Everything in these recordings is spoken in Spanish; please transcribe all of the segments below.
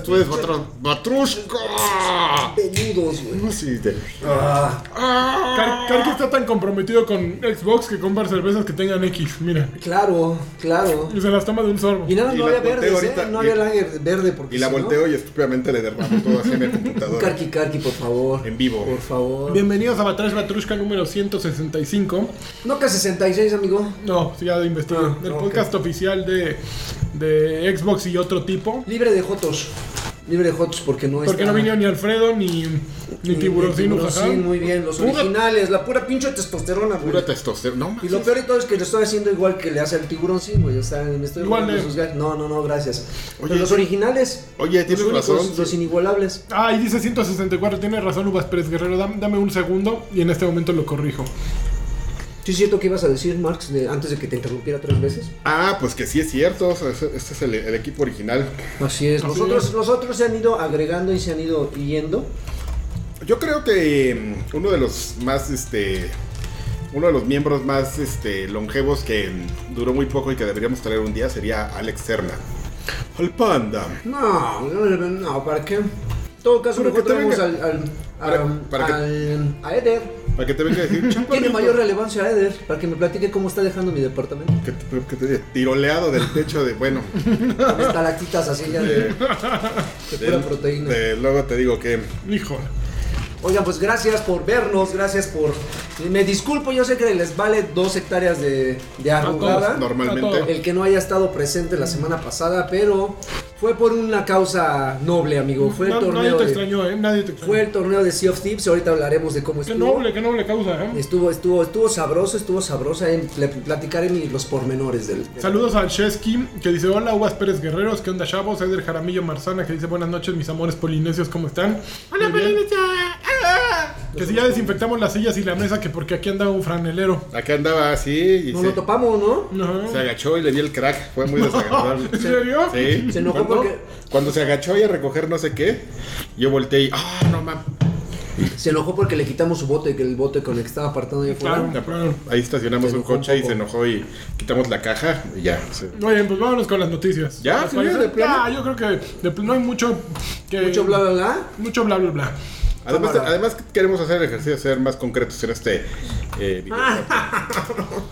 Ah, puedes matar. ¡Matrushka! Peludos, güey. No, sí, te- Ah, Car- Karki está tan comprometido con Xbox que compra cervezas que tengan X, mira. claro, claro. Y se las toma de un sorbo. Y nada, Y no la había volteo verdes, ahorita, ¿eh? No había y- lager verde porque Y la si no- volteo y estúpidamente le derramo todo así en el computador. Carqui, carqui, por favor. En vivo. Por favor. Bienvenidos a Batrash Batrushka número 165. No que 66, amigo. No, sí, ya de investigo. Ah, el ok. podcast oficial de, de Xbox y otro tipo. Libre de jotos. Libre de jotos porque no es. Porque no vino ni Alfredo ni, ni Tiburoncino, ajá. Sí, muy bien. Los Pura- originales, la pura pinche testosterona, güey. Pura testosterona. No, man, Y lo peor de todo es que lo estoy haciendo igual que le hace al tiburón, sí, güey. O sea, me estoy Igual robando de- sus gags. No, no, no, gracias. Pero Oye, los sí. originales. Oye, tienes los únicos, razón. Los inigualables. Ah, y dice 164, tiene razón Uvas Pérez Guerrero, dam- dame, un segundo y en este momento lo corrijo. ¿Sí es cierto que ibas a decir, Marx, de- antes de que te interrumpiera tres veces? Ah, pues que sí es cierto. o sea, Este este es el, el equipo original. Así es. Así Nosotros, es. nosotros se han ido agregando y se han ido yendo. Yo creo que mm, uno de los más, este, uno de los miembros más, este, longevos que mm, duró muy poco y que deberíamos traer un día sería Alex Serna. Al panda. No, no, no, ¿para qué? En todo caso, Pero mejor que te traemos al, venga- al, para- al- para que- al- a Eder. Para que te venga a decir, Tiene "Chaparrito". mayor relevancia a Eder, para que me platique cómo está dejando mi departamento. Que te- que te diga, tiroleado del techo de, bueno, Con estalactitas así ya de, de pura del- proteína. de- luego te digo que Híjole. Oigan, pues gracias por vernos, gracias por... Me disculpo, yo sé que les vale dos hectáreas de, de arrugada. todos, normalmente... A todo. El que no haya estado presente la semana pasada, pero fue por una causa noble, amigo. Fue el Na- nadie torneo te de, extrañó, ¿eh? Nadie te extrañó. fue el torneo de Sea of Thieves, ahorita hablaremos de cómo Qué estuvo. noble, qué noble causa, ¿eh? Estuvo, estuvo, estuvo sabroso, estuvo sabrosa. eh, le platicaré mi- los pormenores del. del- Saludos a Chesky, que dice, hola Uvas Pérez Guerreros, ¿qué onda chavos? Eder Jaramillo Marzana, que dice, buenas noches mis amores polinesios, ¿cómo están? Hola Polinesia. Que si ya desinfectamos las sillas y la mesa, que porque aquí anda un franelero. Acá andaba así y Nos se, lo topamos, ¿no? Ajá. se agachó y le di el crack. Fue muy desagradable. ¿En serio? Sí. Se enojó cuando, porque- cuando se agachó y a recoger no sé qué, yo volteé y. ¡Ah, no mames! Se enojó porque le quitamos su bote, que el bote con el que estaba apartando allá afuera. Claro. Claro. Ahí estacionamos Se un enojó un coche y poco. se enojó y quitamos la caja y ya. se- Muy bien, pues vámonos con las noticias. ¿Ya? ¿Les ¿Sí, parece? de plano? Ya, yo creo que de plano hay mucho que... Mucho bla bla bla. Mucho bla, bla, bla. Además, Cámara. además queremos hacer el ejercicio de ser más concretos en este eh, video. Ah,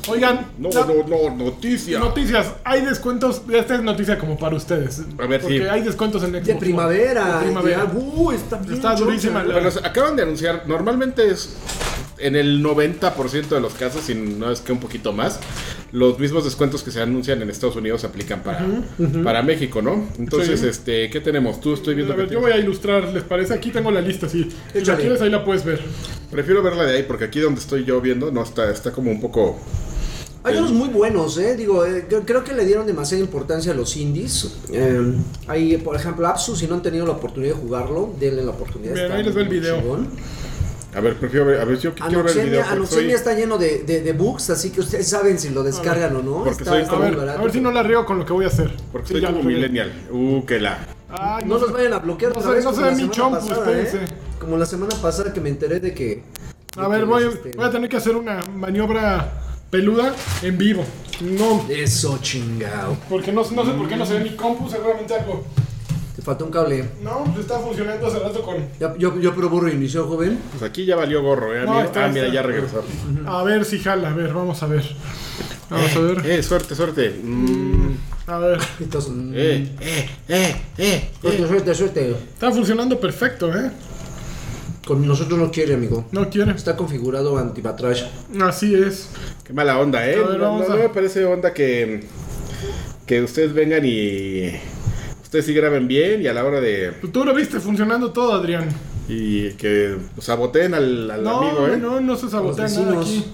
Oigan, No, la- no, no, noticia. noticias. Hay descuentos. Esta es noticia como para ustedes. A ver, Porque sí. hay descuentos en Xbox De One. primavera. De primavera. ya, uh, está bien Está choncha. durísima la- Bueno, se acaban de anunciar, normalmente es en el 90% de los casos, si no es que un poquito más, los mismos descuentos que se anuncian en Estados Unidos se aplican para, para México, ¿no? Entonces, Sí. este, ¿qué tenemos? Tú estoy viendo A que ver, yo tienes- voy a ilustrar, ¿les parece? Aquí tengo la lista, sí. Si la Échale. quieres, ahí la puedes ver. Prefiero verla de ahí porque aquí donde estoy yo viendo no está está como un poco Hay unos muy buenos, ¿eh? Digo, eh, yo creo que le dieron demasiada importancia a los indies. Eh, hay, por ejemplo, Apsu, si no han tenido la oportunidad de jugarlo, denle la oportunidad. Bien, está ahí les va el muy video. chingón. A ver, prefiero ver, a ver yo quiero ver el video Anoxemia, porque Anoxemia soy- está lleno de, de, de bugs, así que ustedes saben si lo descargan o no. porque está, soy- está A muy ver, barato. a ver si no la riego con lo que voy a hacer. porque Sí, soy ya como la regué. millennial. Uh, que la. Ay, No se- los vayan a bloquear. No otra se, vez no como se ve la mi semana chomp, pasada, ¿eh? espérense. Como la semana pasada que me enteré de que. este, A ver, voy, voy a tener que hacer una maniobra peluda en vivo. No, Eso chingado. porque no, no sé por qué no se ve mi compu, seguramente algo. Te faltó un cable. No, pues está funcionando hace rato con... Ya- Yo, yo probó reinició, joven. Pues aquí ya valió gorro, eh, No, amigo? está- ah, mira, está. ya regresó. A ver si jala, a ver, vamos a ver. Vamos a ver. Eh, suerte, suerte. Mm, A ver. Entonces, mm, eh, eh, eh, eh. Suerte, suerte, suerte. Está funcionando perfecto, ¿eh? Con nosotros no quiere, amigo. No quiere. Está configurado antipatrash. Así es. Qué mala onda, eh. A ver, no, vamos no, a- no me parece onda que que ustedes vengan y ustedes sí graben bien y a la hora de Tú lo viste funcionando todo, Adrián. y que saboteen al, al No, amigo, eh. no, no se sabotea Los nada vecinos. aquí.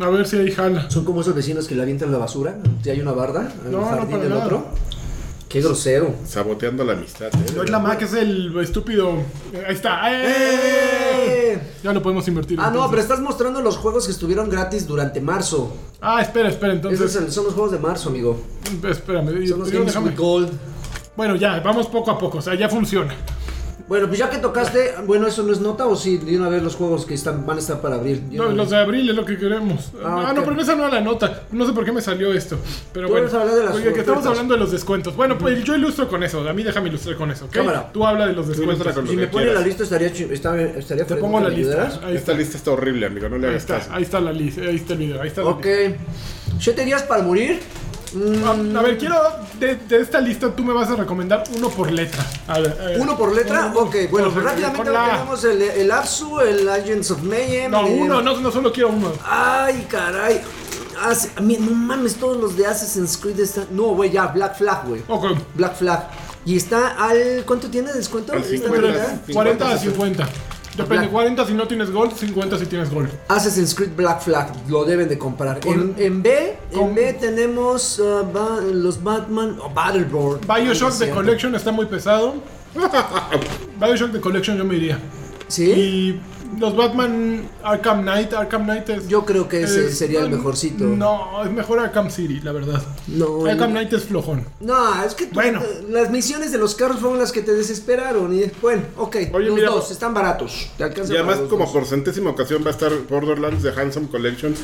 A ver si ahí jala. Son como esos vecinos que le avientan la basura. Si hay una barda al No, no, jardín para del nada. otro. Qué grosero. Saboteando la amistad. eh. No es la Mac, es el estúpido. Ahí está. ¡Eh! ¡Eh! Ya lo podemos invertir. Ah, no, pero entonces. estás mostrando los juegos que estuvieron gratis durante marzo. Ah, espera, espera, Esos entonces. son- son los juegos de marzo, amigo. Espérame. Son los primero Games déjame- with Gold. Bueno, ya, vamos poco a poco. O sea, ya funciona. Bueno, pues ya que tocaste, bueno, eso no es nota o si de una vez los juegos que están van a estar para abrir. No, los de abril es lo que queremos. Ah, Ah, ok. no, pero esa no era la nota. No sé por qué me salió esto. Pero Tú bueno, ibas a hablar de las oye, que estamos ofertas. hablando de los descuentos. Bueno, pues yo ilustro con eso. A mí déjame ilustrar con eso, ¿ok? Cámara. Tú habla de los ilustra descuentos. con lo si que me pone quieras. la lista estaría chi- está- estaría Te fregón pongo que la me ayudaras. lista. Ah, Ahí Esta está. lista está horrible, amigo. No le Ahí hagas está, caso. ahí está la lista, ahí está el video, ahí está la Ok. lista. ¿Siete días para morir? Mm, A- A ver, quiero de, de esta lista tú me vas a recomendar uno por letra. A ver, a ver. ¿Uno por letra? Uno. Ok, bueno, O sea, pues rápidamente con la- tenemos el, el Apsu, el Agents of Mayhem. No, eh, uno, no, no solo quiero uno. Ay, caray. Ah, sí, a mí, no mames, todos los de Assassin's Creed están. No, güey, ya, Black Flag, güey. Ok. Black Flag. Y está al. ¿Cuánto tiene de descuento? Al ¿Está en 50. realidad? 40 a 50. Depende, Black. 40 si no tienes gol, 50 si tienes gol. Assassin's Creed Black Flag, lo deben de comprar. En, en B, en Con- B tenemos ah, ba- los Batman o Battleborn. Bioshock Sí, The cierto. Collection está muy pesado. Bioshock The Collection yo me iría. Sí, Y los Batman Arkham Knight, Arkham Knight es... yo creo que ese es- sería el mejorcito. No, es mejor Arkham City, la verdad. No, el- Arkham Knight es flojón. No, es que tú- Bueno. las misiones de los carros fueron las que te desesperaron. Y bueno, ok, Oye, los mira, dos están baratos. Te alcanza Y además, para los como dos. por centésima ocasión, va a estar Borderlands de Handsome Collection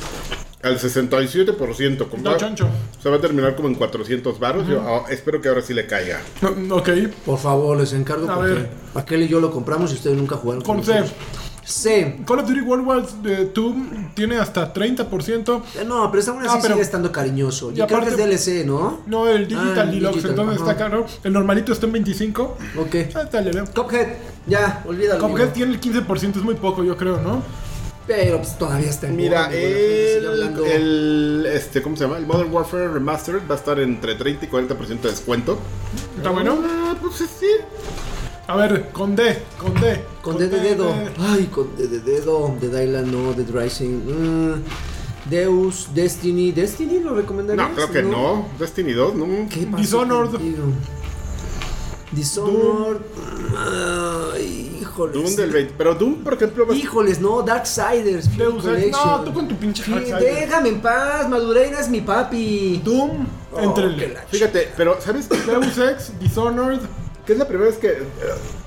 al 67%. Como No, va- choncho. O sea, va a terminar como en 400 baros. Yo ah, espero que ahora sí le caiga. No, ok, Por favor, les encargo. A porque ver. Aquel y yo lo compramos y ustedes nunca jugaron. con C. nosotros. C. Call of Duty World War 2 tiene hasta 30%. Eh, No, pero aún así Ah, pero- sigue estando cariñoso. Y Yo creo que es aparte- DLC, ¿no? No, el Digital Ah, el Deluxe, digital, entonces ajá. está caro. El normalito está en 25. Ok. Ah, está leve. Cuphead, ya, olvídalo. Cuphead amigo. tiene el 15%, es muy poco, yo creo, ¿no? Pero pues todavía está en Mira, boga, amigo, la gente sigue el, hablando. el- este, ¿cómo se llama? El Modern Warfare Remastered va a estar entre 30 y 40% de descuento. Está bueno. Ah, pues sí. A ver, con D, con D. Con D de dedo. D. Ay, con D de dedo. Dead Island no, Dead Rising. mm. Deus, Destiny. ¿Destiny lo recomendarías? No, creo que no. Destiny 2, no. ¿Qué pasó Dishonored. contigo? Dishonored. Ay, Doom híjoles. del 20. Pero Doom, por ejemplo, va a Híjoles, no, Darksiders. Fury Deus Ex. Collection. No, tú con tu pinche Sí, Darksiders. Déjame en paz, Madureira es mi papi. Doom, Oh, entre qué el la- Fíjate, pero ¿sabes qué? Deus Ex, Dishonored. que es la primera vez que... eh,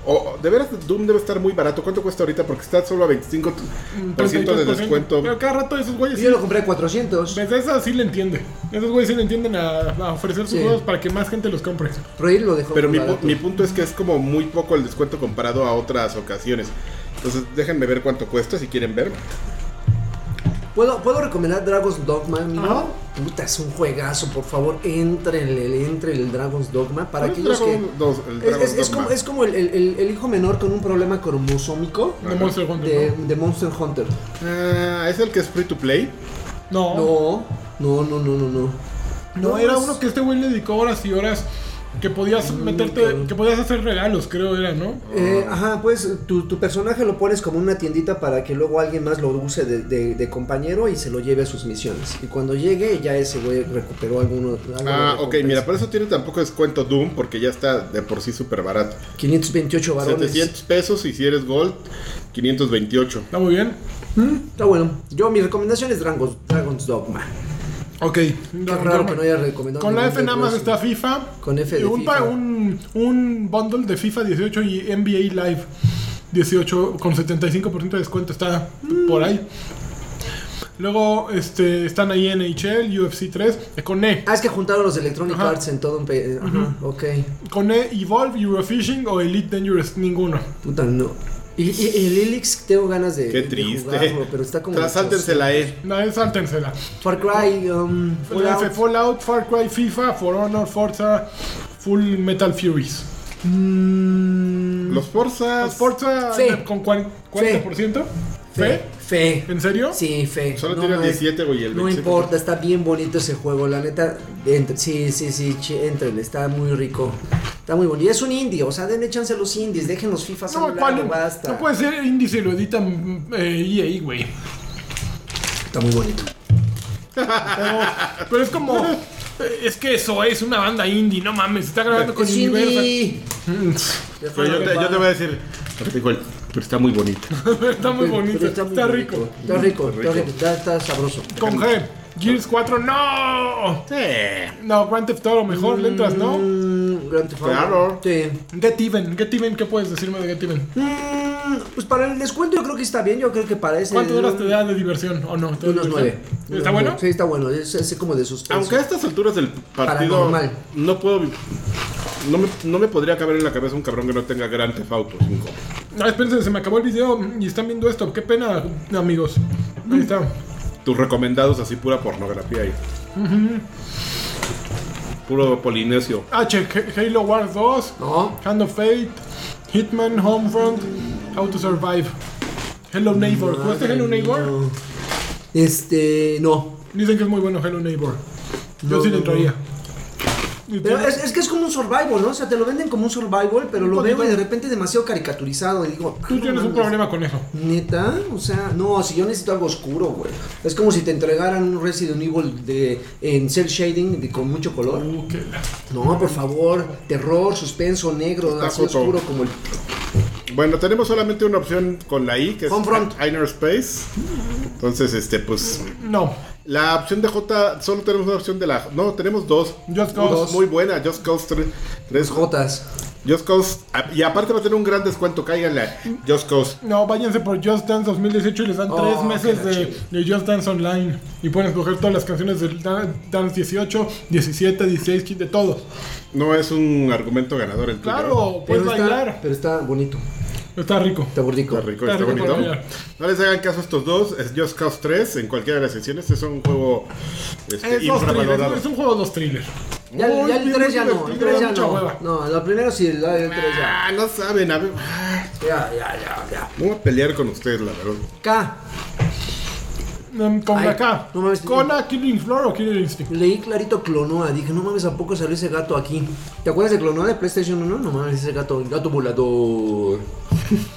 o- de veras, Doom debe estar muy barato. ¿Cuánto cuesta ahorita? Porque está solo a 25% de 33%. descuento. Pero cada rato esos güeyes. Yo lo compré a 400. Bethesda sí le entiende. Esos güeyes sí le entienden a, a ofrecer sus Sí. juegos para que más gente los compre. Reír lo dejó. Pero muy mi, pu- barato. mi punto es que es como muy poco el descuento comparado a otras ocasiones. Entonces, déjenme ver cuánto cuesta si quieren ver. ¿Puedo, ¿Puedo recomendar Dragon's Dogma, amigo? Ajá. Puta, es un juegazo, por favor, entrenle, entre el Dragon's Dogma. ¿Cuál Para es aquellos Dragon que. dos- el Es, Dragon es- es Dogma? como, es como el, el- el- el hijo menor con un problema cromosómico De Monster Hunter. de, de Monster Hunter. Ah, ¿Es el que es free to play? No. No, No, no, no, no, no, no. No, era es- Mm, uno que este güey le dedicó horas y horas. Que podías meterte, cabrón. que podías hacer regalos, creo era, ¿no? Eh, Ah. ajá, pues tu, tu personaje lo pones como una tiendita para que luego alguien más lo use de, de- de compañero y se lo lleve a sus misiones. Y cuando llegue, ya ese güey recuperó alguno. algo de Ah, ok, recompensa. mira, por eso tiene tampoco descuento Doom porque ya está de por sí súper barato. 528 varones. 700 pesos y si eres Gold, 528. Está muy bien. Está bueno. Yo, mi recomendación es Dragon's, Dragon's Dogma. Ok. Qué raro que no haya recomendado. Con la ningún F nada más Dead está Rising. FIFA. Con F de y un, pa- FIFA. Un, un bundle de FIFA 18 y NBA Live 18 con 75% de descuento está Mm. por ahí. Luego este, están ahí NHL, UFC 3, eh, con E. Ah, es que juntaron los Electronic Ajá. Arts en todo un. pe- eh, Ajá, ok. Con E Evolve, Eurofishing o Elite Dangerous, ninguno. Puta, no. Y, y- el Elix tengo ganas de. Qué de triste. jugarlo, pero está como. Tras- sáltense la E. No, es sáltensela. Far Cry. um, La F, Fallout. Fallout, Far Cry, FIFA, For Honor, Forza, Full Metal Furies. Mm, Los Forzas. Forza Fe. con cuaren- 40%. Fe. Fe. ¿En serio? Sí, fe. Solo tiene el mames. 17, güey, el No 25. importa, está bien bonito ese juego, la neta. entre- sí, sí, sí, che, entrenle, está muy rico. Está muy bonito. Y es un indie, o sea, denle chance a los indies, dejen los FIFA a No, un ¿cuál? lado, basta. No puede ser índice, lo editan eh, EA, güey. Está muy bonito. Pero, pero es como. eh, Es que eso es una banda indie, no mames. Está grabando con Es Universal. indie. Mm, Ya fue Pero yo, te, la yo bala. te voy a decir. pero igual, pero está muy bonito. Está muy bonito, Pero está, muy rico. bonito. Está rico, Rico. está rico, está, está sabroso. Con G, Gears 4, no. Sí. No, Grand Theft Auto mejor, le entras, ¿no? Mm, Grand Theft Auto. Claro. Sí. Get Even, Get Even, ¿qué puedes decirme de Get Even? Mm, pues para el descuento yo creo que está bien, yo creo que para ese... ¿Cuánto horas te da de diversión o no? ¿Te Eh, da Unos diversión? nueve. ¿Está bueno? Sí, está bueno, es así como de suspenso. Aunque a estas alturas del partido Paranormal. no puedo vi- no me, no me podría caber en la cabeza un cabrón que no tenga Grand Theft Auto 5. Ah, espérense, se me acabó el video y están viendo esto. Qué pena, amigos. Ahí está. Tus recomendados así pura pornografía ahí. Puro polinesio. H, H- Ah, Halo War 2, No, Hand of Fate, Hitman, Homefront, How to Survive. Hello Neighbor. ¿Jugaste Hello Neighbor? este, no. Dicen que es muy bueno Hello Neighbor. Yo No, sí le no, entraría. Y Pero tiene- es, es que es como un survival, ¿no? O sea, te lo venden como un survival, pero lo poquito. veo y de repente demasiado caricaturizado. Y digo, ah, Tú no tienes un mames. problema con eso. Neta, o sea, no, si yo necesito algo oscuro, güey. Es como si te entregaran un Resident Evil de, en cel shading de- con mucho color. Uh, qué la- No, por favor, terror, suspenso, negro, Está así joto. oscuro como el. Bueno, tenemos solamente una opción con la I, que es Homefront. Inner Space. Entonces, este, pues. No. La opción de J, solo tenemos una opción de la. No, tenemos dos. Just Cause. Dos muy buena, Just Cause 3. Las Jotas. Just Cause. a- Y aparte va a tener un gran descuento, cáiganle. a Just Cause. No, váyanse por Just Dance 2018 y les dan Oh, tres meses qué la de, de Just Dance Online. Y pueden escoger todas las canciones del Dan- Dance 18, 17, 16, de todos. No es un argumento ganador el tuyo. ¿eh? Claro, puedes pero, está, bailar. pero está bonito, Está rico. está burdico. Está rico, Está está, rico bonito. para bailar. No les hagan caso a estos dos. Es Just Cause 3 en cualquiera de las sesiones. Este es un juego este, Es, dos thrillers, infravalorado. es un juego dos thriller. Ya, Muy ya el bien, 3 ya muy no, el divertido, 3 ya mucha no. hueva. No, lo primero sí, el 3 ya. Ah, no saben. A ver, ah, Ya, ya, ya, ya. Voy a pelear con ustedes, la verdad. K. Mm, Con Ay, acá. no mames. ¿Con a Killing Floor o Killing Instinct? Leí clarito Clonoa, dije, no mames, ¿a poco salió ese gato aquí? ¿Te acuerdas de Clonoa de PlayStation 1? No mames, ese gato, el gato volador.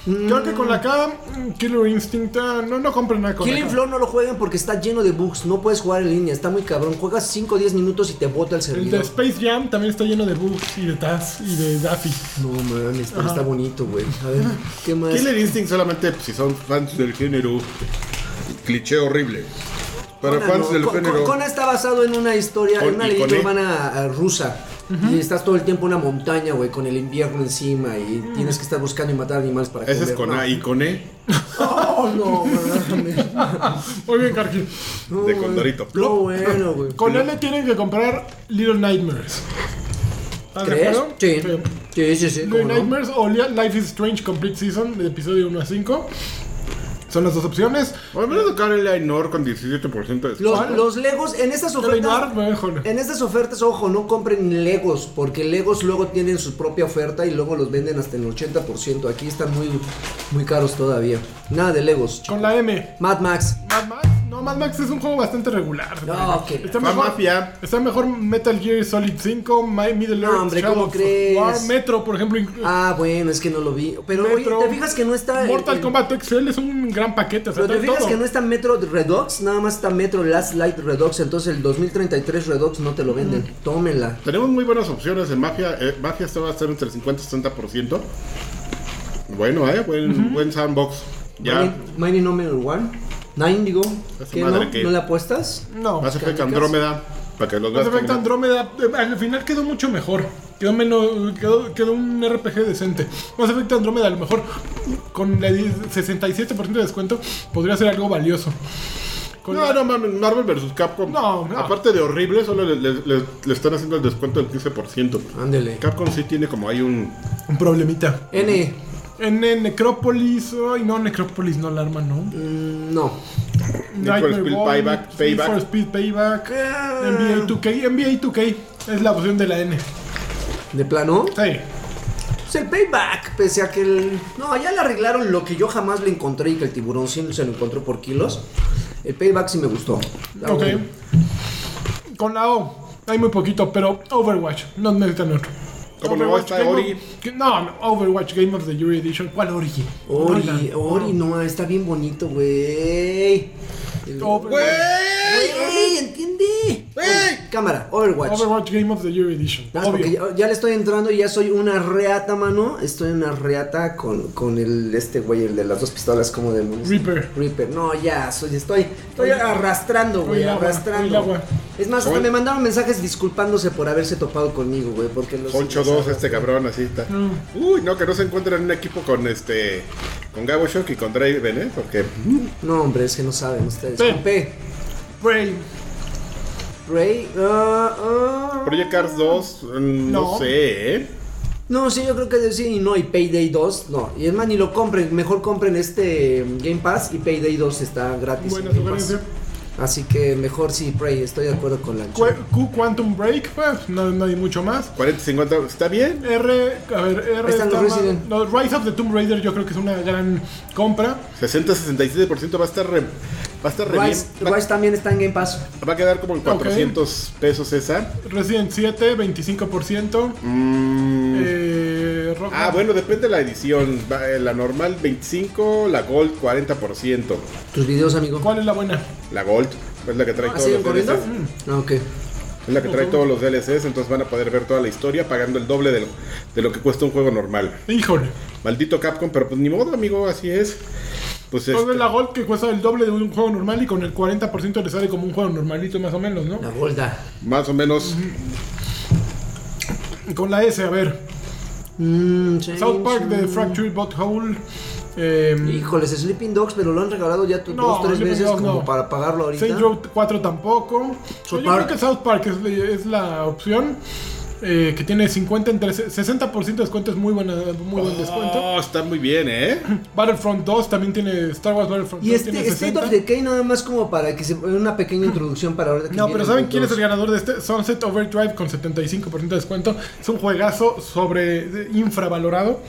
Creo que con la K, mm, Killer Instinct, ah, no, no compren nada con Killing acá. Floor no lo jueguen porque está lleno de bugs, no puedes jugar en línea, está muy cabrón. Juegas 5 o 10 minutos y te bota el El de servidor. Space Jam también está lleno de bugs y de Taz y de Daffy. No mames, pero está bonito, güey. A ver, ¿qué más? Killer Instinct solamente pues, si son fans del género. Cliché horrible. Para Conan, fans ¿no? del Con- género. con- Conan está basado en una historia, Con- en una y leyenda con E. urbana eh, rusa. Y estás todo el tiempo en una montaña, güey, con el invierno encima y tienes que estar buscando y matar animales para Ese es comer, con ¿no? A y con E. Oh, no, mames. Muy bien, Karki. No, De güey. Condorito. No, bueno, güey. Con él le tienen que comprar Little Nightmares. ¿Estás de ¿Crees? acuerdo? Sí. Sí, sí, sí. Little ¿cómo no? Nightmares o Li- Life is Strange Complete Season, de episodio 1 a 5. Son las dos opciones. Al menos tocar el Ainor con 17% de Los, los Legos, en estas Little Nightmares, ofertas. me dejo, no. En estas ofertas, ojo, no compren Legos, porque Legos luego tienen su propia oferta y luego los venden hasta el 80%. Aquí están muy, muy caros todavía. Nada de Legos. Con la M. Mad Max. Mad Max. No, Mad Max es un juego bastante regular. No, que la- Está Fa mejor, Mafia. está mejor Metal Gear Solid 5, My Middle No, Earth, hombre, Shadow ¿cómo of crees? War, Metro, por ejemplo. inc- Ah, bueno, es que no lo vi. Pero oye, Metro, ¿te fijas que no está. Mortal el- el- Kombat XL es un gran paquete. o sea, Pero te trae fijas todo. que no está Metro Redux, nada más está Metro Last Light Redux, entonces el 2033 Redux no te lo venden. Mm. Tómenla. Tenemos muy buenas opciones en Mafia. Eh, Mafia esto va a estar entre el 50 y 60%. Bueno, eh, buen, buen sandbox. Ya. Mining- Mining Number One. Nine, digo. Esa ¿Qué madre no? que- ¿No le apuestas? No. Mass Effect canicas. Andrómeda. Para que los Mass veas Effect caminar. Andrómeda eh, al final quedó mucho mejor. Quedó menos quedó, quedó un RPG decente. Mass Effect Andrómeda a lo mejor con el 67% de descuento podría ser algo valioso. Con No, la- no mames, Marvel vs Capcom. No, no. Aparte de horrible, solo le, le- le- le están haciendo el descuento del 15%. Ándele. Capcom sí tiene como hay un. Un problemita. N. En, en Necrópolis, ay no, Necrópolis no la arma, no. Mm, no. Need for Speed One, Payback, Need Payback. Ah. for Speed Payback, NBA 2K, NBA 2K es la opción de la N. ¿De plano? Sí. Pues el payback, pese a que el. No, ya le arreglaron lo que yo jamás le encontré y que el tiburón sí se lo encontró por kilos. El payback sí me gustó. Está Ok. bueno. Con la O. Hay muy poquito, pero Overwatch. No necesitan otro. Como no está Game of- Ori. que- No, no, Overwatch Game of the Year Edition. ¿Cuál Origi? Ori, Ori, no, está bien bonito, güey. El- Oh, Overwatch. Güey, entiende ¡Baby! ¡Ey! Cámara, Overwatch. Overwatch Game of the Year Edition. Nada más obvio. porque ya, ya le estoy entrando y ya soy una reata, mano. Estoy una reata con, con el este güey, el de las dos pistolas, como de Reaper. Reaper. No, ya, soy, estoy, estoy Oye. arrastrando, güey, Oye, agua, arrastrando. oye, agua. Es más, hasta Oye. me mandaron mensajes disculpándose por haberse topado conmigo, güey, porque los... 8-2 este cabrón, así está. Uy, no, que no se encuentra en un equipo con este. Con Gabo Shock y con Draven, ¿eh? Porque. No, hombre, es que no saben ustedes. P. Con P. Prey. Ray, ah, ah. Project Cars 2, mm, no, No. sé, ¿eh? No, sí, yo creo que sí y no, y Payday 2, no. Y es más, ni lo compren, mejor compren este mm, Game Pass y Payday 2 está gratis. Buena en Game Pass. sugerencia. Así que mejor sí, Prey, estoy de acuerdo con la Cu- Q Quantum Break, pues no, no hay mucho más. 40-50, está bien. R, a ver, R Ahí están los más- Resident. no, Rise of the Tomb Raider yo creo que es una gran compra. 60-67% va a estar re, va a estar re Rise, bien. Va, Rise también está en Game Pass. va a quedar como en 400 pesos esa. Resident 7, 25%. Mm, Eh, Rock Ah, Band. bueno, depende de la edición. Va- eh, La normal 25, la Gold 40%. Tus videos, amigo. ¿Cuál es la buena? La Gold es la que trae ¿Ah, todos siguen los corriendo? DLCs. Ah, ok. Es la que trae todos los DLCs, entonces van a poder ver toda la historia pagando el doble de lo, de lo que cuesta un juego normal. Híjole. Este. Maldito Capcom, pero pues ni modo, amigo, así es. Pues ¿Cuál este, es la Gold que cuesta el doble de un juego normal y con el 40% le sale como un juego normalito más o menos, ¿no? La Golda. más o menos Y Con la S, a ver. Mm, South Park change. de Fractured Butthole. Eh, Híjoles, Sleeping Dogs, pero lo han regalado ya tu- No, dos, tres Sleeping veces Dogs como no. para pagarlo ahorita. Saints Row 4 tampoco. South Yo Park. creo que South Park es, es la opción. eh, que tiene 50 entre 60% de descuento es muy, buena, muy buen descuento. Ah. Oh, está muy bien, ¿eh? Battlefront 2 también tiene Star Wars Battlefront Y 2 este tiene State of 60. Decay nada más como para que se una pequeña introducción para ahorita que No, viene pero ¿saben Doom quién es 2? el ganador de este? Sunset Overdrive con 75% de descuento. Es un juegazo sobre de- infravalorado.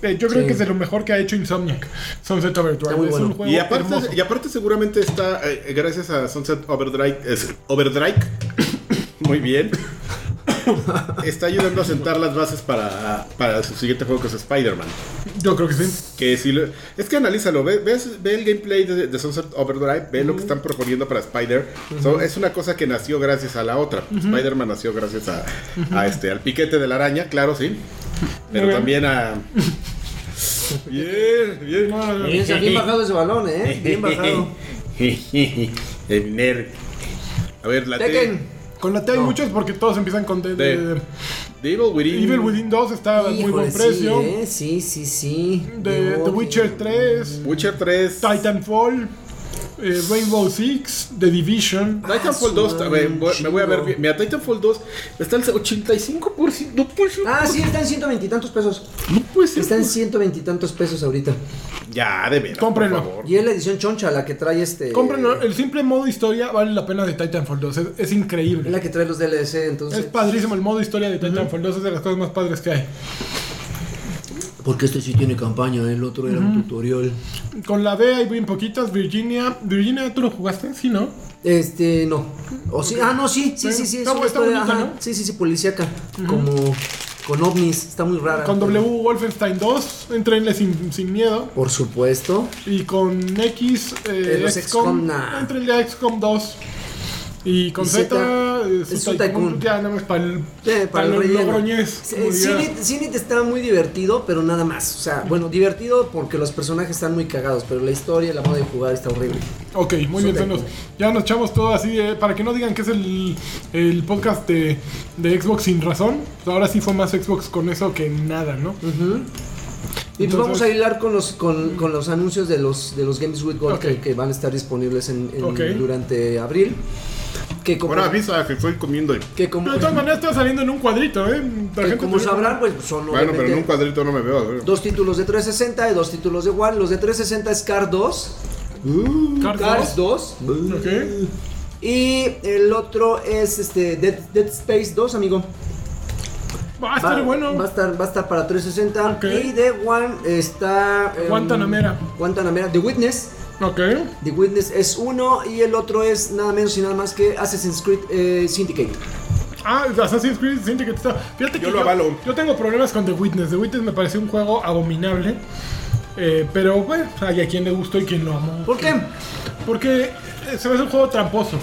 Eh, yo creo Sí. que es de lo mejor que ha hecho Insomniac. Sunset Overdrive. Está muy es bueno. un juego Y aparte, hermoso. y aparte seguramente está, eh, gracias a Sunset Overdrive, es- Overdrive, muy bien, está ayudando a sentar las bases para, para su siguiente juego que es Spider-Man. Yo creo que sí. Que si lo- es que analízalo, ve, ves- ve el gameplay de, de Sunset Overdrive, ve lo que están proponiendo para Spider. So, es una cosa que nació gracias a la otra. Spider-Man nació gracias a, a este, al piquete de la araña, claro, sí. Pero bien. también a... Bien, bien. No, no, no. Bien, bien bajado ese balón, eh. Bien bajado. El nerd. A ver, la Tekken. T. Con la T hay No. muchos porque todos empiezan con D. D- D. D. The Evil Within. Evil Within 2 está a muy Híjole, buen precio. Sí, eh, sí, sí, sí. The, No, The que- Witcher 3. Witcher 3. Titanfall. eh, Rainbow Six. The Division. Titanfall Ah, 2, a ver, su voy- me voy a ver chingo. bien. Mira, Titanfall 2 está el 85%. No puede ser. Ah, sí, está en ciento veintitantos pesos. No puede ser. Está en ciento veintitantos pesos ahorita. Ya, de veras. Cómprenlo. Por favor. Y es la edición choncha, la que trae este. Cómprenlo. El simple modo historia vale la pena de Titanfall 2. Es, es increíble. Es la que trae los DLC, entonces. Es padrísimo el modo historia de Titanfall 2. Es de las cosas más padres que hay. Porque este sí tiene campaña, el otro era un tutorial. Con la B hay bien poquitas. Virginia. Virginia, ¿tú lo jugaste? Sí, ¿no? Este, no. O sí, ah, no, sí, sí, sí, sí. es Está- una está historia, bonita, ajá, ¿no? Sí, sí, sí, policíaca. Como con ovnis, está muy rara. Con W Wolfenstein 2. Entrenle sin, sin miedo. Por supuesto. Y con X, Eh, eh, los XCOM, XCOM, nah. entre el de XCOM 2. Y con Y Z, Zeta, eh, es Su un tycoon. Ya nada más para el, Eh, para el relleno. logroñez, Sí, como diría. Cine- Cine está muy divertido, pero nada más. O sea, bueno, divertido porque los personajes están muy cagados, pero la historia, la moda de jugar está horrible. Ok, muy bien, Zeta. Thanos. Ya nos echamos todo así. eh, para que no digan que es el, el podcast de, de Xbox sin razón. Pues ahora sí fue más Xbox con eso que nada, ¿no? Y pues Entonces- vamos a hilar con los con, con los anuncios de los de los Games with Gold Ok. que, que van a estar disponibles en, en- Ok. durante abril. Que como, Ahora avisa que estoy comiendo. el- que como, Pero de todas maneras está saliendo en un cuadrito, ¿eh? que La gente como te- sabrán, pues son Bueno, pero en obviamente un cuadrito no me veo. a ver. dos títulos de 360 y dos títulos de One. Los de 360 es Car 2, Cars Cars 2. 2 Ok. y el otro es este Dead, Dead Space 2, amigo. Va a estar Ah, bueno. Va a estar, va a estar para 360. Ok. Y de One está. em, Guantanamera. Guantanamera. The Witness. Ok. The Witness es uno y el otro es nada menos y nada más que Assassin's Creed eh, Syndicate. Ah, Assassin's Creed Syndicate está. Fíjate que Yo lo avalo. Yo tengo problemas con The Witness. The Witness me pareció un juego abominable. Eh, pero bueno, hay a quien le gustó y quien lo amó. ¿Por qué? Porque eh, se me hace un juego tramposo.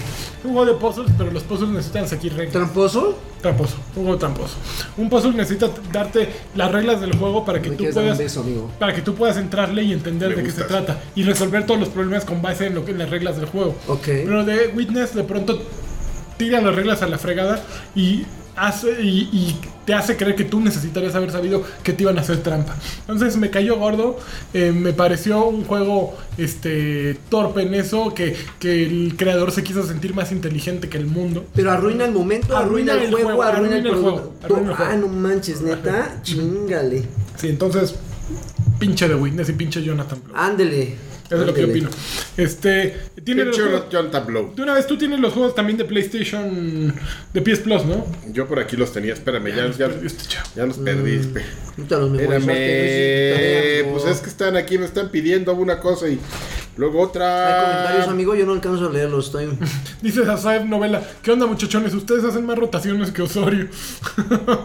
Un juego de puzzles, pero los puzzles necesitan seguir reglas. ¿Tramposo? Tramposo, un juego tramposo. Un puzzle necesita darte las reglas del juego para que Me tú quieres dar un puedas beso, amigo. para que tú puedas entrarle y entender Me de qué se gustas. trata y resolver todos los problemas con base en lo que en las reglas del juego. Ok. Pero de Witness de pronto tira las reglas a la fregada y hace y, y te hace creer que tú necesitarías haber sabido que te iban a hacer trampa. Entonces me cayó gordo, eh, me pareció un juego este torpe en eso que, que el creador se quiso sentir más inteligente que el mundo. Pero arruina el momento, arruina, el juego, arruina, el, producto. juego, arruina el juego. Ah, no manches, neta. Chingale. Sí, entonces Ah, pinche de Witness y pinche Jonathan Blow. Ándele. Eso es lo que ándele. opino. Este, tiene los Pinche juegos- Jonathan Blow. de una vez tú tienes los juegos también de PlayStation de PS Plus, ¿no? Yo por aquí los tenía, espérame, ya, ya, Este chavo. ya los Mm. perdiste. Puta, los memorizaste, Espérame, no pues hiciste tarea, es que están aquí, me están pidiendo una cosa y luego Hay comentarios, otra. amigo, yo no alcanzo a leerlos. Estoy... Dice Sasaev Novela, ¿qué onda muchachones? Ustedes hacen más rotaciones que Osorio.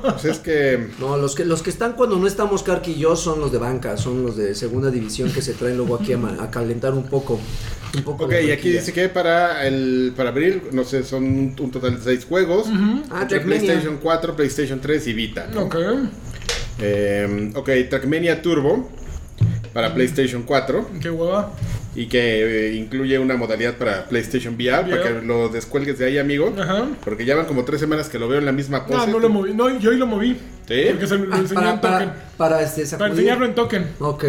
Pues es que No, los que, los que están cuando no estamos Karki y yo son los de banca, son los de segunda división que se traen luego aquí a, ma- a calentar un poco. Un poco Ok, la y aquí franquicia. dice que para el para abril, no sé, son un, un total de seis juegos. Ah, Entre Trackmania. PlayStation 4, PlayStation 3 y Vita. ¿no? ok. Eh, ok, Trackmania Turbo para PlayStation 4 Qué hueva. y que eh, incluye una modalidad para PlayStation VR, para VR. que lo descuelgues de ahí, amigo. Ajá. Ah, Porque ya van como tres semanas que lo veo en la misma pose. No, no lo moví. No, yo hoy lo moví. Pues ¿Sí? Porque se lo Ah, enseñé en para, token. para, para este Para sacudir. enseñarlo en token. Ok.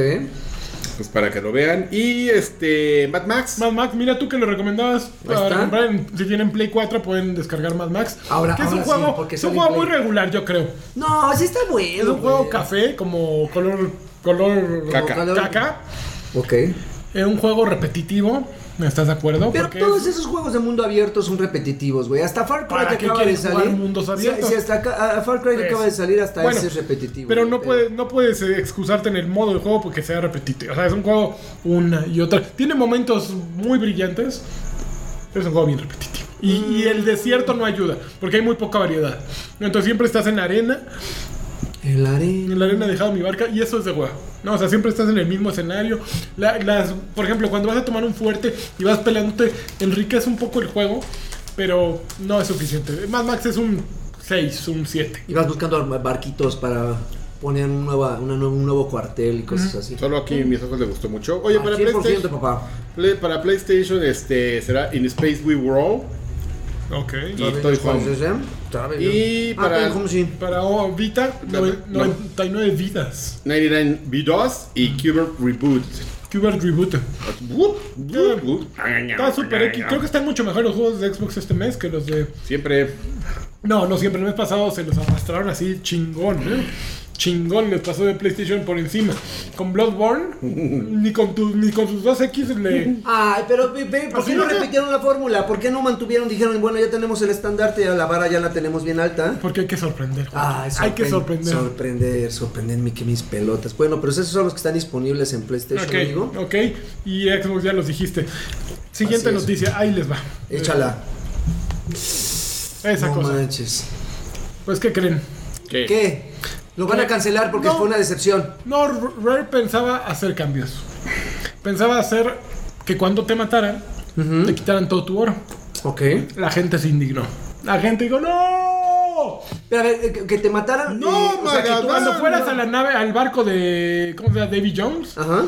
Pues para que lo vean. Y este, Mad Max. Mad Max, mira tú que lo recomendabas para está. comprar. en- si tienen Play 4 pueden descargar Mad Max. Ahora- que es un ahora sí, juego, porque es un sale en juego muy Play. regular, yo creo. No, sí está bueno. Es un juego güey. café, como color, color Caca. como caca. Ok. Es un juego repetitivo, ¿estás de acuerdo? Pero Porque todos es- esos juegos de mundo abierto son repetitivos, güey. Hasta Far Cry ¿Para que qué acaba de quieres jugar salir. mundos Sí, abiertos? sí, hasta acá- a Far Cry que Pues, acaba de salir, hasta bueno, ese es repetitivo. Pero güey, no, puede, no puedes eh, excusarte en el modo de juego porque sea repetitivo. O sea, es un juego una y otra. Tiene momentos muy brillantes, pero es un juego bien repetitivo. Y, y el desierto no ayuda, porque hay muy poca variedad. Entonces siempre estás en arena, El en arena. la arena he dejado mi barca, y eso es de huevo. No, o sea, siempre estás en el mismo escenario. La- las, por ejemplo, cuando vas a tomar un fuerte y vas peleándote, enriquece un poco el juego, pero no es suficiente. Mad Max es un 6, un 7. Y vas buscando arma- barquitos para poner un, nueva, una nueva- un nuevo cuartel y cosas así. Ah, Solo aquí Mm. en mis ojos le gustó mucho. Ah, Oye, Al para 100% PlayStation, papá. Play- para PlayStation este será In Space We Roll. Ok. Y Toy Home. eh? Y Y para- para. eh. Ah, Home, sí. Para oh, Vita, nove- No. 99 vidas. 99 V2 Mm. y Cuber Reboot. Cuber Reboot. Wup, wup, wup. Eh, Está super X. Creo que están mucho mejor los juegos de Xbox este mes que los de. Siempre. No, no siempre. El mes pasado se los arrastraron así chingón, ¿eh? Chingón les pasó de PlayStation por encima. Con Bloodborne, ni con, tu- ni con sus dos X le. Ay, pero ve, ve, ¿por Así qué no no sé. repitieron la fórmula? ¿Por qué no mantuvieron? Dijeron, bueno, ya tenemos el estandarte, ya la vara ya la tenemos bien alta. Porque hay que sorprender. Juan. Ah, hay que sorprender. Sorprender, sorprenderme que mis pelotas. Bueno, pero esos son los que están disponibles en PlayStation, amigo. ok, ok. Y Xbox ya los dijiste. Siguiente Así es. noticia, ahí les va. Échala. Esa no cosa. manches. Pues, ¿qué creen? ¿Qué? ¿Qué? Lo van a cancelar porque No. fue una decepción. No, R- Rare pensaba hacer cambios. Pensaba hacer que cuando te mataran, te quitaran todo tu oro. Ok. La gente se indignó. La gente dijo, ¡No! Pero a ver, eh, que- que te mataran. No, eh, o sea, que tú- Magadán. Cuando fueras a la nave, al barco de. ¿Cómo se llama? Davy Jones, Ajá.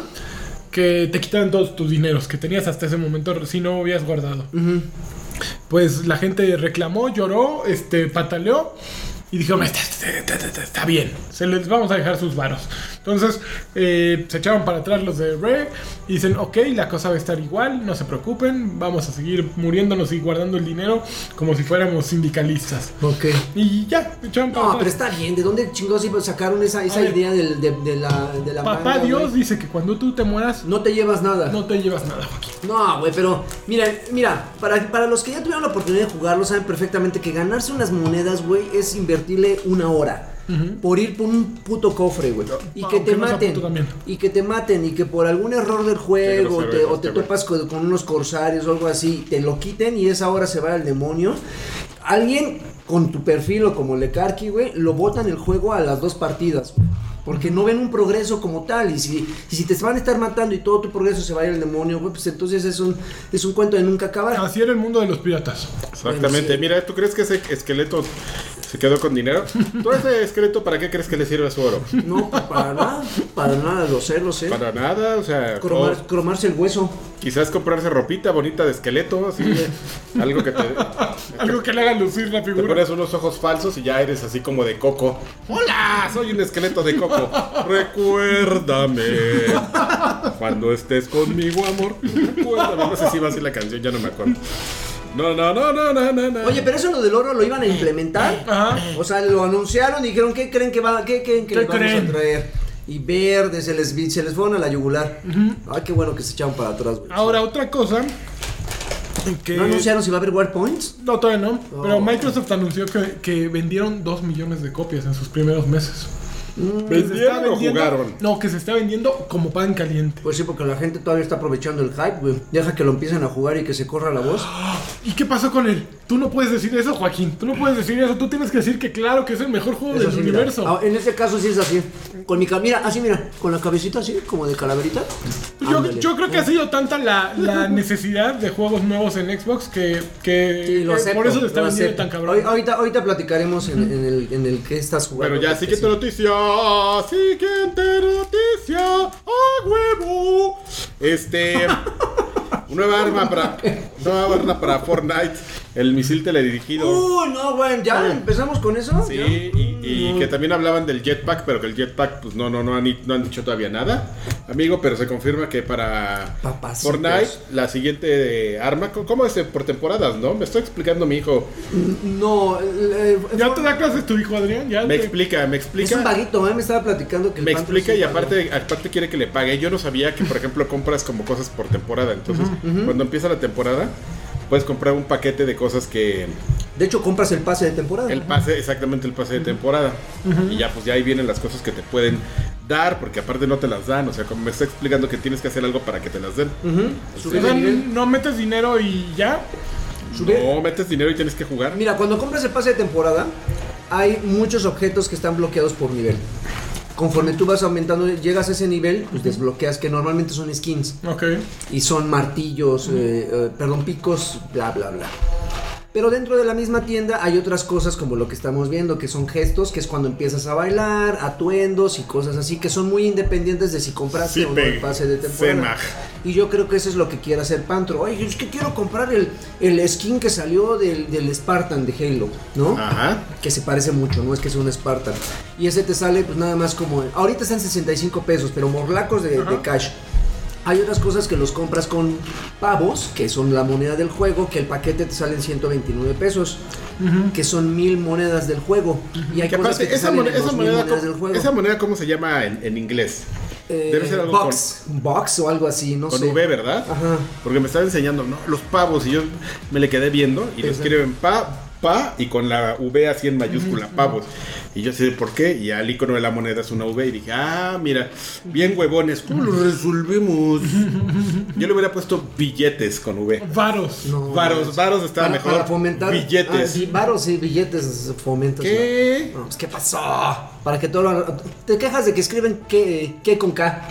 que te quitaran todos tus dineros que tenías hasta ese momento, si no habías guardado. Pues la gente reclamó, lloró, este, pataleó. Y dijo, "Me está, está- está- está- está bien, se les vamos a dejar sus varos. Entonces eh, se echaron para atrás los de Rare y dicen, ok, la cosa va a estar igual, no se preocupen, vamos a seguir muriéndonos y guardando el dinero como si fuéramos sindicalistas. Ok. Y ya, se echaron para No, pero atrás. está bien. ¿De dónde chingados iba- sacaron esa, esa A ver. idea del- de, de la, de la Papá manga, Dios güey? dice que cuando tú te mueras, No te llevas nada. no te llevas nada, Joaquín. No, güey, pero mira, mira, para, para los que ya tuvieron la oportunidad de jugarlo, saben perfectamente que ganarse unas monedas, güey, es invertirle una hora. Por ir por un puto cofre, güey. Y que aunque te no sea maten. puto también. Y que te maten. Y que por algún error del juego grosero te- eres, o te qué güey. topas con, con unos corsarios o algo así, te lo quiten y esa hora se va al demonio. alguien con tu perfil o como Lekarki, güey, lo botan el juego a las dos partidas, güey. Porque no ven un progreso como tal. Y si, y si te van a estar matando y todo tu progreso se va a ir al demonio, güey, pues entonces es un, es un cuento de nunca acabar. Así era el mundo de los piratas. Exactamente. Bueno, sí. Mira, ¿tú crees que ese esqueleto se quedó con dinero? ¿Todo ese esqueleto para qué crees que le sirve su oro? No, pa- para nada, para nada, lo sé, lo sé. Para nada, o sea, Cromar- o cromarse el hueso. quizás comprarse ropita bonita de esqueleto, así, de- algo que te, Algo que le haga lucir la te figura. pones unos ojos falsos y ya eres así como de coco. ¡Hola! Soy un esqueleto de coco. Recuérdame. Cuando estés conmigo, amor. Recuérdame. No sé si va así la canción, ya no me acuerdo. No, no, no, no, no, no, no. Oye, pero eso lo del oro lo iban a implementar. Ajá. O sea, lo anunciaron y dijeron, ¿qué creen que va, qué creen que ¿Qué les vamos creen? a traer? Y verde, se les, vi- se les fueron a la yugular. Ay, qué bueno que se echaron para atrás, güey. Ahora, otra cosa. Que... ¿No anunciaron si va a haber Warpoints? No, todavía no. No. Pero Microsoft anunció que, que vendieron 2 millones de copias en sus primeros meses. Que se ¿Vendieron está o jugaron? No, que se está vendiendo como pan caliente. Pues sí, porque la gente todavía está aprovechando el hype, güey. Deja que lo empiecen a jugar y que se corra la voz. ¿Y qué pasó con él? Tú no puedes decir eso, Joaquín. Tú no puedes decir eso. Tú tienes que decir que claro que es el mejor juego Eso del sí, mira. universo. Ah, en este caso sí es así. Con mi ca- mira, así mira, con la cabecita así, como de calaverita. Pues Yo, Ándale. yo creo que ha sido tanta la, la necesidad de juegos nuevos en Xbox que, que Sí, lo que acepto, por eso se está lo vendiendo acepto. tan Hoy- cabrón. ahorita, ahorita platicaremos en, en el, en el que estás jugando. Bueno, ya, porque siguiente noticia. Siguiente noticia. ¡A huevo! Este. nueva arma para. Nueva arma para Fortnite. El misil teledirigido. Uh, no, güey, ya empezamos con eso. Sí, ¿Ya? y, Mm. y que también hablaban del jetpack, pero que el jetpack, pues no, no, no han, no han dicho todavía nada, amigo, pero se confirma que para Papacitos. Fortnite la siguiente arma, ¿cómo es? Por temporadas, ¿no? Me está explicando mi hijo. No, eh, el- el- ¿Ya te da clases tu hijo, Adrián? ¿Ya Me te- explica, me es un explica. vaguito, ¿eh? me estaba platicando que el Me Phantom explica sí y pagó. aparte, aparte quiere que le pague. Yo no sabía que, por ejemplo, compras como cosas por temporada. Entonces, cuando empieza la temporada, puedes comprar un paquete de cosas que De hecho, compras el pase de temporada. el pase, exactamente el pase de temporada. Y ya, pues ya ahí vienen las cosas que te pueden dar, porque aparte no te las dan. O sea, como me está explicando que tienes que hacer algo para que te las den. Ujú. O Subes sea, de nivel, no metes dinero y ya. subes- No, metes dinero y tienes que jugar. Mira, cuando compras el pase de temporada, hay muchos objetos que están bloqueados por nivel. Conforme tú vas aumentando, llegas a ese nivel, pues desbloqueas que normalmente son skins. Ok. y son martillos, eh, eh, perdón, picos, bla, bla, bla. Pero dentro de la misma tienda hay otras cosas como lo que estamos viendo, que son gestos, que es cuando empiezas a bailar, atuendos y cosas así, que son muy independientes de si compraste Sí, o no pe- el pase de temporada. semaj. Y yo creo que eso es lo que quiere hacer Pantro. Oye, es que quiero comprar el, el skin que salió del, del Spartan de Halo, ¿no? Ajá. que se parece mucho, no es que sea un Spartan. Y ese te sale pues nada más como... Ahorita están 65 pesos, pero morlacos de, de cash. Hay otras cosas que los compras con pavos, que son la moneda del juego, que el paquete te sale en 129 pesos, que son mil monedas del juego. Y hay Que cosas aparte, que te esa, salen moneda, en esa, 2000 moneda, monedas ¿cómo- del juego. esa moneda, ¿cómo se llama en, en inglés? Eh, debe ser algo box, box o algo así, no Con sé. Ah, V, ¿verdad? Ajá. Porque me estaba enseñando, ¿no? Los pavos. Y yo me le quedé viendo y lo Exacto. escriben pa, pa y con la V así en mayúscula, pavos. Y yo sé por qué. Y al icono de la moneda es una V. Y dije, ah, mira, bien huevones, ¿cómo lo resolvimos? Yo le hubiera puesto billetes con V. Varos. No, Varos, varos estaba para, mejor. para fomentar ah, Billetes. sí, varos y billetes fomentas. ¿Qué? No, pues, ¿qué pasó? Para que todo lo- Te quejas de que escriben que, que con K.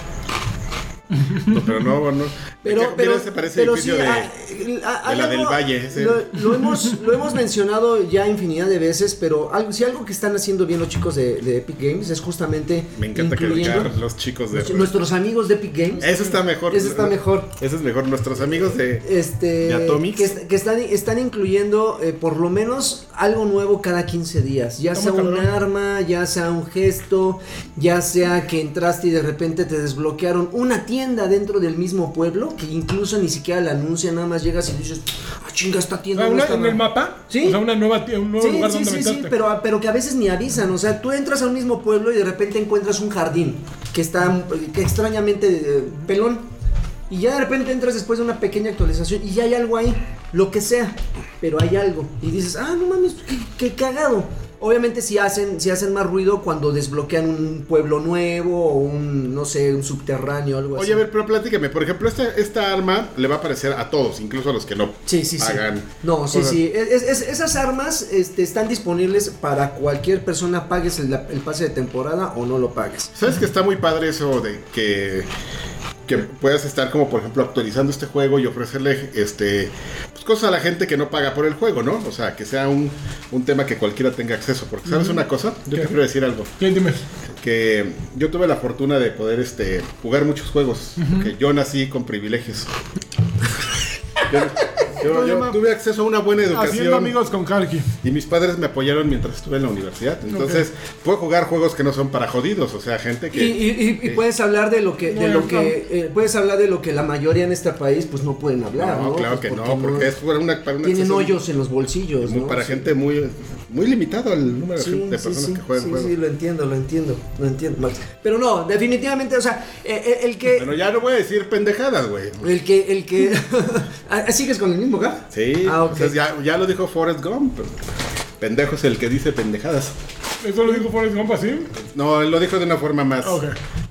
No, pero no, no. Pero, Mira, pero, se parece pero sí, edificio de- ah, eh, ah, hay la del algo- Valle, ese. Lo, lo hemos, lo hemos mencionado ya infinidad de veces, pero algo, si algo que están haciendo bien los chicos de, de Epic Games es justamente. Me encanta que incluyendo digan los chicos de... nuestro- nuestros amigos de Epic Games. Eso está mejor. Eso está mejor. Eso es mejor. Nuestros amigos de... Este, ¿De Atomics? que, est- que están, están incluyendo eh, por lo menos algo nuevo cada 15 días. Ya Está sea muy un cabrón. arma, ya sea un gesto, ya sea que entraste y de repente te desbloquearon una tienda dentro del mismo pueblo, que incluso ni siquiera la anuncian, nada más llegas y dices, ah, chinga, esta O tienda. sea, no una- está en el nada". mapa. Sí. O sea, una nueva, tie- un nuevo Sí, lugar sí, donde sí, sí, meterte. pero, pero que a veces ni avisan. O sea, tú entras a un mismo pueblo y de repente encuentras un jardín que está que extrañamente eh, pelón. Y ya de repente entras después de una pequeña actualización y ya hay algo ahí, lo que sea, pero hay algo. Y dices, ah, no mames, qué, qué cagado. Obviamente si hacen, si hacen más ruido cuando desbloquean un pueblo nuevo o un, no sé, un subterráneo algo así. Oye, a ver, pero platícame. Por ejemplo, esta, esta arma le va a aparecer a todos, incluso a los que no Sí, sí, sí. pagan. No, sí, cosas. sí. Es- es- esas armas este, están disponibles para cualquier persona, pagues el, el pase de temporada o no lo pagues. ¿Sabes que está muy padre eso de que, que puedas estar como por ejemplo actualizando este juego y ofrecerle este pues, cosas a la gente que no paga por el juego, ¿no? O sea, que sea un, un tema que cualquiera tenga acceso. Porque sabes una cosa, yo te ¿Qué? quiero decir algo, ¿Qué, dime? que yo tuve la fortuna de poder este jugar muchos juegos, que yo nací con privilegios. Yo- yo- yo llama? tuve acceso a una buena Haciendo educación. amigos con Karki. Y mis padres me apoyaron mientras estuve en la universidad. Entonces, puedo jugar juegos que no son para jodidos. O sea, gente Y, que. y- y- y puedes hablar de lo que, de No, lo que eh, puedes hablar de lo que la mayoría en este país pues no pueden hablar, No, ¿no? claro Pues, que no, porque es para una, para un tienen acceso hoyos en los bolsillos, muy- ¿no? para Sí. gente muy muy limitado el número de Sí, gente- de sí, personas sí, que juegan sí, juegos. sí, lo entiendo, lo entiendo, lo entiendo, Max. Pero no, definitivamente, o sea, eh, eh, el que Pero ya no voy a decir pendejadas, güey. el que el que Ah, ¿Sigues con el mismo gap? Sí, Ah, ok. o sea, ya, ya lo dijo Forrest Gump. Pendejo es el que dice pendejadas. Eso lo dijo Forrest Gump así. No, él lo dijo de una forma más. Ah, Ok,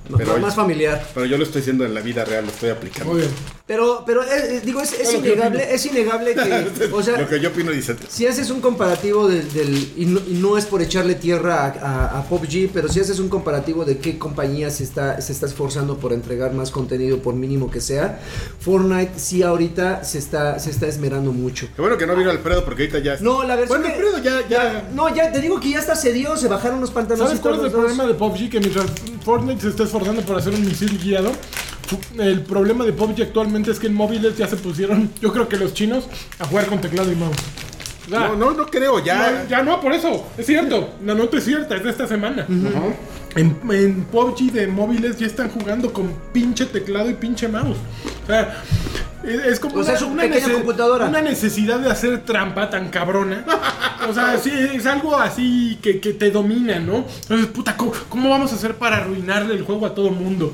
No, pero- más familiar. Pero yo lo estoy diciendo en la vida real, lo estoy aplicando. muy bien. Pero, pero eh, eh, digo, es, es Bueno, ¿qué innegable, es innegable que, o sea, lo que yo opino dice. si haces un comparativo del, del- y, no, y no es por echarle tierra a, a- a Pop G, pero si haces un comparativo de qué compañía se está, se está esforzando por entregar más contenido, por mínimo que sea, Fortnite sí ahorita se está, se está esmerando mucho. Qué bueno que no vino Alfredo porque ahorita ya. Ah. No, la versión Bueno, que- Alfredo ya, ya. No, ya te digo que ya hasta se dio, se bajaron los pantalones. ¿Sabes cuál es el problema de PUBG? Que mientras Fortnite se está esforzando por hacer un misil guiado, fu- el problema de PUBG actualmente es que en móviles ya se pusieron, yo creo que los chinos, a jugar con teclado y mouse. O sea, No, no, no creo, ya. No, ya no, por eso. Es cierto. La nota es cierta, es de esta semana. en, en PUBG de móviles ya están jugando con pinche teclado y pinche mouse. O sea, es, es como O sea, es una pequeña computadora. una necesidad de hacer trampa tan cabrona. O sea, sí, es algo así que, que te domina, ¿no? Entonces, puta, ¿cómo, cómo vamos a hacer para arruinarle el juego a todo mundo?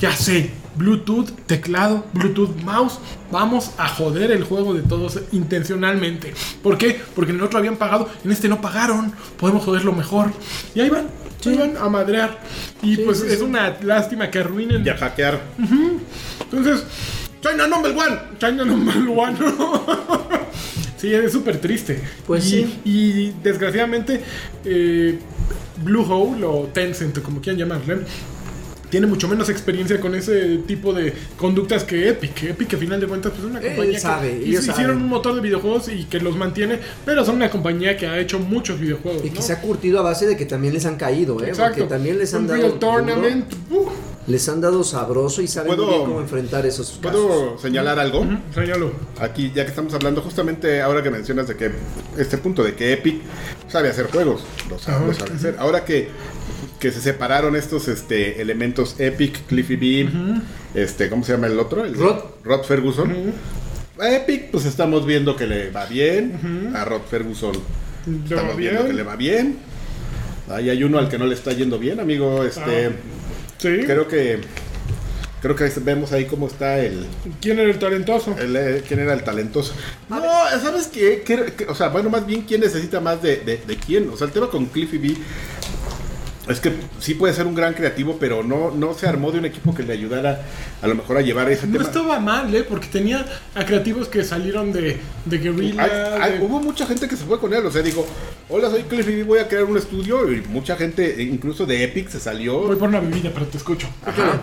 Ya sé, Bluetooth, teclado, Bluetooth, mouse. Vamos a joder el juego de todos intencionalmente. ¿Por qué? Porque en el otro habían pagado, en este no pagaron. Podemos joderlo mejor. Y ahí van, ahí van a madrear. Y pues sí, es sí. una lástima que arruinen. Ya hackear. Entonces, China number one, China number one. sí, es súper triste. Pues y, sí. Y desgraciadamente, eh, Bluehole o Tencent, o como quieran llamarle, tiene mucho menos experiencia con ese tipo de conductas que Epic. Epic, que a final de cuentas, pues es una Él compañía sabe, que ellos hizo- hicieron saben. un motor de videojuegos y que los mantiene, pero son una compañía que ha hecho muchos videojuegos. Y que ¿no? se ha curtido a base de que también les han caído, ¿eh? Exacto. Porque también les han Un dado. Real Tournament. uf, Les han dado sabroso y saben muy ¿Puedo- bien cómo enfrentar esos casos. ¿Puedo señalar algo? señalo. Aquí, ya que estamos hablando, justamente ahora que mencionas de que este punto de que Epic sabe hacer juegos, lo sabe, lo sabe hacer. Ahora que, que se separaron estos este, elementos Epic, Cliffy B, este, ¿cómo se llama el otro? El, Rod. Rod Ferguson. A Epic, pues estamos viendo que le va bien. A Rod Ferguson Le va estamos viendo bien. que le va bien. Ahí hay uno al que no le está yendo bien, amigo. Este, Sí. creo que creo que vemos ahí cómo está el, ¿Quién era el talentoso? el, eh, ¿Quién era el talentoso? No, ¿sabes qué? Que- que- o sea, bueno, más bien, ¿quién necesita más de, de- de quién? O sea, el tema con Cliffy B es que sí puede ser un gran creativo, pero no, no se armó de un equipo que le ayudara a lo mejor a llevar ese No tema. estaba mal, ¿eh? Porque tenía a creativos que salieron de, de Guerrilla. Hay- hay- de- hubo mucha gente que se fue con él, o sea, digo, hola, soy Cliffy B, voy a crear un estudio, y mucha gente, incluso de Epic, se Voy salió por una bebida, pero te escucho. Ajá.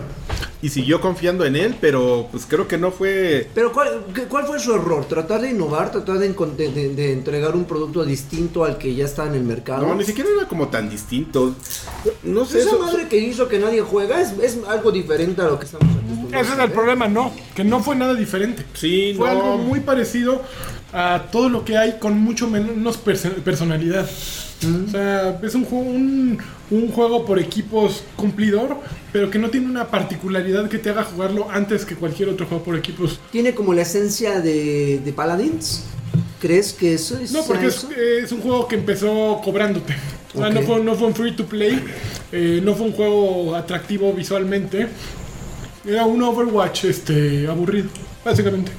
y siguió confiando en él, pero pues creo que no fue... Pero ¿cuál, qué- cuál fue su error? ¿Tratar de innovar? ¿Tratar de, encon- de- de- de entregar un producto distinto al que ya está en el mercado? Pues No, ni siquiera era como tan distinto. No sé, Esa eso- madre que hizo que nadie juega es, es algo diferente a lo que estamos acostumbrados. Ese es el problema, no. Que no fue nada diferente. Sí, Fue no. algo muy parecido a todo lo que hay con mucho menos perso- personalidad. O sea, es un juego, un, un juego por equipos cumplidor, pero que no tiene una particularidad que te haga jugarlo antes que cualquier otro juego por equipos. ¿Tiene como la esencia de, de Paladins? ¿Crees que eso es No, porque es, eso? es un juego que empezó cobrándote. O sea, Ok. no, fue, no fue un free to play, eh, no fue un juego atractivo visualmente. Era un Overwatch este, aburrido, básicamente.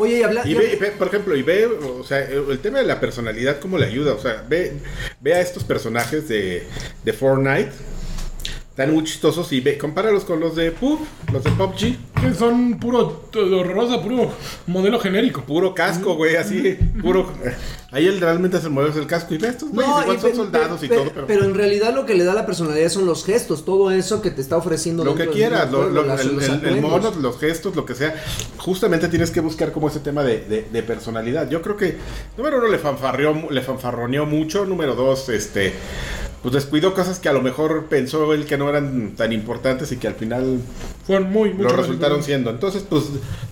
Oye, y habla. Y y- ve, y ve, por ejemplo, y ve, o sea, el tema de la personalidad, cómo le ayuda. O sea, ve, ve a estos personajes de, de Fortnite, tan muy chistosos, y ve, compáralos con los de PUB, los de PUBG. Que son puro t- horrorosa, puro modelo genérico. Puro casco, güey, así, puro. Mm. Ahí él realmente se mueve el casco. Y ve a estos güeyes, No, igual y son pe- soldados y pe- todo, pero, pero. en realidad lo que le da la personalidad son los gestos, todo eso que te está ofreciendo. lo dentro que del quieras, mismo lo- juego, lo- las- el, los el- el atuendos. mono, los gestos, lo que sea. Justamente tienes que buscar como ese tema de, de- de personalidad. Yo creo que, número uno, le, fanfarreó, mu- le fanfarroneó mucho. Número dos, este, pues descuidó cosas que a lo mejor pensó él que no eran tan importantes y que al final Fueron muy, mucho lo más resultaron importantes. siendo. Entonces, pues,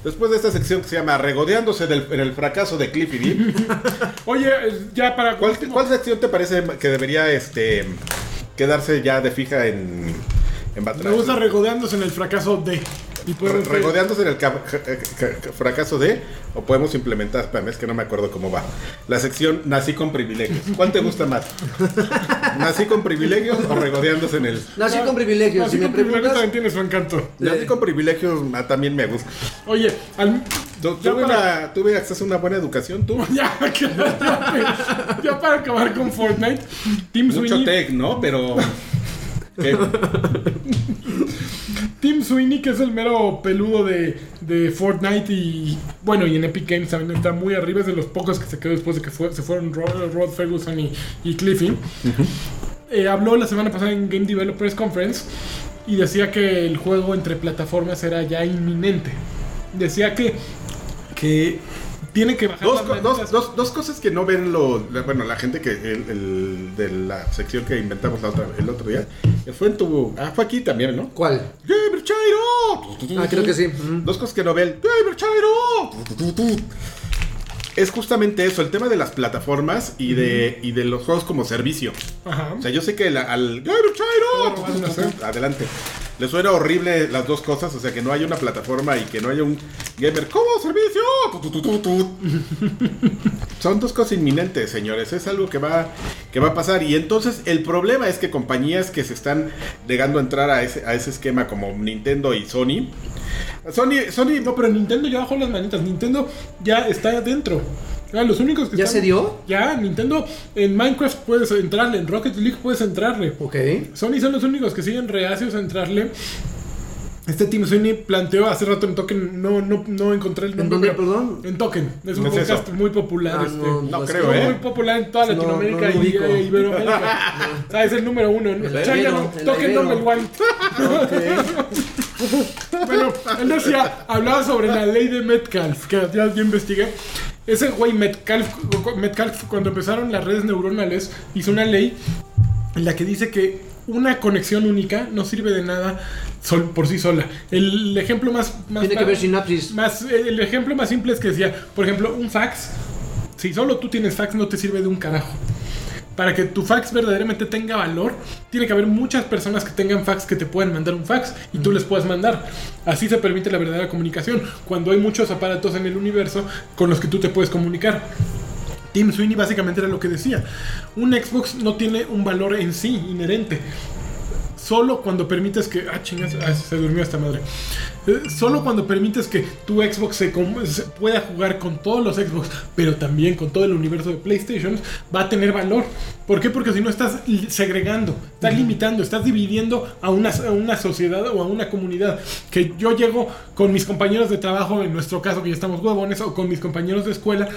después de esta sección que se llama Regodeándose del- en el fracaso de Cliffy D, Oye, eh, ya para. ¿cuál, último- cuál sección te parece que debería este, quedarse ya de fija en, en Me Batrash? gusta regodeándose en el fracaso de. Y pueden- Regodeándose en el ca- ca- ca- ca- fracaso de, o podemos implementar, espérame, es que no me acuerdo cómo va. La sección Nací con privilegios. ¿Cuál te gusta más? ¿Nací con privilegios o regodeándose en el? Nací con privilegios. Así si me con privilegios preguntas, también tiene su encanto. Nací con privilegios ah, también me gusta. Oye, al. Tu- ya Tuve, para- una- tuve acceso a una buena educación, tú. Ya, que- ya, ya para acabar con Fortnite, Tim Mucho Sweeney, tech, ¿no? Pero... ¿qué? Tim Sweeney, que es el mero peludo de, de Fortnite y bueno, y en Epic Games también está muy arriba, es de los pocos que se quedó después de que fue- se fueron Ro- Rod, Ferguson y, y Cliffy. Eh, habló la semana pasada en Game Developers Conference y decía que el juego entre plataformas era ya inminente. Decía que, que tiene que bajar Dos, las co- dos, ventas. dos- dos cosas que no ven lo, la- bueno, la gente que el, el- de la sección que inventamos la otra- el otro día, que fue en tu, ah, fue aquí también, ¿no? ¿Cuál? ¡Gamer Chairo! Ah, creo que sí. Ujú. Dos cosas que no ve el ¡Gamer Chairo! Es justamente eso, el tema de las plataformas y de, y de los juegos como servicio. Ajá. O sea, yo sé que la- al Gamer Te voy a robar Chairo. una, Adelante. Le suena horrible las dos cosas, o sea, que no haya una plataforma y que no haya un gamer como servicio. Tu, tu, tu, tu, tu. Son dos cosas inminentes, señores. Es algo que va, que va a pasar. Y entonces el problema es que compañías que se están negando a entrar a ese, a ese esquema como Nintendo y Sony. Sony, Sony Eh, No, no, pero Nintendo ya bajó las manitas. Nintendo ya está adentro. Ah, los únicos que ¿Ya están- se dio? Ya, Nintendo en Minecraft puedes entrarle, en Rocket League puedes entrarle. Ok. Sony son los únicos que siguen reacios a entrarle. Este Tim Sweeney planteó hace rato en Token, no, no, no encontré el ¿En nombre. dónde, pero- perdón? En Token. Es un ¿Qué es eso? podcast muy popular. Ah, este. no, no pues, creo, ¿eh? Muy popular en toda No, Latinoamérica no lo y ubico. eh, Iberoamérica. O sea, es el número uno. ¿no? El Chaya, Ibero, no, el Token Ibero. no me igual. ¿eh? Bueno, él decía, hablaba sobre la ley de Metcalf, que ya yo investigué. Ese güey Metcalf, Metcalf, cuando empezaron las redes neuronales, hizo una ley en la que dice que una conexión única no sirve de nada sol- por sí sola. El ejemplo más... más Tiene que pa- ver sinapsis. más, eh, el ejemplo más simple es que decía, por ejemplo, un fax. Si solo tú tienes fax, no te sirve de un carajo. Para que tu fax verdaderamente tenga valor, tiene que haber muchas personas que tengan fax que te puedan mandar un fax y tú les puedas mandar. Así se permite la verdadera comunicación, cuando hay muchos aparatos en el universo con los que tú te puedes comunicar. Tim Sweeney básicamente era lo que decía. Un Xbox no tiene un valor en sí inherente. Solo cuando permites que... Ah, chingas, ah, se durmió esta madre. Eh, Solo cuando permites que tu Xbox se, com- se pueda jugar con todos los Xbox, pero también con todo el universo de PlayStation, va a tener valor. ¿Por qué? Porque si no estás li- segregando, estás limitando, estás dividiendo a una, a una sociedad o a una comunidad. Que yo llego con mis compañeros de trabajo, en nuestro caso que ya estamos huevones, o con mis compañeros de escuela,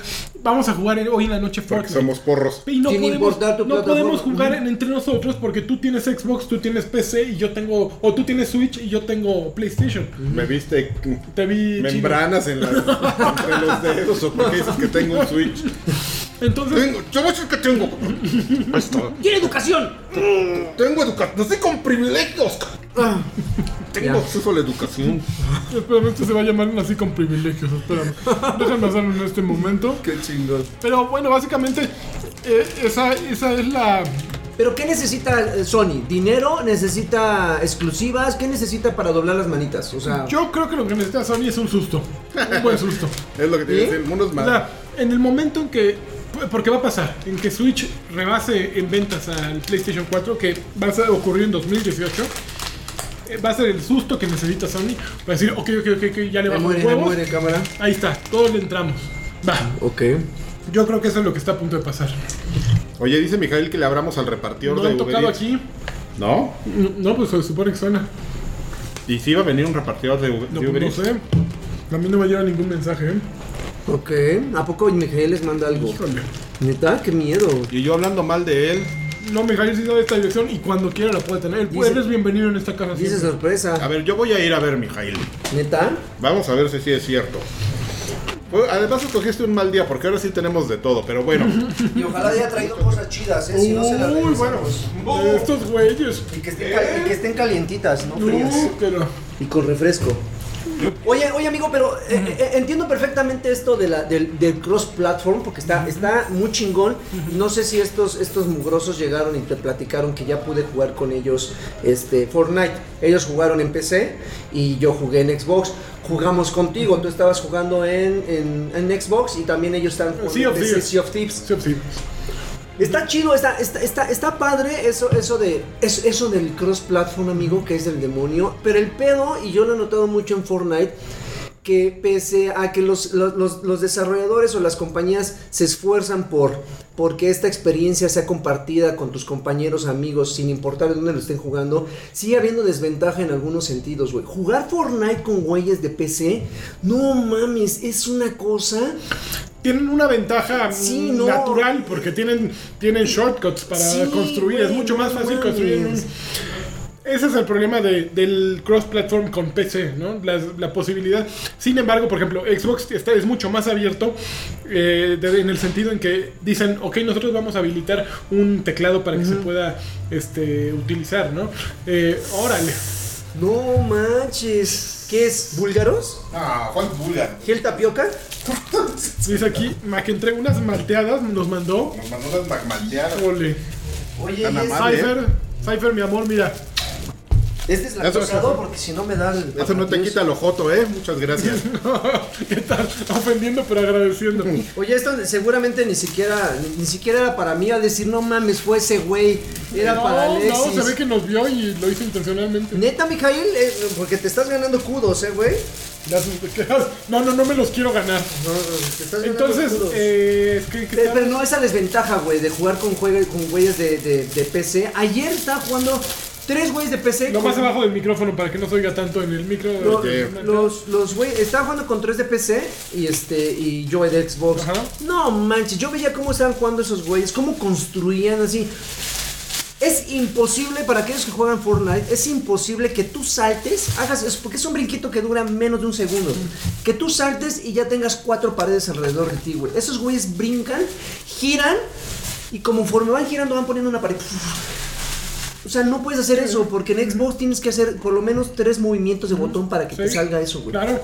vamos a jugar hoy en la noche porque Fortnite. somos porros. Y no, Sin podemos, importar tu no plataforma. podemos jugar en- entre nosotros porque tú tienes Xbox, tú tienes PC y yo tengo. O tú tienes Switch y yo tengo PlayStation. Me viste Te vi. chino. membranas en las, entre los dedos o porque dices que tengo un switch. Entonces, Tengo, yo no sé qué tengo. Esto. ¡Quiere educación! Tengo educación, nací con privilegios. Ah, Tengo Ya. acceso a la educación. espérame, esto se va a llamar así con privilegios. Espérame. Déjame hacerlo en este momento. Qué chingón. Pero bueno, básicamente, eh, esa, esa es la. ¿Pero qué necesita eh, Sony? ¿Dinero? ¿Necesita exclusivas? ¿Qué necesita para doblar las manitas? O sea, Yo creo que lo que necesita Sony es un susto. Un buen susto. Es lo que te iba a ¿Sí? decir, unos O más. sea, en el momento en que. Porque va a pasar, en que Switch rebase en ventas al PlayStation 4, que va a ocurrir en 2018, eh, va a ser el susto que necesita Sony para decir, ok, ok, ok, ok, ya le Me vamos muere, a me huevos. muere, cámara. Ahí está, todos le entramos. Va, Ok. yo creo que eso es lo que está a punto de pasar. Oye, dice Mijael que le abramos al repartidor No de han Uber tocado Eats. aquí. ¿No? No, pues se supone que suena. ¿Y si iba a venir un repartidor de, No, de Uber pues, no Eats? sé. A mí no me llega ningún mensaje, ¿eh? Ok. ¿A poco Miguel les manda algo? Híjole. Neta, qué miedo. Y yo hablando mal de él. No, Mijail sí sabe esta dirección y cuando quiera la puede tener. El Dice- pueblo es bienvenido en esta casa. Dice siempre. A sorpresa. ver, yo voy a ir a ver, Mijail. Neta. Vamos a ver si sí es cierto. Pues, Además escogiste un mal día porque ahora sí tenemos de todo, pero bueno. Y ojalá haya traído cosas chidas, ¿eh? Si no se pues, las Uy, regresamos. bueno. Estos güeyes. Y que, estén cal- y que estén calientitas, no frías. No, pero. Y con refresco. Oye, oye amigo, pero eh, eh, entiendo perfectamente esto de la, del, del cross-platform, porque está, está muy chingón. No sé si estos, estos mugrosos llegaron y te platicaron que ya pude jugar con ellos este, Fortnite. Ellos jugaron en PC y yo jugué en Xbox. Jugamos contigo, tú estabas jugando en, en, en Xbox y también ellos estaban jugando Sea en of PC, Thieves. Sea of Thieves. Sí, sí. Está chido, está, está, está, está padre eso, eso, de, es- eso del cross-platform, amigo, que es del demonio. Pero el pedo, y yo lo he notado mucho en Fortnite, que pese a que los, los- los- los desarrolladores o las compañías se esfuerzan por porque esta experiencia sea compartida con tus compañeros, amigos, sin importar de dónde lo estén jugando, sigue habiendo desventaja en algunos sentidos, güey. Jugar Fortnite con güeyes de PC, no mames, es una cosa... Tienen una ventaja Sí, mm, no. natural porque tienen, tienen shortcuts para Sí, construir. Es güey, mucho más no fácil construir en un- mames. Ese es el problema de- del cross-platform con PC, ¿no? La, la posibilidad. Sin embargo, por ejemplo, Xbox está, es mucho más abierto eh, de- en el sentido en que dicen, ok, nosotros vamos a habilitar un teclado para que se pueda este, utilizar, ¿no? Eh, órale. No manches, ¿qué es? ¿Búlgaros? Ah, Juan Bulga. ¿Gel tapioca? Dice aquí, Mac entre unas malteadas nos mandó. Nos mandó unas magmaldeadas. Ole. Oye, Tan ¿y es- amable. Cypher, Cypher, mi amor, mira. este ¿es deslactosado? Porque si no me da el... Eso no te quita lo joto, ¿eh? Muchas gracias. ¿Qué tal? Ofendiendo pero agradeciendo. Oye, esto seguramente ni siquiera, ni, ni siquiera era para mí a decir, no mames, fue ese güey. Era no, para Alexis. no, se ve que nos vio y lo hizo intencionalmente. Neta, Mijail, Eh, porque te estás ganando kudos, eh, güey. Las- No, no, no me los quiero ganar. No, no, te estás ganando Entonces, kudos. eh, es que, que Pe- tal- Pero no esa desventaja, güey, de jugar con, juegue- con güeyes de, de- de PC. Ayer estaba jugando tres güeyes de PC. lo con- más abajo del micrófono para que no se oiga tanto en el micro. Este, Lo- Ok. Los, los güey, estaba jugando con 3 de PC y este y yo de Xbox. Ajá. No manches, yo veía cómo estaban jugando esos güeyes, cómo construían así. Es imposible para aquellos que juegan Fortnite, es imposible que tú saltes, hagas eso, porque es un brinquito que dura menos de un segundo. Que tú saltes y ya tengas cuatro paredes alrededor de ti, güey. Esos güeyes brincan, giran y conforme van girando van poniendo una pared. O sea, no puedes hacer eso, porque en Xbox tienes que hacer por lo menos tres movimientos de botón para que te Sí. salga eso, güey. Claro.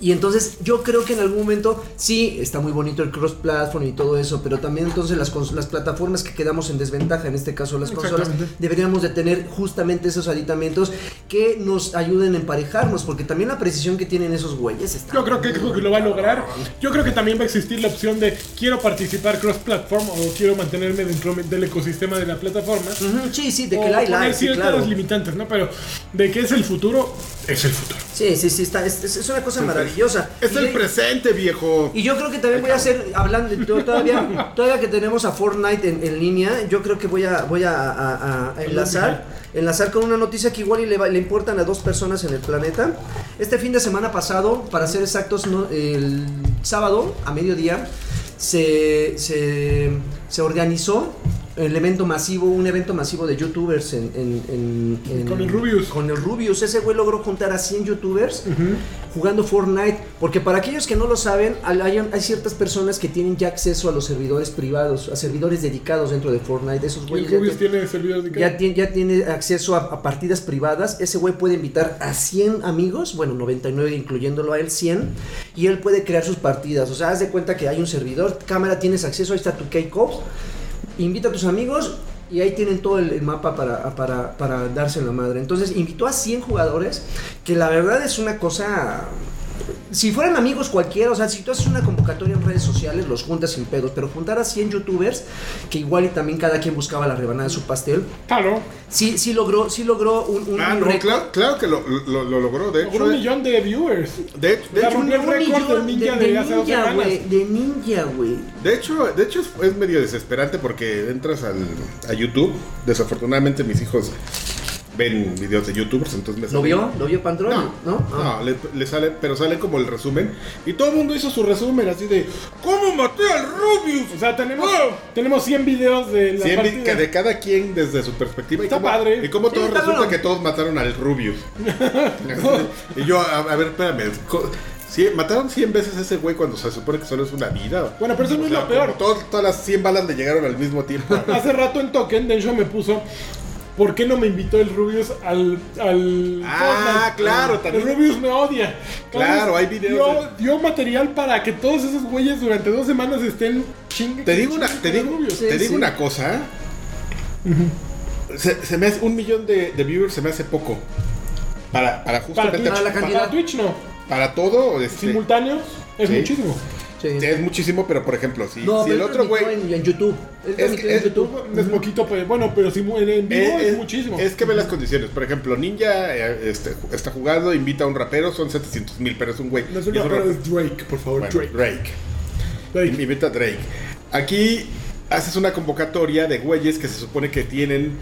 Y entonces yo creo que en algún momento sí está muy bonito el cross platform y todo eso, pero también entonces las, cons- las plataformas que quedamos en desventaja, en este caso las consolas, Exactamente. deberíamos de tener justamente esos aditamentos que nos ayuden a emparejarnos, porque también la precisión que tienen esos güeyes está. Yo creo que Xbox lo va a lograr. Yo creo que también va a existir la opción de quiero participar cross-platform o quiero mantenerme dentro del ecosistema de la plataforma. Ujú, Sí, sí, de O que la hay, la poner hay, sí, ciertas claro. limitantes, ¿no? Pero de que es el futuro, es el futuro. Sí, sí, sí, está, es, es- es una cosa maravillosa. Es Y el de- presente, viejo. Y yo creo que también voy a hacer, hablando yo todavía, todavía que tenemos a Fortnite en, en línea, yo creo que voy a, voy a, a- a- a enlazar, enlazar con una noticia que igual y le, va- le importan a dos personas en el planeta. Este fin de semana pasado, para ser exactos, no- el sábado a mediodía, se, se, se organizó el evento masivo, un evento masivo de youtubers en, en- en- en- Con el Rubius. Con el Rubius, ese güey logró juntar a 100 youtubers jugando Fortnite. Porque para aquellos que no lo saben, al- hay, hay ciertas personas que tienen ya acceso a los servidores privados, a servidores dedicados dentro de Fortnite. Esos El güeyes ya, Rubius tienen- tiene servidor de ya tiene, ya tiene acceso a, a partidas privadas. Ese güey puede invitar a 100 amigos, bueno, 99 incluyéndolo a él, 100. Y él puede crear sus partidas. O sea, haz de cuenta que hay un servidor, cámara, tienes acceso, ahí está tu K-Cops. Invita a tus amigos y ahí tienen todo el el mapa para, para, para darse la madre. Entonces invitó a 100 jugadores, que la verdad es una cosa si fueran amigos cualquiera, o sea, si tú haces una convocatoria en redes sociales, los juntas sin pedos, pero juntar a 100 youtubers, que igual y también cada quien buscaba la rebanada de su pastel, Claro. sí, sí logró, sí logró un, un- Ah, un no, récord. claro, claro que lo, lo- lo logró. De Por hecho, eh, un de, millón de viewers. de- de La hecho, rompió el Un récord millón del ninja de, hace dos ninja, semanas. güey, de ninja, güey. de hecho, de hecho es, es medio desesperante porque entras al, a YouTube. Desafortunadamente, mis hijos ven videos de YouTubers, entonces me ¿Lo salen- vio? ¿Lo vio Pantrón? No, ¿No? no, Ah. le, le sale, pero sale como el resumen. Y todo el mundo hizo su resumen así de: ¿Cómo maté al Rubius? O sea, tenemos, tenemos 100 videos de la ¡Oh! Cien vi- partida. que de cada quien desde su perspectiva. Está y cómo, padre. Y cómo Sí, todos está resulta bueno. que todos mataron al Rubius. y yo, a, a ver, espérame. co- ¿sí- ¿Mataron 100 veces a ese güey cuando se supone que solo es una vida? Bueno, pero eso O no es sea, lo peor. como todas- todas las 100 balas le llegaron al mismo tiempo. Hace rato en Token, Densho me puso. ¿Por qué no me invitó el Rubius al. al Ah, claro, también. El Rubius me odia. Claro, hay videos Dio, dio material para que todos esos güeyes durante dos semanas estén chingue. Te digo una, chingue te con el digo, Rubius. te Sí, digo sí. una cosa. ¿eh? Se, se me hace, un millón de, de viewers se me hace poco. Para, para justamente Para la pa- cantidad. Para Twitch no. para todo, este, Simultáneos es Sí. muchísimo. Sí. es muchísimo, pero por ejemplo, si, No, si pero el él otro transmitió güey. En, en YouTube. Él Es- transmitió en es- YouTube. Es poquito, pero bueno, pero simu- en- en vivo es, muchísimo. Eh, es que ve las condiciones. Por ejemplo, Ninja eh, este, ju- está jugando, invita a un rapero, son 700 mil, pero es un güey. no es Y una es un pero rapero. es Drake, por favor. Bueno, Drake. Drake. Drake. Invita a Drake. Aquí haces una convocatoria de güeyes que se supone que tienen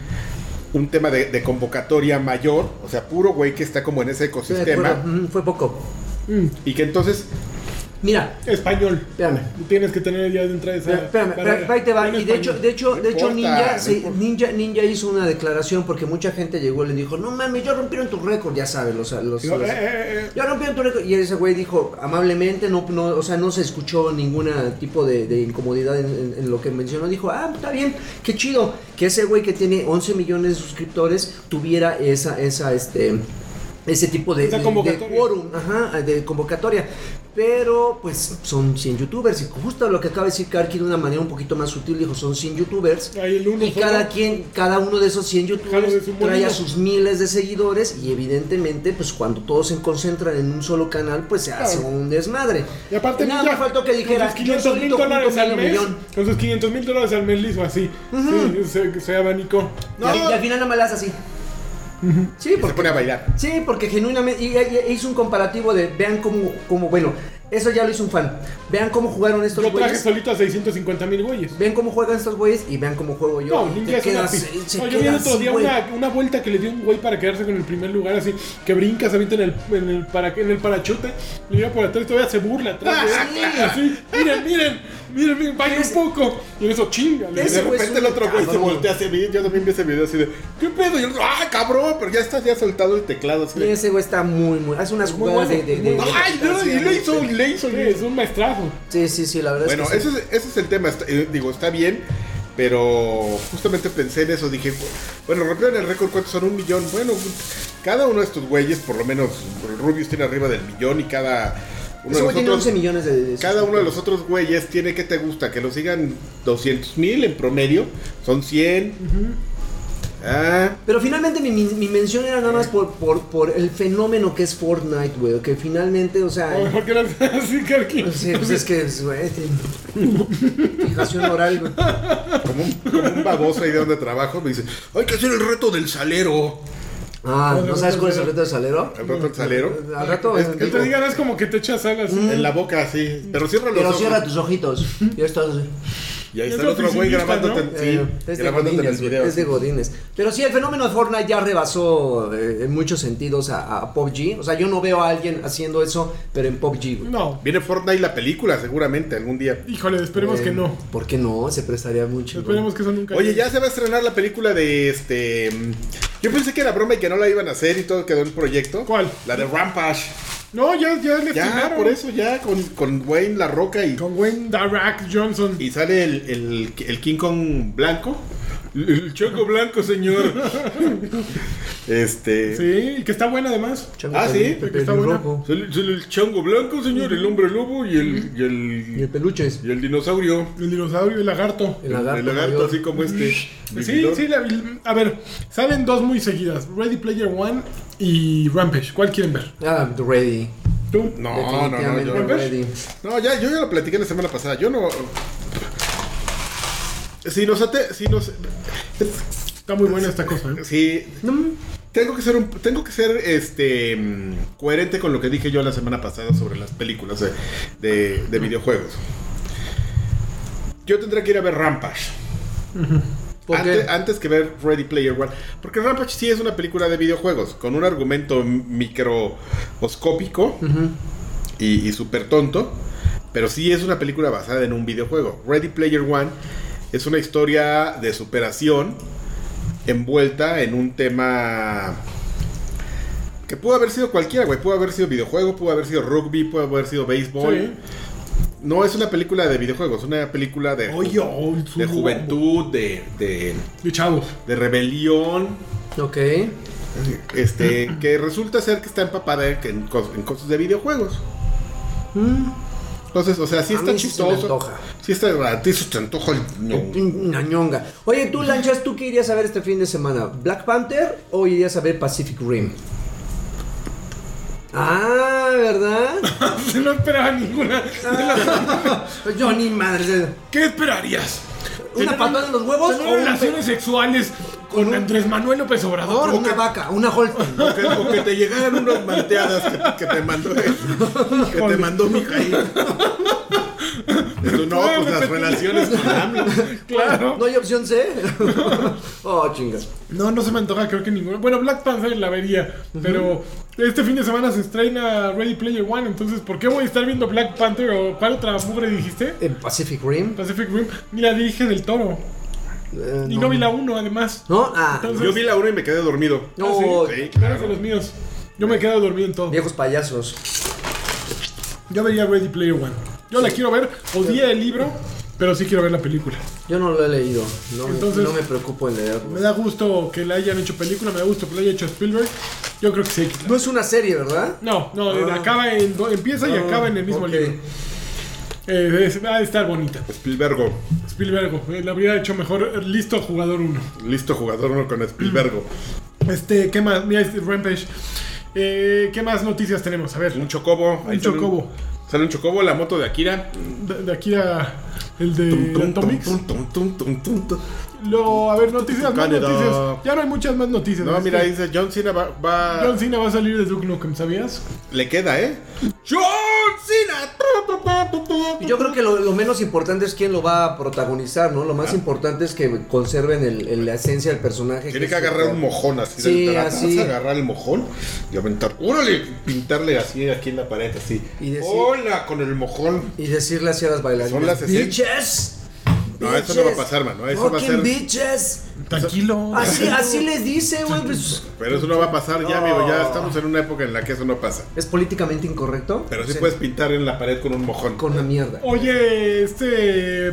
un tema de, de convocatoria mayor, o sea, puro güey que está como en ese Estoy de acuerdo. ecosistema Ujú, Fue poco. Mm, y que entonces Mira, Español. espérame. Tienes que tener ya dentro de esa. Espérame, espérame, barrera. espérame, ahí te va. En Y de hecho, español. de hecho, No de hecho, importa, Ninja, no sí, importa. Ninja, Ninja hizo una declaración porque mucha gente llegó y le dijo, no mames, ya rompieron tu récord, ya sabes, los, los, Digo, los- eh, eh, eh, ya rompieron tu récord. Y ese güey dijo, amablemente, no, no, o sea, no se escuchó ningún tipo de, de incomodidad en, en- en lo que mencionó. Dijo, ah, está bien, qué chido. Que ese güey que tiene 11 millones de suscriptores tuviera esa, esa, este, ese tipo de, Esa de- de, convocatoria. quórum, ajá, de convocatoria. Pero, pues, son 100 youtubers. Y justo lo que acaba de decir Karki de una manera un poquito más sutil, dijo, son 100 youtubers. Ahí el uno Y cada solo. quien, cada uno de esos 100 Jalo de youtubers su trae molino. a sus miles de seguidores y evidentemente pues cuando todos se concentran en un solo canal pues se hace Claro. un desmadre. Y aparte, nada Ninja, más faltó que con dijera sus yo 500 mil solito junto dólares al medio mes. millón. Con sus 500 mil dólares al mes le hizo así. Sí, se, se abanicó. Y al- y al final nada más le hace así. Sí, se porque pone a bailar. Sí, porque genuinamente y- y- y hizo un comparativo de vean cómo, cómo bueno, eso ya lo hizo un fan. Vean cómo jugaron estos Yo traje güeyes. solito a 650 mil güeyes. Vean cómo juegan estos güeyes y vean cómo juego yo. No, Y te Ninja es una quedas- pi- se No, yo vi el quedas, otro día güey. una, una vuelta que le dio un güey para quedarse con el primer lugar, así que brinca, se avienta en el, en el, para, en el parachute, le mira por atrás y todavía se burla atrás. de él. Así, miren, miren, miren, miren, vaya un Ese- poco. Y en eso chinga. le- Y Ese de güey es repente el un otro güey se cabrón. voltea hacia mí. Yo también vi ese video así de ¿Qué pedo? Y el otro, ¡ah, cabrón! Pero ya estás ya soltado el teclado así Y de. ese güey está muy, muy. Hace unas Muy jugadas de- bueno, de. muy de- bueno. ¡Ay, no! Y le hizo, y le hizo. Sí, es un maestrazo. Sí, sí, sí, la verdad Bueno, es que. sí. ese es, ese es el tema. está- eh, digo, está bien, pero justamente pensé en eso. Dije, bueno, rompieron el récord. ¿Cuántos son? Un millón. Bueno, cada uno de estos güeyes, por lo menos Rubius tiene arriba del millón y cada uno, Ese de los, güey tiene 11 otros, millones de. de- cada uno de los otros güeyes tiene, ¿qué te gusta? Que lo sigan 200 mil en promedio. Son 100. Ah, Pero finalmente mi, mi- mi mención era nada más por, por, por el fenómeno que es Fortnite, güey. Que finalmente, o sea. O mejor que las así, Karki. pues, sí, pues es que, es, güey, este, fijación oral, güey. como, un, como un baboso ahí de donde trabajo. Me dice, hay que hacer el reto del salero. Ah, ¿no sabes cuál es el reto de Salero? El reto del salero. Al rato, Es que Que digo, te digan, es como que te echas alas. así. En la boca, así. Pero cierra los Mm. pero ojos. cierra tus ojitos. Y estás. Y ahí Es está el otro güey oficinista, grabándote, ¿no? sí, Eh, es de grabándote en el Godines, güey, video. es de Godines. Pero sí, el fenómeno de Fortnite ya rebasó eh, en muchos sentidos a, a PUBG. O sea, yo no veo a alguien haciendo eso, pero en PUBG, güey. No, Viene Fortnite la película seguramente algún día. híjole, esperemos Eh, que no. ¿Por qué no? Se prestaría mucho. Esperemos que eso nunca. Oye, ya se va a estrenar la película de este... mm, Yo pensé que era broma y que no la iban a hacer y todo quedó en proyecto. ¿Cuál? La de Rampage. No, ya, ya le Ya, estrenaron. por eso, ya, con, con Wayne La Roca y, Con Wayne Darak Johnson. y sale el, el, el King Kong blanco. El Choco blanco, señor. este... Sí, y que está buena además. Chango Ah, peli- sí, peli- que está buena. rojo. Sale, sale el chango blanco, señor, el hombre lobo y el, y el, Y el peluches. y el dinosaurio. El dinosaurio y el lagarto. El lagarto. El lagarto, mayor. así como este. Sí, sí, la- a ver, salen dos muy seguidas, Ready Player One y Rampage. ¿Cuál quieren ver? Ah, the ready. ¿Tú? No, no, no, Definitivamente yo, ¿Vuelves? Freddy. no, ya, yo ya lo platiqué la semana pasada. Yo no. Si nos. ate- si nos Está muy buena esta cosa, ¿eh? si No, Tengo que ser un- tengo que ser este mm, coherente con lo que dije yo la semana pasada sobre las películas de, de- de videojuegos. Yo tendré que ir a ver Rampage. ¿Por Ante- qué? Antes, que ver Ready Player One. Porque Rampage sí es una película de videojuegos, con un argumento microscópico y, y súper tonto. Pero sí es una película basada en un videojuego. Ready Player One es una historia de superación envuelta en un tema que pudo haber sido cualquiera, güey. Pudo haber sido videojuego, pudo haber sido rugby, pudo haber sido béisbol. Sí. No es una película de videojuegos, es una película de, Oye, oh, old de school. juventud, de- de De chavos. de rebelión, Ok. este, que resulta ser que está empapada en, en cos- en cosas de videojuegos. Mm, Entonces, o sea, sí A está mí sí se me chistoso. antoja. Sí está, a ti se te antoja el- no. Una ñonga. Oye, tú, Lanchas, ¿tú qué irías a ver este fin de semana? ¿Black Panther o irías a ver Pacific Rim? Ah, ¿verdad? no esperaba ninguna. de las- Pues Yo ni madre. ¿Qué esperarías? ¿Una ¿Tener patada en los huevos tener o un relaciones sexuales con Andrés Manuel López Obrador? Una vaca, una Holton. O que, o que te llegaran unas manteadas que, que te mandó que te mandó Mijail. Pero no, pues las relaciones con AMLO. Claro. ¿No hay opción C? oh, chingas. No, no se me antoja, creo que ninguna. Bueno, Black Panther la vería, pero este fin de semana se estrena Ready Player One, entonces, ¿por qué voy a estar viendo Black Panther o cuál otra mugre dijiste? ¿En Pacific Rim? Pacific Rim. Mira, dije del toro. Eh, Y no vi la 1, además. Ah, ¿No? Ah, Entonces- Yo vi la una y me quedé dormido. no. Sí, Tú eres de los míos. Yo me quedo dormido en todo. Viejos payasos. Yo vería Ready Player One. Yo la quiero ver, odié el libro, pero sí quiero ver la película. Yo no lo he leído. No, me- Entonces- no me preocupo en leerlo. Me da gusto que la hayan hecho película, me da gusto que la haya hecho Spielberg. Yo creo que sí. No es una serie, ¿verdad? No, no, acaba en, do- empieza y acaba en el mismo Ah. Ok. libro. Eh, es- va a estar bonita. Spielbergo, Spielberg, eh, la habría hecho mejor eh, listo jugador 1. listo jugador uno con Spielbergo. Este, ¿qué más? Mira, este, Rampage. Eh, ¿Qué más noticias tenemos? A ver, Un chocobo. ahí sale Un chocobo. Sale un chocobo, la moto de Akira. de, de aquí a el de Tum, tum, Atomics. tum, tum, tum, tum, tum, tum. Luego, a ver, noticias, más Canadá. noticias. Ya no hay muchas más noticias. No, Este, mira, dice John Cena va, va- John Cena va a salir de Duke Nukem, ¿sabías? Le queda, ¿eh? ¡John Cena! Tu, tu, tu, tu, tu. Yo creo que lo, lo menos importante es quién lo va a protagonizar, ¿no? Lo Ah. más importante es que conserven el- el- la esencia del personaje. Tiene es- que agarrar un mojón así. Sí, del- ¿vas así. a agarrar el mojón y aventar. ¡Órale! Pintarle así aquí en la pared, así. Y decir- ¡Hola! Con el mojón. Y decirle así a las bailarinas. Son las sesen- ¡Bitches! No, eso no va a bitches, pasar, mano, eso va a fucking ser- bitches! Tranquilo. Así, así les dice, güey. pues, Pero eso no va a pasar ya, No. amigo. Ya estamos en una época en la que eso no pasa. ¿Es políticamente incorrecto? Pero sí O sea, puedes pintar en la pared con un mojón. Con la mierda. Oye, este.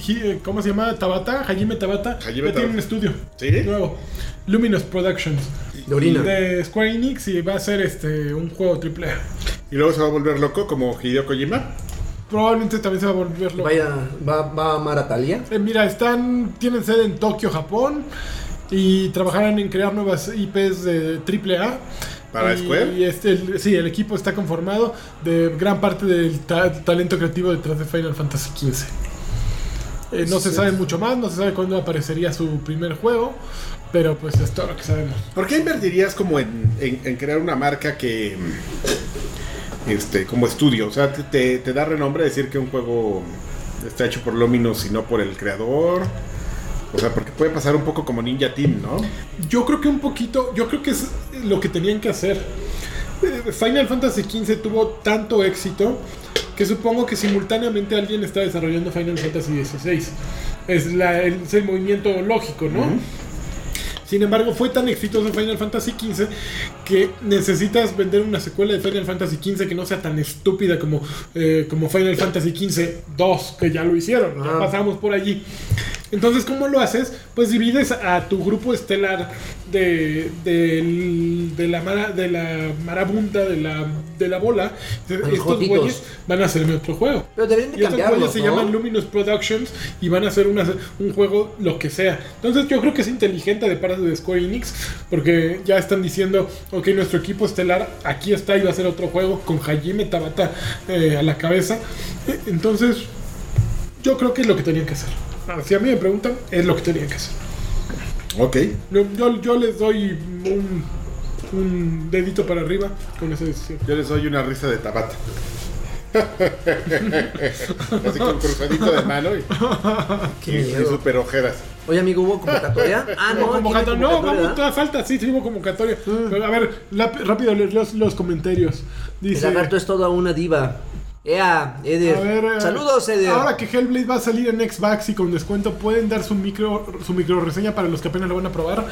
ji- ¿Cómo se llama? Tabata, Hajime Tabata. Hajime ya tiene Tabata. un estudio. ¿Sí? Nuevo. Luminous Productions. De orina. De Square Enix y va a ser este un juego triple A. Y luego se va a volver loco como Hideo Kojima. Probablemente también se va a volver loco. Vaya, va, va a amar a Thalía. Eh, mira, están. Tienen sede en Tokio, Japón. Y trabajarán en crear nuevas IPs de triple A. ¿Para Y Square? este, el- sí, el equipo está conformado de gran parte del ta- talento creativo detrás de Final Fantasy XV. Eh, no se sabe mucho más, no se sabe cuándo aparecería su primer juego, pero pues es todo lo que sabemos. ¿Por qué invertirías como en, en- en crear una marca que mm, este como estudio? O sea, te, te- te da renombre decir que un juego está hecho por Luminous y no por el creador. O sea, porque puede pasar un poco como Ninja Team, ¿no? Yo creo que un poquito, yo creo que es lo que tenían que hacer. Eh, Final Fantasy XV tuvo tanto éxito que supongo que simultáneamente alguien está desarrollando Final Fantasy XVI. Es, la- el, es el movimiento lógico, ¿no? Sin embargo, fue tan exitoso Final Fantasy XV que necesitas vender una secuela de Final Fantasy XV que no sea tan estúpida como, eh, como Final Fantasy XV 2, que ya lo hicieron, ya Ah. pasamos por allí. Entonces, ¿cómo lo haces? Pues divides a tu grupo estelar de, de, de la, mara- de la marabunta, de la, de la bola. Dices, los Estos jotitos. güeyes van a hacerme otro juego. Pero deberían de Y estos güeyes cambiarlos, se ¿no? llaman Luminous Productions y van a hacer una- un juego lo que sea. Entonces yo creo que es inteligente de parte de Square Enix porque ya están diciendo, ok, nuestro equipo estelar aquí está y va a hacer otro juego con Hajime Tabata eh, a la cabeza. Eh, Entonces yo creo que es lo que tenían que hacer. Ah, Si a mí me preguntan, es lo que tenían que hacer. Ok. Yo, yo- yo les doy un, un dedito para arriba con esa decisión. Yo les doy una risa de tabata. Así con cruzadito de mano y, Qué y- y miedo. super ojeras. Oye, amigo, ¿hubo convocatoria? Ah, no, aquí no hay Convocatoria. No, convocatoria, vamos, ¿verdad? Mm. toda falta, sí, sí hubo convocatoria. Pero, A ver, la- rápido los, los, los comentarios. El Dice. lagarto es toda una diva. Ea, Eder. a ver, eh, Saludos, Eder. Ahora que Hellblade va a salir en Xbox y con descuento pueden dar su micro su micro reseña para los que apenas lo van a probar.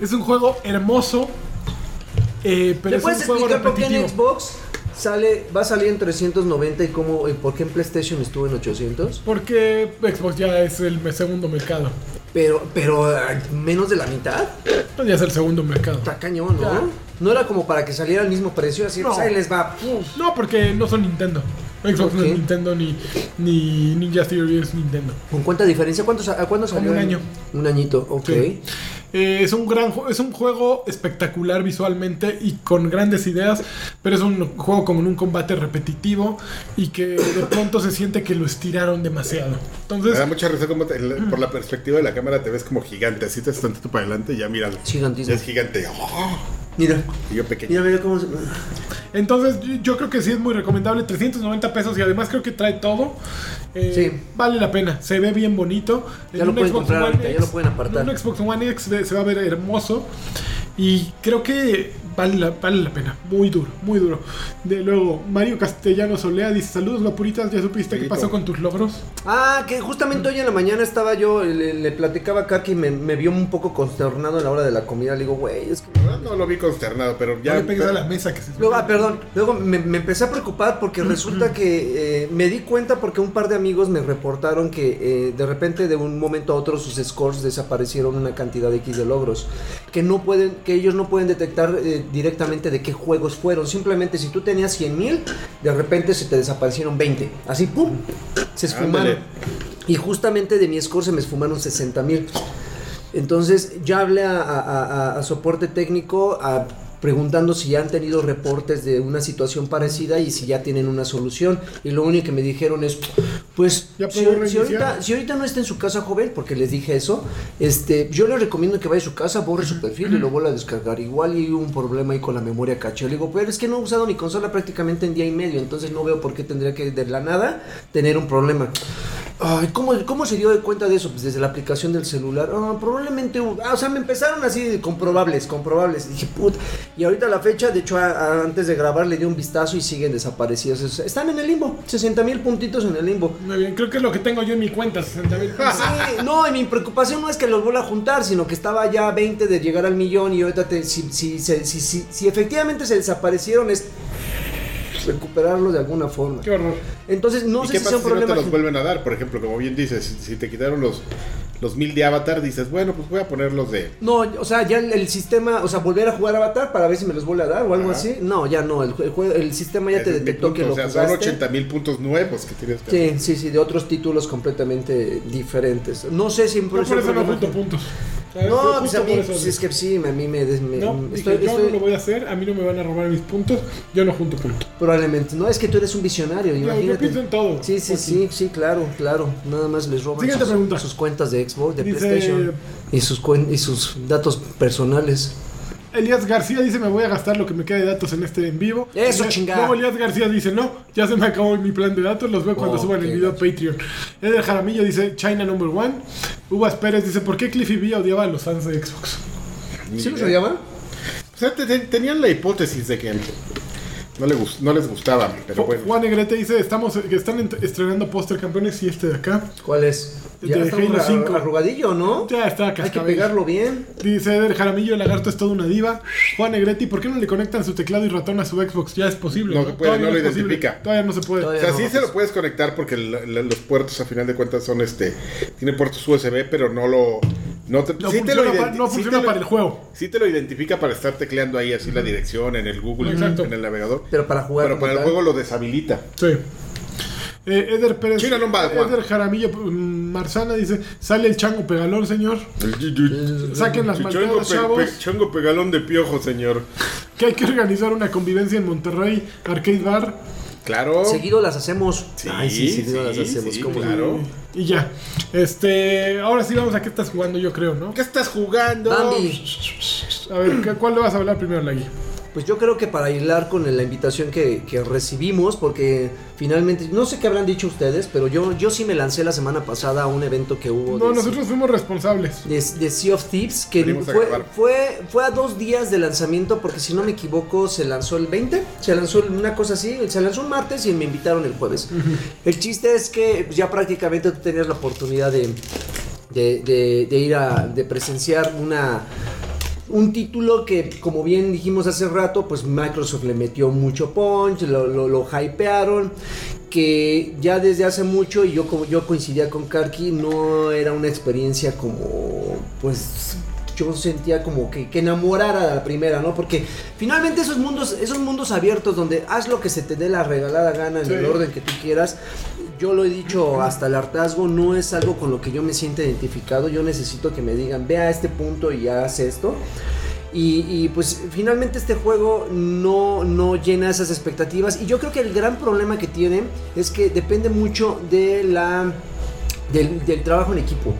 Es un juego hermoso, eh, pero ¿Le es un puedes juego explicar por qué repetitivo. en Xbox sale, va a salir en 390 y, cómo, y por qué en PlayStation estuvo en 800? Porque Xbox ya es el segundo mercado. Pero, pero ah, menos de la mitad. Ya es el segundo mercado. Está cañón, ¿no? Ya. No era como para que saliera al mismo precio, así No. pues, ahí les va. pum. No, porque no son Nintendo. Xbox no Ok. es Nintendo ni, ni Ninja Theory es Nintendo. ¿Con cuánta diferencia? ¿Cuánto, sa- a ¿Cuándo Como salió? un en- año. Un añito, ok. Sí. Eh, es un gran ju- es un juego espectacular visualmente y con grandes ideas, pero es un juego con un combate repetitivo y que de pronto se siente que lo estiraron demasiado. Pues Me da Entonces, mucha risa como te- el- por la perspectiva de la cámara te ves como gigante. Así te estás tantito para adelante y ya míralo. Es gigantísimo. Ya es gigante. Oh, Mira, y yo pequeño. mira, mira cómo se... entonces yo- yo creo que sí es muy recomendable, 390 pesos y además creo que trae todo. Eh, Sí. Vale la pena, se ve bien bonito. Ya lo un pueden comprar One ahorita, ya X- lo pueden apartar. en Un Xbox One X de- se va a ver hermoso y creo que vale la, vale la pena. Muy duro, muy duro. De luego, Mario Castellano Solea dice, saludos Lopuritas, ¿ya supiste qué Amiguito. pasó con tus logros? Ah, que justamente hoy en la mañana estaba yo, le, le platicaba acá que me, me vio un poco consternado a la hora de la comida. Le digo, güey, es que... La verdad, No lo vi consternado, pero ya. Ya le pegues a la mesa que se... Luego, ah, perdón, luego me, me empecé a preocupar porque resulta que eh, me di cuenta porque un par de amigos me reportaron que eh, de repente de un momento a otro sus scores desaparecieron una cantidad X de logros que no pueden, que ellos no pueden detectar eh, directamente de qué juegos fueron. Simplemente si tú tenías 100 mil, de repente se te desaparecieron 20. Así, ¡pum! Se esfumaron. Ándale. Y justamente de mi score se me esfumaron 60 mil. Entonces ya hablé a, a- a- a soporte técnico a- preguntando si ya han tenido reportes de una situación parecida y si ya tienen una solución. Y lo único que me dijeron es, pues Ya si, puedo si ahorita, reiniciar. si ahorita no está en su casa joven, porque les dije eso, este, yo les recomiendo que vaya a su casa, borre su perfil y lo vuelva a descargar. Igual y hubo un problema ahí con la memoria caché. Le digo, pero es que no he usado mi consola prácticamente en día y medio, entonces no veo por qué tendría que de la nada tener un problema. Ay, ¿cómo, ¿Cómo se dio de cuenta de eso? Pues desde la aplicación del celular. Ah, probablemente. hubo- Ah, o sea, me empezaron así de comprobables, comprobables. Y dije, puta. Y ahorita a la fecha, de hecho, a- a- antes de grabar le di un vistazo y siguen desaparecidos. O sea, están en el limbo. 60 mil puntitos en el limbo. Muy bien, creo que es lo que tengo yo en mi cuenta, 60 mil pesos. Sí, no, y mi preocupación no es que los vuelva a juntar, sino que estaba ya a 20 de llegar al millón y ahorita te- si, si, se- si, si- si efectivamente se desaparecieron es recuperarlo de alguna forma. Qué horror. Entonces, no ¿Y sé qué si pasa sea un si no te problema. los vuelven a dar? Por ejemplo, como bien dices, si, si te quitaron los, los mil de Avatar, dices, bueno, pues voy a poner los de. No, o sea, ya el, el sistema, o sea, volver a jugar Avatar para ver si me los vuelve a dar o algo Ajá. así. No, ya no, el, jue- el jue- el sistema ya Ese te es mi detectó que punto, lo O sea, jugaste. son 80 mil puntos nuevos que tienes que Sí, sí, sí, de otros títulos completamente diferentes. No sé si Yo por sea un eso no problema. junto puntos. No, pues a Justo mí, por eso. pues, es que sí, a mí me... des- me- No, me- dije, Eh, mm, estoy- yo estoy- no lo voy a hacer, a mí no me van a robar mis puntos, yo no junto puntos. Probablemente. No, es que tú eres un visionario, Yo, yo imagínate. pienso en todo. Sí, sí, sí, Joaquín. sí, claro, claro. Nada más les roban Siguiente sus, pregunta. sus cuentas de Xbox, de Dice- PlayStation y sus, cuen- y sus datos personales. Elías García dice, me voy a gastar lo que me queda de datos en este en vivo. Eso, Elías- chingada. Luego Elías García dice, no, ya se me acabó mi plan de datos, los veo cuando Oh, suban el qué video a Patreon. Eder Jaramillo dice, China number one. Uvas Pérez dice, ¿por qué Cliffy B odiaba a los fans de Xbox? Ni ¿Sí los idea. llama? O sea, te- te- tenían la hipótesis de que No, le gus- no les gustaba, pero Ju- bueno. Juan Negrete dice, estamos, que están ent- estrenando póster campeones y este de acá. ¿Cuál es? El Ya de está Halo arru- 5. arrugadillo, ¿no? Ya está, Hay que cascabel. pegarlo bien. Dice Eder Jaramillo, el lagarto es toda una diva. Juan Negretti, ¿por qué no le conectan su teclado y ratón a su Xbox? Ya es posible. No se puede, Todavía no lo es posible. identifica. Todavía no se puede. O Todavía sea, no. sí se lo puedes conectar porque la- la- los puertos a final de cuentas son este. Tiene puertos USB, pero no lo. No, te, No sí te funciona, lo pa- identi- no sí funciona te lo- para el juego. Sí te lo identifica para estar tecleando ahí así la dirección en el Google, Exacto. en el navegador. Pero para jugar. Pero como para el tal. juego lo deshabilita. Sí. Eh, Eder Pérez. China Lombard, Juan. Eder Jaramillo mm, Marzana dice: Sale el chango pegalón, señor. Saquen las Chongo, malteadas, pe- chavos. pe- chongo pegalón de piojo, señor. Que hay que organizar una convivencia en Monterrey, Arcade Bar. Claro. Seguido las hacemos. Sí, Ay, sí, seguido sí, las hacemos. sí, ¿cómo no? claro. Y ya. Este. Ahora sí vamos a qué estás jugando, yo creo, ¿no? ¿Qué estás jugando? Bambi, A ver, ¿qué- ¿cuál le vas a hablar primero, Lagui? pues yo creo que para hilar con la invitación que, que recibimos, porque finalmente, no sé qué habrán dicho ustedes, pero yo, yo sí me lancé la semana pasada a un evento que hubo No, de, nosotros fuimos responsables. de- de Sea of Thieves, que Venimos a fue, grabar. fue, fue a dos días de lanzamiento, porque si no me equivoco, se lanzó el 20, se lanzó el- una cosa así, se lanzó un martes y me invitaron el jueves. El chiste es que pues, ya prácticamente tú tenías la oportunidad de, de, de- de ir a de presenciar una un título que, como bien dijimos hace rato, pues Microsoft le metió mucho punch, lo, lo, lo hypearon, que ya desde hace mucho, y yo como yo coincidía con Karki, no era una experiencia como, pues yo sentía como que, que enamorara a la primera, ¿no? Porque finalmente esos mundos, esos mundos abiertos donde haz lo que se te dé la regalada gana en Sí. el orden que tú quieras, yo lo he dicho hasta el hartazgo, no es algo con lo que yo me siento identificado, yo necesito que me digan, ve a este punto y haz esto. Y, y, pues finalmente este juego no, no llena esas expectativas. Y yo creo que el gran problema que tiene es que depende mucho de la, del, del trabajo en equipo.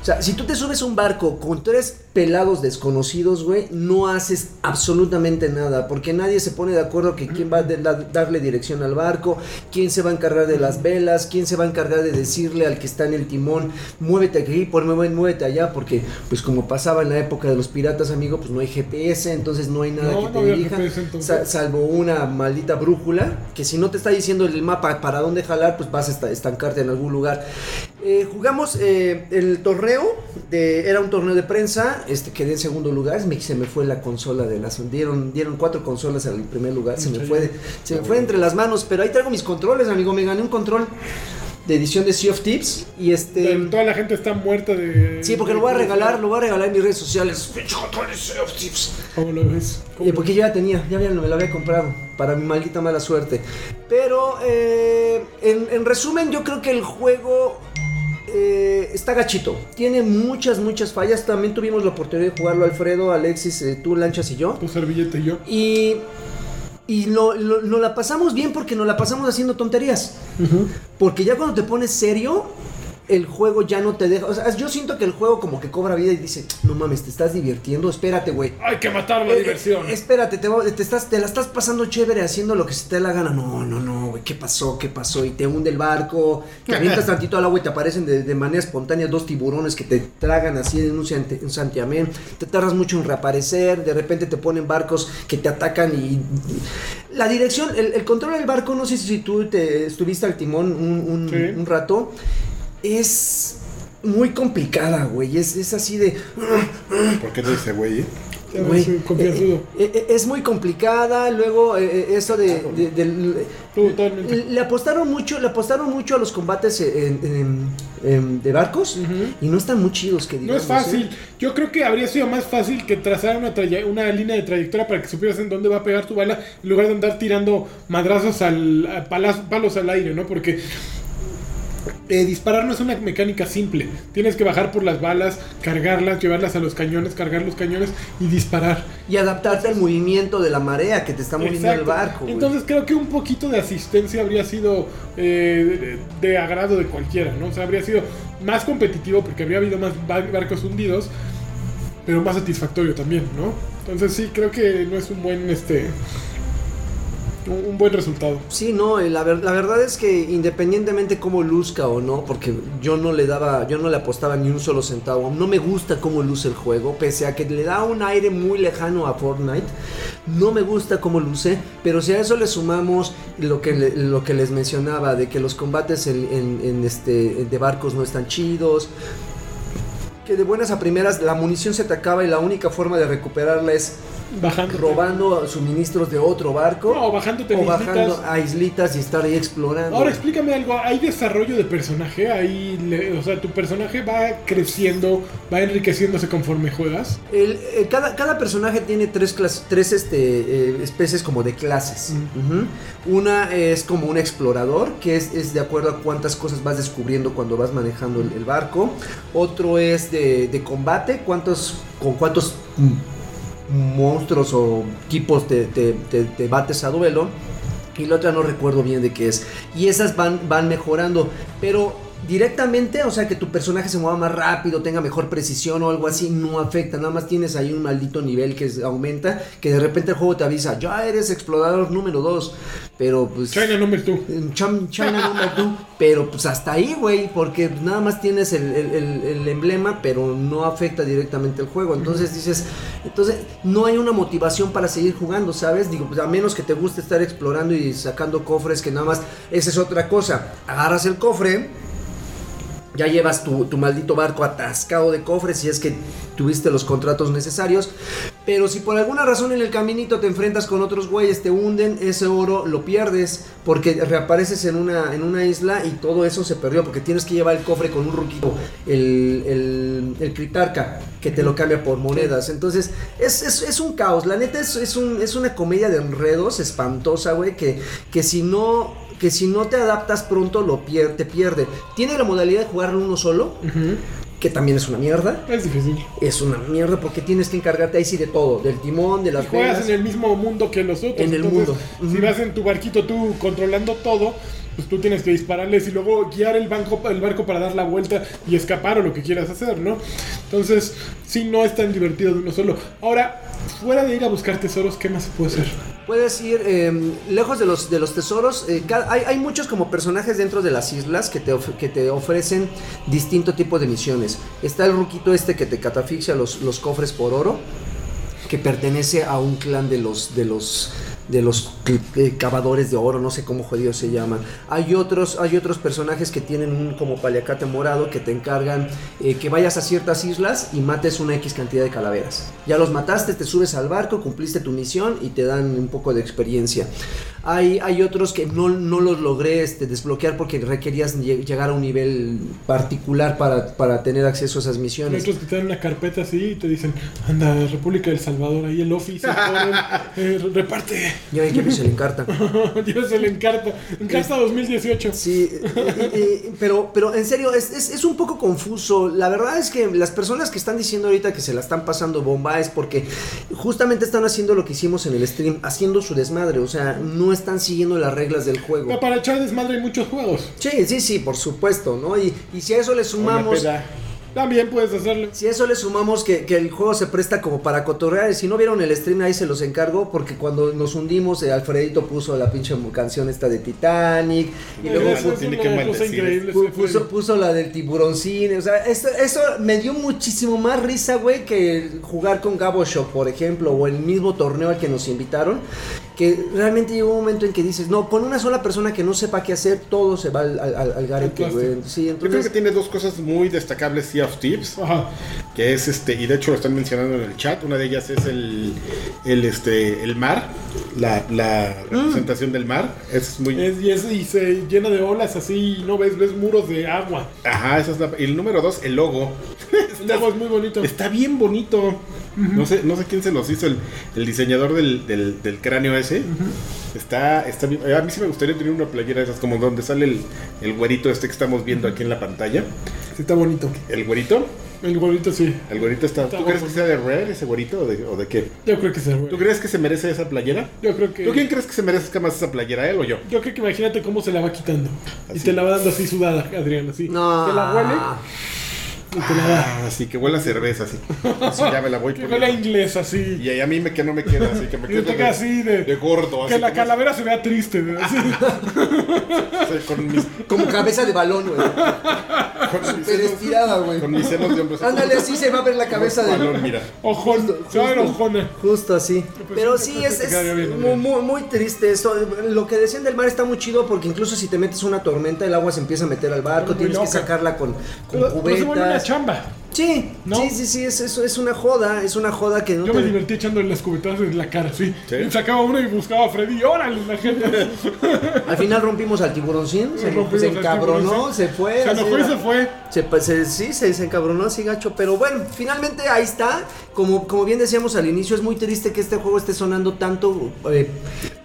O sea, si tú te subes a un barco con tres pelados desconocidos, güey, no haces absolutamente nada. Porque nadie se pone de acuerdo que quién va a de- la- darle dirección al barco, quién se va a encargar de las velas, quién se va a encargar de decirle al que está en el timón, muévete aquí, por mueve- muévete allá. Porque, pues como pasaba en la época de los piratas, amigo, pues no hay GPS, entonces no hay nada No, que no te había dirija. GPS entonces. Sa- salvo una maldita brújula, que si no te está diciendo el mapa para dónde jalar, pues vas a esta- estancarte en algún lugar. Eh, jugamos eh, el torneo, de, era un torneo de prensa, este, quedé en segundo lugar, me- se me fue la consola de las... Dieron, dieron cuatro consolas en el primer lugar, se me, fue, de- se me fue entre las manos, pero ahí traigo mis controles, amigo, me gané un control de edición de Sea of Tips y este... Eh, Toda la gente está muerta de. Sí, porque lo voy a regalar, lo voy a regalar en mis redes sociales. ¿Cómo lo ves? ¿Cómo Eh, lo porque yo ya tenía, ya había- me lo había comprado para mi maldita mala suerte. Pero eh, en, en resumen, yo creo que el juego eh, está gachito. Tiene muchas, muchas fallas. También tuvimos la oportunidad de jugarlo Alfredo, Alexis, eh, tú, Lanchas y yo. ves? Tu servillete y yo. Y, y lo, lo- nos la pasamos bien porque nos la pasamos haciendo tonterías. Porque ya cuando te pones serio, el juego ya no te deja. O sea, yo siento que el juego como que cobra vida y dice, no mames, te estás divirtiendo, espérate, güey. Hay que matar la Eh, diversión. eh, espérate, te, va- te estás, te la estás pasando chévere haciendo lo que se te dé la gana. No, no, no, güey, ¿qué pasó? ¿Qué pasó? Y te hunde el barco, te avientas tantito al agua y te aparecen de, de manera espontánea dos tiburones que te tragan así en un, santi- un santiamén. Te tardas mucho en reaparecer, de repente te ponen barcos que te atacan y... La dirección, el, el control del barco, no sé si tú te estuviste al timón un, un- Sí. un rato, es... Muy complicada, güey. Es, es así de. ¿Por qué te dice, güey? eh? Ya ves, Güey, soy confianzudo. eh, eh, eh, es muy complicada, luego eh, eh, eso de, de- del- Tú, totalmente. le apostaron mucho, le apostaron mucho a los combates en- en- en- de barcos y no están muy chidos que No es digamos. fácil. ¿eh? Yo creo que habría sido más fácil que trazar una, traya- una línea de trayectoria para que supieras en dónde va a pegar tu bala en lugar de andar tirando madrazos al a palazo- palos al aire, ¿no? Porque eh, disparar no es una mecánica simple. Tienes que bajar por las balas, cargarlas, llevarlas a los cañones, cargar los cañones y disparar. Y adaptarte al movimiento de la marea que te está moviendo el Exacto. barco. güey. Entonces creo que un poquito de asistencia habría sido eh, de, de agrado de cualquiera, ¿no? O sea, habría sido más competitivo porque habría habido más ba- barcos hundidos, pero más satisfactorio también, ¿no? Entonces sí, creo que no es un buen este un, un buen resultado. Sí, no, eh, la, ver- la verdad es que independientemente cómo luzca o no, porque yo no le daba, yo no le apostaba ni un solo centavo, no me gusta cómo luce el juego, pese a que le da un aire muy lejano a Fortnite, No me gusta cómo luce, pero si a eso le sumamos lo que, le- lo que les mencionaba, de que los combates en, en- en este, de barcos no están chidos, que de buenas a primeras la munición se te acaba y la única forma de recuperarla es Bajando. robando suministros de otro barco No, bajándote o en bajando islitas. a islitas y estar ahí explorando. Ahora explícame algo, ¿hay desarrollo de personaje? ¿Hay, le- o sea, tu personaje va creciendo, va enriqueciéndose conforme juegas. El, eh, cada, cada personaje tiene tres, clas- tres este, eh, especies como de clases. Ujú. Una es como un explorador, que es, es de acuerdo a cuántas cosas vas descubriendo cuando vas manejando el, el barco. Otro es de, de combate, cuántos, con cuántos mm, monstruos o equipos te, te- te- te bates a duelo. Y la otra no recuerdo bien de qué es. Y esas van, van mejorando. Pero directamente, o sea, que tu personaje se mueva más rápido, tenga mejor precisión o algo así, no afecta. Nada más tienes ahí un maldito nivel que es- aumenta, que de repente el juego te avisa, ya eres explorador número 2. Pero pues... China Numbers tú. en Cham- China Number Two, pero pues hasta ahí, güey, porque nada más tienes el, el- el- el emblema, pero no afecta directamente el juego. Entonces dices, entonces no hay una motivación para seguir jugando, ¿sabes? Digo, pues, a menos que te guste estar explorando y sacando cofres, que nada más, esa es otra cosa. Agarras el cofre, ya llevas tu, tu maldito barco atascado de cofres si es que tuviste los contratos necesarios. Pero si por alguna razón en el caminito te enfrentas con otros güeyes, te hunden, ese oro lo pierdes porque reapareces en una, en una isla y todo eso se perdió porque tienes que llevar el cofre con un ruquito, el, el, el critarca, que te lo cambia por monedas. Entonces es, es- es un caos. La neta es, es, un- es una comedia de enredos espantosa, güey, que, que si no que si no te adaptas pronto lo pier te pierde. Tiene la modalidad de jugarlo uno solo, que también es una mierda. Es difícil. Es una mierda porque tienes que encargarte ahí sí de todo, del timón, de las Y juegas velas. en el mismo mundo que los otros. En el entonces, mundo. Si Ujú. vas en tu barquito tú controlando todo, pues tú tienes que dispararles y luego guiar el, banco, el barco para dar la vuelta y escapar o lo que quieras hacer, ¿no? Entonces, sí, no es tan divertido de uno solo. Ahora, fuera de ir a buscar tesoros, ¿qué más se puede hacer? Puedes ir eh, lejos de los, de los tesoros. eh, ca- hay, hay muchos como personajes dentro de las islas que te, of- que te ofrecen distinto tipo de misiones. Está el ruquito este que te catafixia los, los cofres por oro, que pertenece a un clan de los... De los de los cl- eh, cavadores de oro, no sé cómo jodidos se llaman. Hay otros, hay otros personajes que tienen un como paliacate morado que te encargan eh, que vayas a ciertas islas y mates una X cantidad de calaveras. Ya los mataste, te subes al barco, cumpliste tu misión y te dan un poco de experiencia. Hay, hay otros que no, no los logré este, desbloquear porque requerías lle- llegar a un nivel particular para, para tener acceso a esas Hay misiones. otros que te dan una carpeta así y te dicen, anda, República del Salvador, ahí el office, el forum, eh, reparte. Ya hay que verse la encarta. Dios el encarta. Encarta 2018. Sí, eh, eh, eh, pero, pero en serio, es, es- es un poco confuso. La verdad es que las personas que están diciendo ahorita que se la están pasando bomba es porque justamente están haciendo lo que hicimos en el stream, haciendo su desmadre, o sea, no están siguiendo las reglas del No, juego. Para echar desmadre hay muchos juegos. Sí, sí, sí, por supuesto, ¿no? Y, y si a eso le sumamos... También puedes hacerlo. Si a eso le sumamos que, que el juego se presta como para cotorrear, y si no vieron el stream ahí se los encargo, porque cuando nos hundimos, eh, Alfredito puso la pinche canción esta de Titanic, y luego pues, Eso es tiene que una cosa maldecir. increíble, Pu- sí, fue- puso, puso la del tiburón cine, o sea, eso, eso me dio muchísimo más risa, güey, que jugar con Gabo Shop, por ejemplo, o el mismo torneo al que nos invitaron, que realmente llegó un momento en que dices, no, con una sola persona que no sepa qué hacer, todo se va al, al, al- al garete, güey. Sí, Yo creo que entonces... tiene dos cosas muy destacables Sea of Tips, Ajá. que es este, y de hecho lo están mencionando en el chat, una de ellas es el, el, este, el mar, la, la representación del mar, es muy... Ah. Es- y, es- y se llena de olas así, y no ves, ves muros de agua. Ajá, esa es la... Y el número dos, el logo. El agua es muy bonito. Está bien bonito. no, sé, no sé quién se los hizo, el, el diseñador del, del- del cráneo ese. Está, está bien. A mí sí me gustaría tener una playera de esas, como donde sale el, el güerito este que estamos viendo aquí en la pantalla. Sí, está bonito. El güerito. El gorrito sí. El güerito está. Está ¿Tú crees guapo. que sea de Red ese güerito o de, o de qué? Yo creo que se ¿Tú güey. crees que se merece esa playera? Yo creo que. ¿Tú quién crees que se merezca más esa playera, él o yo? Yo creo que imagínate cómo se la va quitando. Y Así. te la va dando así sudada, Adrián, así. No. Te la huele. Y te la da. Ah, sí, que huele a cerveza, así. Así ya me la voy Ah, Que huele a poniendo. inglés así. Y ahí a mí me, que no me queda, así que me Y yo queda te queda así de. de gordo, así que la como- calavera se vea triste. ¿no? Así. así, con, mis, Como cabeza de balón, güey. con, mis Pero senos, estirada, güey. con mis senos de hombros. Ándale, así se va a ver la cabeza de. Balón, mira. Ojón. Se va a ver ojona. Justo así. Pero sí, pues, es, te quedaría es bien, muy, Adrián. muy, muy triste esto. Lo que decían del mar está muy chido porque incluso si te metes una tormenta, el agua se empieza a meter al barco, Muy tienes que loca. sacarla con, con Pero, pero se vuelve una cubetas. chamba. Sí, ¿No? sí, sí, sí, es, es, es una joda, es una joda que no Yo te- me divertí echando las cubetadas en la cara, sí. ¿Sí? Y sacaba uno y buscaba a Freddy. y ¡Órale, la gente! Al final rompimos al tiburón se, Rompimos se al encabronó, tiburón, sí. se fue. Se así enojó y era. se fue. Se, pa- se- sí, se, se encabronó así gacho, pero bueno, finalmente ahí está. Como, como bien decíamos al inicio, es muy triste que este juego esté sonando tanto eh,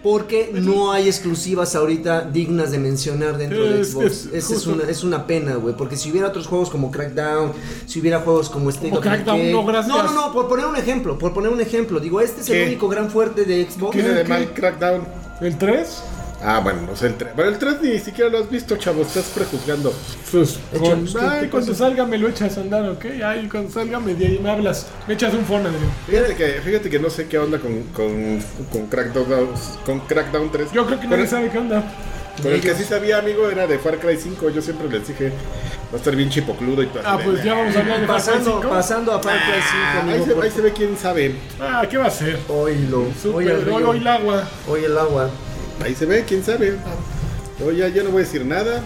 porque no hay exclusivas ahorita dignas de mencionar dentro de Es- Xbox. es- Esa es justo. una, es una pena, güey, porque si hubiera otros juegos como Crackdown, si hubiera juegos como State Como of Decay- Crackdown, no, gracias. No, no, no, por poner un ejemplo, por poner un ejemplo, digo, este es ¿Qué? el único gran fuerte de Xbox. ¿Tiene de ¿Qué? mal crackdown? ¿El 3? Ah, bueno, no sé el 3. Bueno, el 3 ni siquiera lo has visto, chavo. Estás prejuzgando. Pues, con- ¿qué- ay, qué cuando salga me lo echas a andar, ¿ok? Ay, cuando salga me, di- me hablas. Me echas un phone, Adrián. Fíjate que, fíjate que no sé qué onda con, con, con Crackdown, con Crackdown 3. Yo creo que Con nadie el- sabe qué onda. Con el que sí sabía, amigo, era de Far Cry 5. Yo siempre les dije, va a estar bien chipocludo y todo. Ah, pues ya vamos a hablar de Far Cry Pasando, 5. pasando a Far Cry 5, Ah, Ahí amigo, se, por- ahí se ve quién sabe. Ah, ¿qué va a ser? Oílo, Super, oye, el hoy, río, hoy el agua. oye el agua. Ahí se ve quién sabe. Yo ya, ya no voy a decir nada.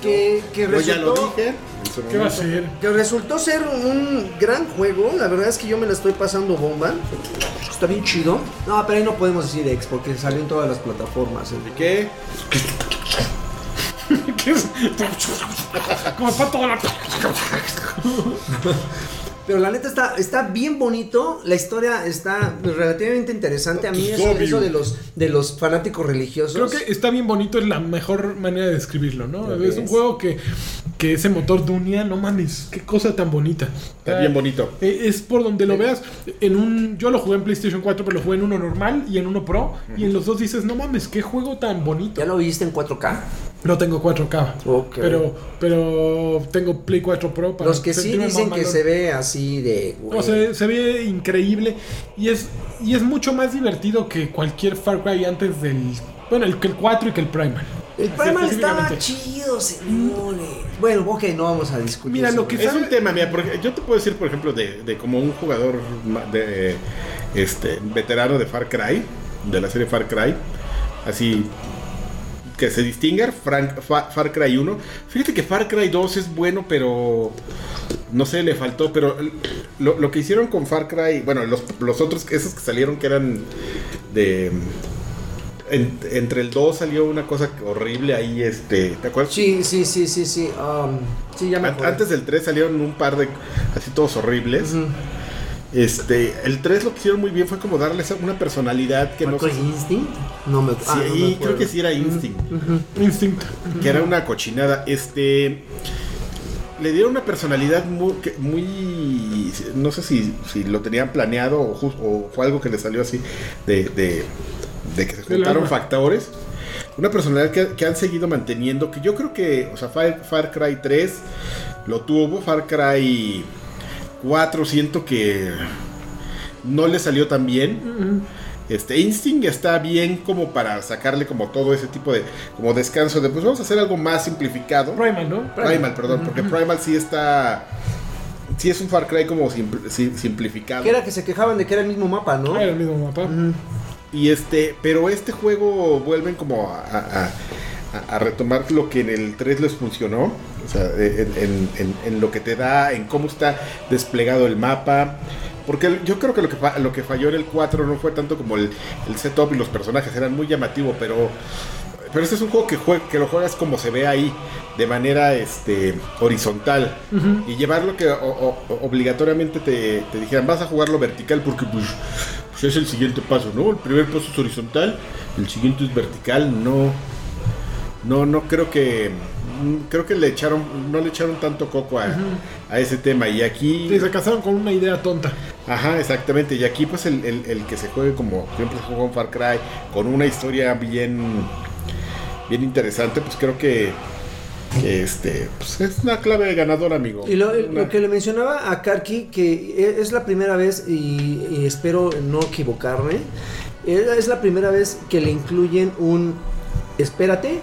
Que, que Yo ya lo resultó, dije. en su ¿Qué va a momento. ser? que resultó ser un gran juego. La verdad es que yo me la estoy pasando bomba. Está bien chido. No, pero ahí no podemos decir ex porque salió en todas las plataformas. Enrique. ¿Qué? ¿Qué es? Como pato la... Pero la neta está, está bien bonito. La historia está relativamente interesante. A mí Pues, eso, obvio. eso de los de los fanáticos religiosos. Creo que está bien bonito, es la mejor manera de describirlo, ¿no? Ya Es un ves. juego que, que ese motor Dunia, no mames, qué cosa tan bonita. Está bien bonito. Eh, Es por donde lo veas. En un, yo lo jugué en PlayStation 4, pero lo jugué en uno normal y en uno Pro. Y en los dos dices, no mames, qué juego tan bonito. ¿Ya lo viste en 4K? No tengo 4K. Ok. Pero, pero tengo Play 4 Pro para Los que sí sentirme dicen que mamalón. se ve así de... güey. O sea, se ve increíble y es, y es mucho más divertido que cualquier Far Cry antes del... Bueno, el, que el 4 y que el Primal. El Así Primal estaba específicamente. chido, señores. Bueno, ok, no vamos a discutir. Mira, lo sobre que Es sabe- un tema, mira, porque yo te puedo decir, por ejemplo, de, de como un jugador ma- de este veterano de Far Cry, de la serie Far Cry, así que se distingue Frank- Fa- Far Cry 1. Fíjate que Far Cry 2 es bueno, pero no sé, le faltó, pero lo, lo que hicieron con Far Cry, bueno, los, los otros, esos que salieron que eran de... en- entre el 2 salió una cosa horrible ahí, este, ¿te acuerdas? Sí, sí, sí, sí, sí. um, sí, ya me An- acordé. Antes del 3 salieron un par de así todos horribles. Este, el 3 lo que hicieron muy bien fue como darle esa- una personalidad que no ¿Cuál sé. es Instinct? No me, Sí, ah, no me ahí creo acuerdo. que sí era Instinct, Instinct. que era una cochinada. Este le dieron una personalidad muy, que- muy no sé si, si lo tenían planeado o, jus- o fue algo que le salió así de, de- de que se Del juntaron alma. factores. Una personalidad que, que han seguido manteniendo, que yo creo que, o sea, Far, Far Cry 3 lo tuvo, Far Cry 4 siento que no le salió tan bien. Este Instinct está bien como para sacarle como todo ese tipo de como descanso de pues vamos a hacer algo más simplificado. Primal, ¿no? Primal, perdón, porque Primal sí está sí es un Far Cry como simpl- sí, simplificado. Que era que se quejaban de que era el mismo mapa, ¿no? Ah, era el mismo mapa. Mm. Y este, pero este juego vuelven como a, a- a- a- a retomar lo que en el 3 les funcionó. O sea, e, en, en- en- en lo que te da, en cómo está desplegado el mapa. Porque el- yo creo que lo que, fa- lo que falló en el 4 no fue tanto como el, el setup y los personajes, eran muy llamativos, pero. Pero este es un juego que, jue- que lo juegas como se ve ahí, de manera este, horizontal. Y llevarlo que o- o- o- obligatoriamente te, te dijeran, vas a jugarlo vertical porque pues, pues, es el siguiente paso, ¿no? El primer paso es horizontal, el siguiente es vertical, no. No, no creo que. mm, Creo que le echaron. No le echaron tanto coco a, a ese tema. Y aquí. Sí, se casaron con una idea tonta. Ajá, exactamente. Y aquí, pues, el, el- el que se juegue como siempre se jugó en Far Cry, con una historia bien, bien interesante, pues creo que Este, pues es una clave ganadora, amigo. Y lo, Una- lo que le mencionaba a Karki, que e- es la primera vez, y, y espero no equivocarme, es es la primera vez que le incluyen un espérate,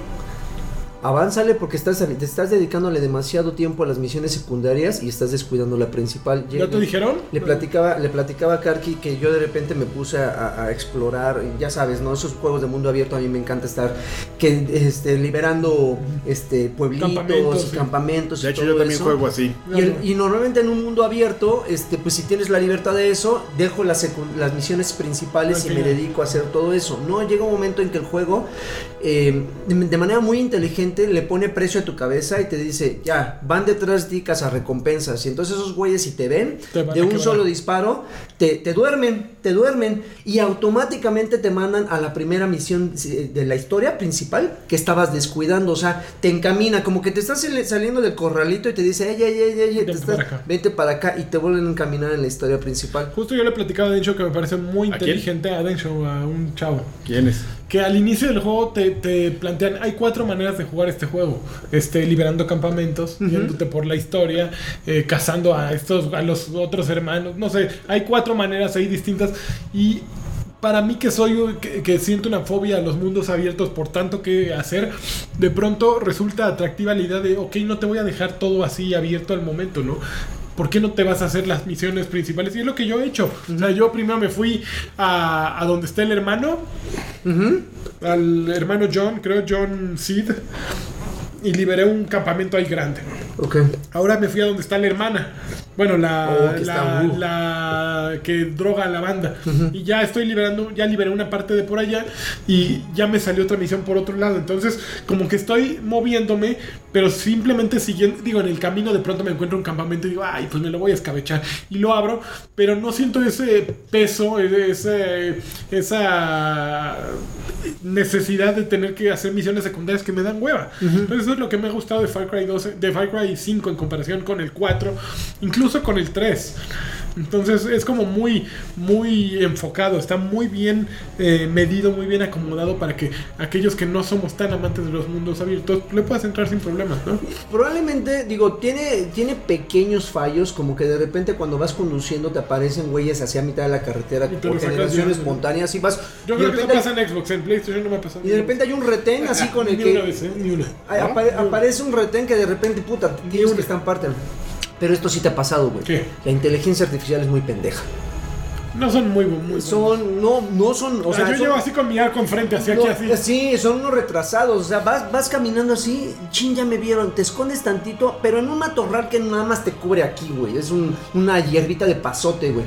avánzale porque estás, te estás dedicándole demasiado tiempo a las misiones secundarias y estás descuidando la principal. ¿Ya te dijeron? Le platicaba, le platicaba a Karki que yo de repente me puse a, a- a explorar, ya sabes, ¿no? Esos juegos de mundo abierto a mí me encanta estar que este, liberando este pueblitos, Campamentos, campamentos, sí. campamentos y De hecho, todo yo también eso. juego así. Y, el- y normalmente en un mundo abierto, este, pues si tienes la libertad de eso, dejo las, secu- las misiones principales Al y me final. dedico a hacer todo eso. No llega un momento en que el juego, eh, de de manera muy inteligente, le pone precio a tu cabeza y te dice, ya, van detrás de ti a recompensas. Y entonces esos güeyes si te ven, Te van a de un quebrar. solo disparo, te, te duermen, te duermen y automáticamente te mandan a la primera misión eh, de la historia principal que estabas descuidando, o sea, te encamina, como que te estás sali- saliendo del corralito y te dice, ey, ey, ey, ey, te Vente estás- para acá". vente para acá y te vuelven a encaminar en la historia principal. Justo yo le platicaba a Dencho que me parece muy ¿A quién? inteligente a Dencho, a un chavo. ¿Quién es? Que al inicio del juego te, te plantean, hay cuatro maneras de jugar este juego. Este, liberando campamentos, yéndote por la historia, eh, cazando a estos, a los otros hermanos, no sé, hay cuatro maneras ahí distintas. Y para mí que soy que, que siento una fobia a los mundos abiertos por tanto que hacer, de pronto resulta atractiva la idea de ok, no te voy a dejar todo así abierto al momento, ¿no? ¿Por qué no te vas a hacer las misiones principales? Y es lo que yo he hecho. O sea, yo primero me fui a, a donde está el hermano, al hermano John, creo John Seed, y liberé un campamento ahí grande. Ok. Ahora me fui a donde está la hermana. Bueno, la, Oh, que la, está, uh. la que droga a la banda. Y ya estoy liberando, ya liberé una parte de por allá y ya me salió otra misión por otro lado. Entonces, como que estoy moviéndome, pero simplemente siguiendo, digo, en el camino de pronto me encuentro un campamento y digo, ay, pues me lo voy a escabechar. Y lo abro, pero no siento ese peso, ese, esa necesidad de tener que hacer misiones secundarias que me dan hueva. Entonces eso es lo que me ha gustado de Far Cry 12, de Far Cry 5 en comparación con el 4, incluso con el 3. Entonces es como muy muy enfocado, está muy bien eh, medido, muy bien acomodado para que aquellos que no somos tan amantes de los mundos abiertos le puedas entrar sin problemas, ¿no? Probablemente, digo, tiene, tiene pequeños fallos, como que de repente cuando vas conduciendo te aparecen güeyes hacia mitad de la carretera Y te por lo sacas generación ya. espontánea, y vas... Yo y de creo que eso repente- pasa en Xbox, en PlayStation no me ha pasado. Ah, Y de repente hay un retén así con el ni que... una vez, ¿eh? ni una. Ay, ¿No? apare- aparece un retén que de repente, puta, tienes que estamparte. Pero esto sí te ha pasado, güey. ¿Qué? La inteligencia artificial es muy pendeja. No son muy bu- muy Son, no, no son, o O sea, sea, yo son- llevo así con mi arco enfrente, así no, aquí así. sí, son unos retrasados. O sea, vas, vas caminando así, chin, ya me vieron, te escondes tantito, pero en un matorral que nada más te cubre aquí, güey. Es un- una hierbita de pasote, güey.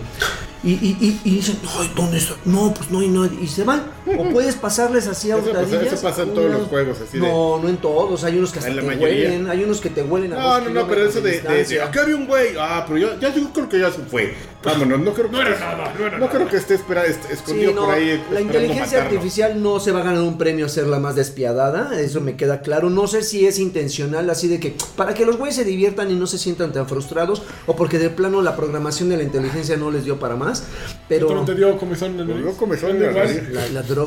Y, y, y, y dicen, ay, ¿dónde está? No, pues no, y no, y se van. O puedes pasarles así a Eso pasa- hurtadillas. eso pasa en todos los unos- juegos, así de- No, no en todos. Hay unos que hasta En la te mayoría. huelen, hay unos que te huelen a No, dos no, no, pero kilómetros eso de, de, de, distancia. acá había un güey. Ah, pero yo, ya yo creo que ya se fue. Vámonos, no creo que. No era nada, no era nada. creo que esté espera, est- Sí, escondido no, Pues por ahí. la esperando inteligencia matarnos. artificial no se va a ganar un premio a ser la más despiadada, eso me queda claro. No sé si es intencional, así de que para que los güeyes se diviertan y no se sientan tan frustrados, o porque de plano la programación de la inteligencia no les dio para más, pero Pero te dio comezón en la Me dio nariz. comezón en ¿Dónde la vas? nariz. la, la droga,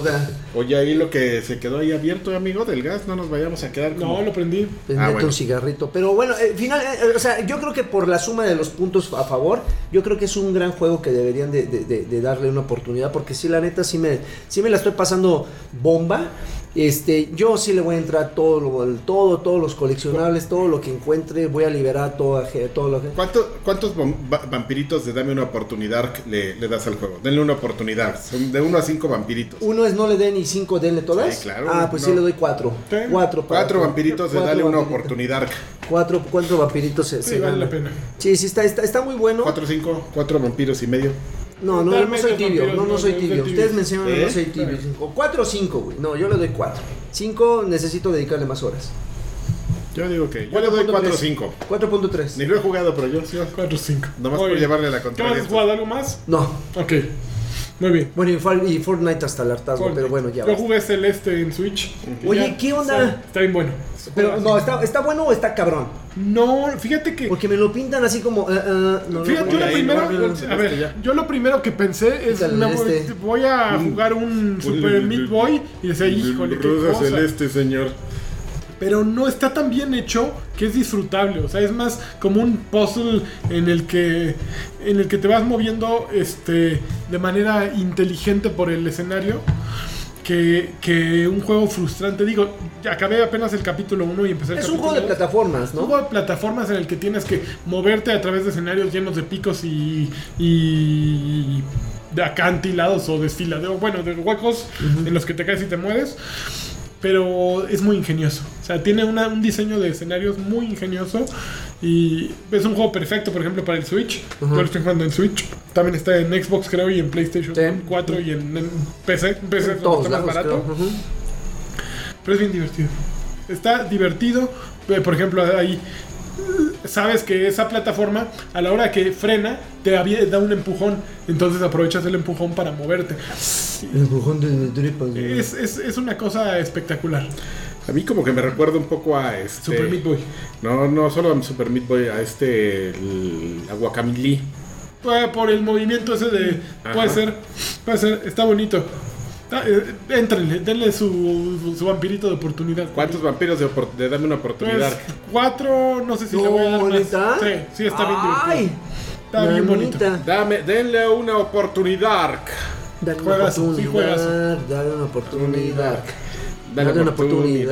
Oye, ahí lo que se quedó ahí abierto, amigo, del gas, no nos vayamos a quedar. No, como- lo prendí. vendete Ah, bueno. un cigarrito. Pero bueno, eh, final, eh, eh, o sea, yo creo que por la suma de los puntos a favor, yo creo que es un gran juego que deberían de, de- de- de darle una oportunidad, porque sí, la neta, sí me, sí me la estoy pasando bomba. Este, yo sí le voy a entrar a todo, lo- el- todo, todos los coleccionables, todo lo que encuentre, voy a liberar todo, todo lo que... ¿Cuánto- ¿Cuántos vam- va- vampiritos de dame una oportunidad le, le das al juego? Denle una oportunidad. Son de uno a cinco vampiritos. Uno es no le den y cinco denle todas. Sí, claro, ah, pues no. sí le doy cuatro. Sí. Cuatro, para- Cuatro vampiritos de cuatro dale una vampiritos. oportunidad. Cuatro, cuatro vampiritos se, Sí, se vale ganan. la pena. Sí, sí, está, está, está muy bueno. Cuatro, cinco, cuatro vampiros y medio. No, no, yo no soy Darme esos tibio, vampiros, no, no, no soy yo soy tibio. tibio. Ustedes mencionan que ¿Eh? no soy tibio. O cuatro o cinco, güey. No, yo le doy cuatro. Cinco, necesito dedicarle más horas. Yo digo que. Yo le doy cuatro o cinco. 4.3. Ni lo he jugado, pero yo sí. 4 5. Nomás por llevarle la ¿Qué más contraria. has jugado? ¿Algo más? No. Ok. Muy bien. Bueno, y, Fal- y Fortnite hasta el hartazgo, Fortnite. pero bueno, ya. Yo basta. jugué Celeste en Switch. que Oye, ¿qué onda? Está, está bien bueno. Pero no, ¿está, ¿está bueno o está cabrón? No, fíjate que. Porque me lo pintan así como... eh, eh, no, no, Fíjate, yo no, lo ahí primero. no, no, no, a ver, ya. yo lo primero que pensé es. Quítale me voy- este. Voy a Mm. jugar un Super Meat Boy. Y decía, híjole, qué Rosa cosa. celeste, señor. pero no está tan bien hecho que es disfrutable. O sea, es más como un puzzle en el que, en el que te vas moviendo este, de manera inteligente por el escenario. Que, que un juego frustrante. Digo, ya acabé apenas el capítulo 1 y empecé el Es un capítulo juego de dos. plataformas, ¿no? ¿no? Hubo plataformas en el que tienes que moverte a través de escenarios llenos de picos y, y de acantilados o desfiladeros, bueno, de huecos en los que te caes y te mueres. Pero es muy ingenioso. O sea, tiene una- un diseño de escenarios muy ingenioso. Y es un juego perfecto, por ejemplo, para el Switch. Ujú. Yo lo estoy jugando en Switch. También está en Xbox, creo, y en PlayStation Sí. 4 y en, en PC. PC es donde Todos está más lados, barato. creo. Ujú. Pero es bien divertido. Está divertido. eh, Por ejemplo, ahí eh, sabes que esa plataforma, a la hora que frena, te avie- da un empujón. Entonces aprovechas el empujón para moverte. El empujón de tripas, güey. Es, es- es una cosa espectacular. A mí como que me recuerda un poco a este... Super Meat Boy. No, no solo a Super Meat Boy, a este... el- a Guacamole. Fue Pues, Por el movimiento ese de. Ajá. Puede ser. Puede ser. Está bonito. Está- eh, Éntrenle. Denle su, su- su vampirito de oportunidad. ¿Cuántos vampiros de, opor- de Dame una Pues, oportunidad? cuatro. No sé si le voy a dar No, más. ¿neta? Sí, sí, está bien divertido. Ay, Está bien bonito. mamita. Dame, denle una oportunidad. Dale una Juegazo, sí, oportunidad, juegazo. dale una oportunidad. Dale Dale una oportunidad,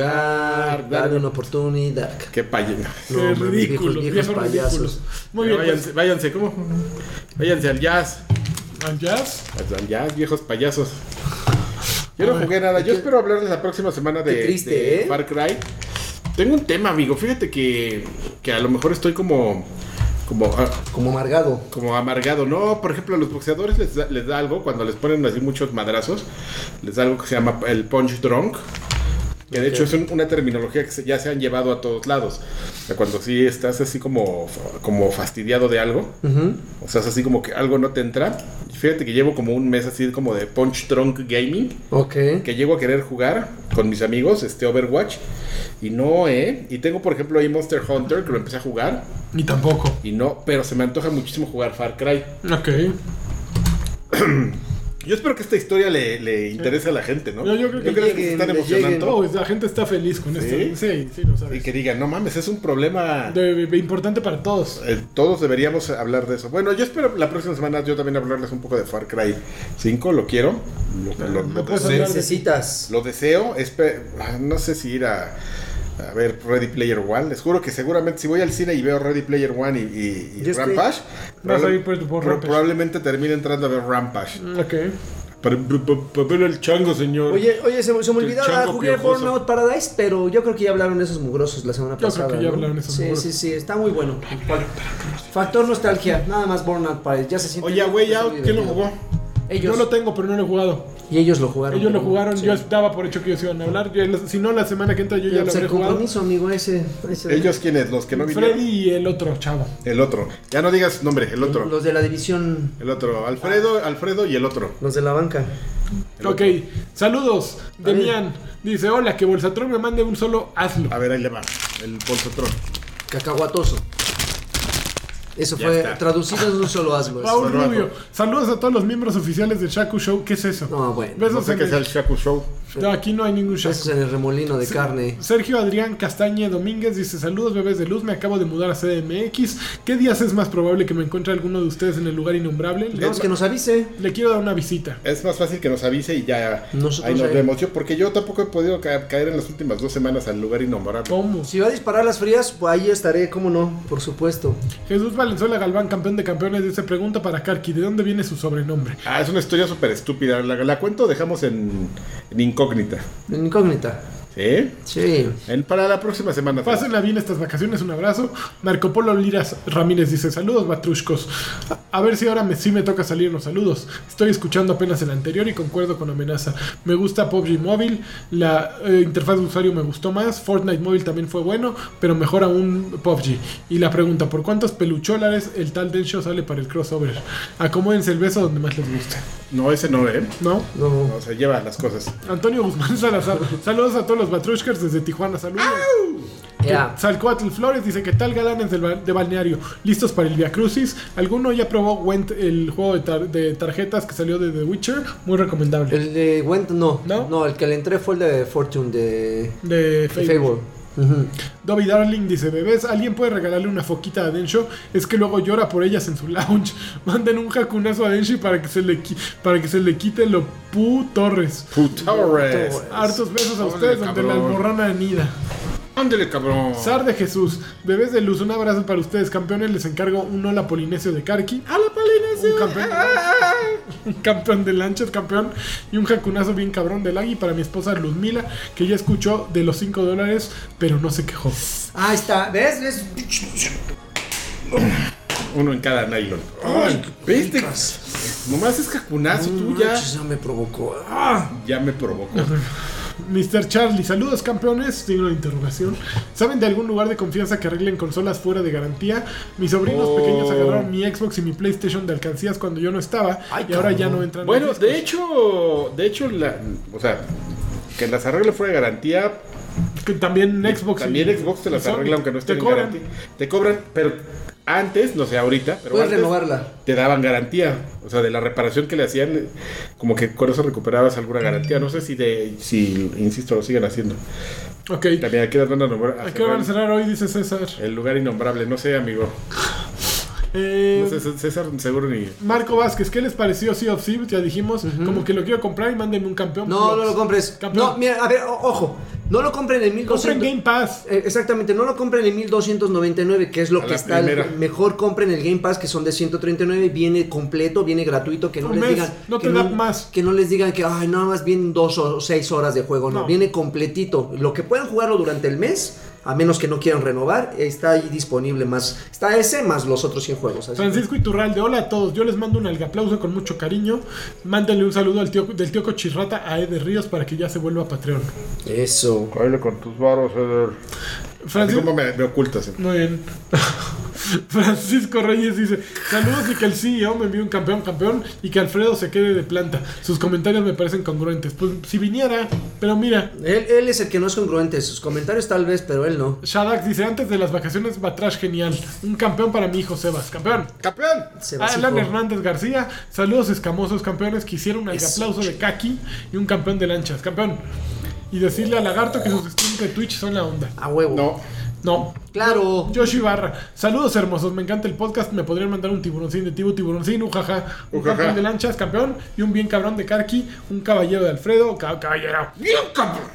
dale oportunidad, dale una oportunidad. Qué página. Qué No, mames, viejos- ridículos, viejos, viejos ridículos. payasos. Muy bien, váyanse, váyanse, ¿cómo? Váyanse al jazz. pues, al jazz. Al jazz, viejos payasos. Yo no jugué nada. Yo espero hablarles la próxima semana de, Qué triste, de ¿eh? Far Cry. Tengo un tema, amigo. Fíjate que, que a lo mejor estoy como. Como, ah, Como amargado. como amargado, ¿no? Por ejemplo, a los boxeadores les da, les da algo, cuando les ponen así muchos madrazos, les da algo que se llama el punch drunk. Que de hecho es un- una terminología que se- ya se han llevado a todos lados. O sea, cuando sí estás así como, como fastidiado de algo, Ujú. o sea, es así como que algo no te entra. Y Fíjate que llevo como un mes así como de punch drunk gaming, Ok. que llego a querer jugar con mis amigos, este Overwatch, y no, ¿eh? Y tengo, por ejemplo, ahí Monster Hunter, que lo empecé a jugar, Ni tampoco. y no, pero se me antoja muchísimo jugar Far Cry. Ok. Yo espero que esta historia le, le interese a la gente, ¿no? Yo- yo creo que creo que lleguen, se están les emocionando No, la gente está feliz con ¿Sí? esto. Sí, sí, lo y sabes. que digan, no mames, es un problema. De- de- importante para todos. Eh, todos deberíamos hablar de eso. Bueno, yo espero la próxima semana yo también hablarles un poco de Far Cry 5, lo quiero. Lo, lo- lo puedes deseo. hablar de- Necesitas. Lo deseo, espe- ah, no sé si ir a, a ver Ready Player One. Les juro que seguramente si voy al cine y veo Ready Player One y, y- y Yo estoy- Rampage, Vas a probable- ir por- por pro- Rampage. probablemente termine entrando a ver Rampage. Mm, Ok. Para, para- para ver el chango, señor. Oye, oye, se, me- se me El olvidaba, chango jugué piojoso. Burnout Paradise, pero yo creo que ya hablaron esos mugrosos la semana creo pasada. que ya ¿no? hablaron esos Sí, mugrosos. sí, sí, está muy bueno. Factor nostalgia, nada más Burnout Paradise, ya se siente. Oye, güey, ya, out, ¿quién lo jugó? Ellos. Yo lo tengo, pero no lo he jugado. y ellos lo jugaron. Ellos lo pero- jugaron, sí. yo estaba por hecho que ellos iban a hablar. Yo- si no, la semana que entra yo ya Pero, lo pues, habré el jugado. compromiso, amigo, ese. ese- ¿Ellos quiénes? ¿Los que no vinieron? Freddy y el otro chavo. El otro. Ya no digas nombre, el otro. Los de la división, El otro. Alfredo, Alfredo y el otro. los de la banca. El Ok, otro. saludos. bien. Demian dice: Hola, que Bolsatrón me mande un solo hazlo. A ver, ahí le va. El polsotrón. Cacahuatoso. Eso Ya fue está. traducido en un solo asmo. eso. Raúl Solo Rubio, saludos a todos los miembros oficiales del Shaku Show. ¿Qué es eso? No, bueno. Besos No sé en qué el- sea el Shaku Show. No, aquí no hay ningún Besos Shaku. en el remolino de carne. Sergio Adrián Castañe Domínguez dice: Saludos, bebés de luz. Me acabo de mudar a CDMX. ¿Qué días es más probable que me encuentre alguno de ustedes en el lugar innombrable? Le, Vamos, que nos avise. le quiero dar una visita. Es más fácil que nos avise y ya Nosotros ahí nos ahí. vemos. Yo, porque yo tampoco he podido ca- caer en las últimas dos semanas al lugar innombrable. ¿Cómo? Si va a disparar las frías, pues ahí estaré, cómo no, por supuesto. Jesús Valenzuela Galván, campeón de campeones, dice: Pregunta para Karki: ¿de dónde viene su sobrenombre? Ah, es una historia súper estúpida. La, la cuento, dejamos en, en incógnita. En incógnita. ¿Sí? Sí. En- para la próxima semana. Pásenla bien estas vacaciones, un abrazo. Marco Polo Liras Ramírez dice: Saludos, batruscos. A a ver si ahora me, sí me toca salir en los saludos. Estoy escuchando apenas el anterior y concuerdo con amenaza. Me gusta PUBG Mobile, la eh, interfaz de usuario me gustó más. Fortnite Mobile también fue bueno, pero mejor aún PUBG. Y la pregunta: ¿por cuántos pelucholares el tal Densho sale para el crossover? Acomódense el beso donde más les guste, No, ese no, ¿eh? ¿no? No. No, se lleva las cosas. Antonio Guzmán Salazar, saludos a todos los Batrushkers desde Tijuana, saludos. Ya. Salcoatl Flores dice que tal galanes del ba- de balneario, listos para el Via Crucis. ¿Alguno ya probó Went, el juego de, tar- de tarjetas que salió de The Witcher? Muy recomendable. El de Went, no. ¿No? el que le entré fue el de Fortune de de de Facebook. Fable. Ujú. Dobby Darling dice, bebés, ¿alguien puede regalarle una foquita a Densho? Es que luego llora por ellas en su lounge. Manden un jacunazo a Denshi para que se le, qui- para que se le quite lo pu Torres. Putores. Hartos besos a Órale, ustedes ante la cabrón. Oh. almorrana anida. Ándele, cabrón. Sar de Jesús, bebés de luz, un abrazo para ustedes, campeones. Les encargo un hola polinesio de Karki. ¡Hola polinesio! Un campeón, un campeón de lanchas, campeón. Y un jacunazo bien cabrón de Lagui para mi esposa Luzmila, que ya escuchó de los 5 dólares, pero no se quejó. Ahí está, ¿ves? ¿Ves? Uno en cada nylon. Ay, ¿Viste? Nomás es jacunazo, tú ya. Manches, ya me provocó. ¡Ah! Ya me provocó. Mr. Charlie, saludos campeones, signo de interrogación. ¿Saben de algún lugar de confianza que arreglen consolas fuera de garantía? Mis sobrinos Oh. pequeños agarraron mi Xbox y mi PlayStation de alcancías cuando yo no estaba Ay, y ahora ya cabrón. no entran. Bueno, los de discos. hecho, de hecho, la, o sea, que las arregle fuera de garantía. Que también Xbox. y- También Xbox te las y Sony arregla aunque no esté te en cobran. garantía. Te cobran, pero antes, no sé, ahorita, pero Puedes antes renovarla. te daban garantía. O sea, de la reparación que le hacían, como que con eso recuperabas alguna garantía. No sé si, de, si insisto, lo siguen haciendo. Ok. También aquí las van a nombrar. a ¿A qué hora van a cerrar cerrar hoy? Dice César. El lugar innombrable, no sé, amigo. Eh, No sé, César seguro ni. Marco Vázquez, ¿qué les pareció Sea of Thieves? Ya dijimos, como que lo quiero comprar y mándenme un campeón. No, no Props. lo compres. Campeón. No, mira, a ver, o- ojo. No lo compren en Compren 1200. Game Pass. Eh, Exactamente, no lo compren en 1299, que es lo A que la está el- primera. mejor. Compren el Game Pass, que son de 139, viene completo, viene gratuito, que no Un les mes, digan. no que te da más. Que no les digan que, ay, nada más vienen dos o seis horas de juego, no, No. viene completito. Lo que puedan jugarlo durante el mes, a menos que no quieran renovar, está ahí disponible más. Está ese más los otros 100 juegos. así que- Francisco Iturralde, hola a todos. Yo les mando un algaplauso con mucho cariño. Mándenle un saludo al tío, del tío Cochirrata a Eder Ríos para que ya se vuelva Patreon. Eso. Baile con tus varos, César. Así Francisco. como me, me ocultas. eh. Muy bien. Francisco Reyes dice: Saludos y que el CEO me envíe un campeón, campeón y que Alfredo se quede de planta. Sus comentarios me parecen congruentes. Pues si viniera, pero mira, Él, él es el que no es congruente, sus comentarios tal vez, pero él no. Shadax dice, antes de las vacaciones, Batrash genial. Un campeón para mi hijo Sebas. Campeón. ¡Campeón! Sebas, Ah, Alan hijo. Hernández García. Saludos escamosos campeones. Quisiera un Eso, aplauso de Kaki y un campeón de lanchas. Campeón. Y decirle a Lagarto que sus streams de Twitch son la onda. A huevo. No. No. Claro. Yoshi Barra. Saludos hermosos. Me encanta el podcast. Me podrían mandar un tiburoncín de tibu tiburoncín. Ujaja. Un Ujaja. campeón de lanchas, campeón. Y un bien cabrón de Karki. Un caballero de Alfredo. ca- caballero.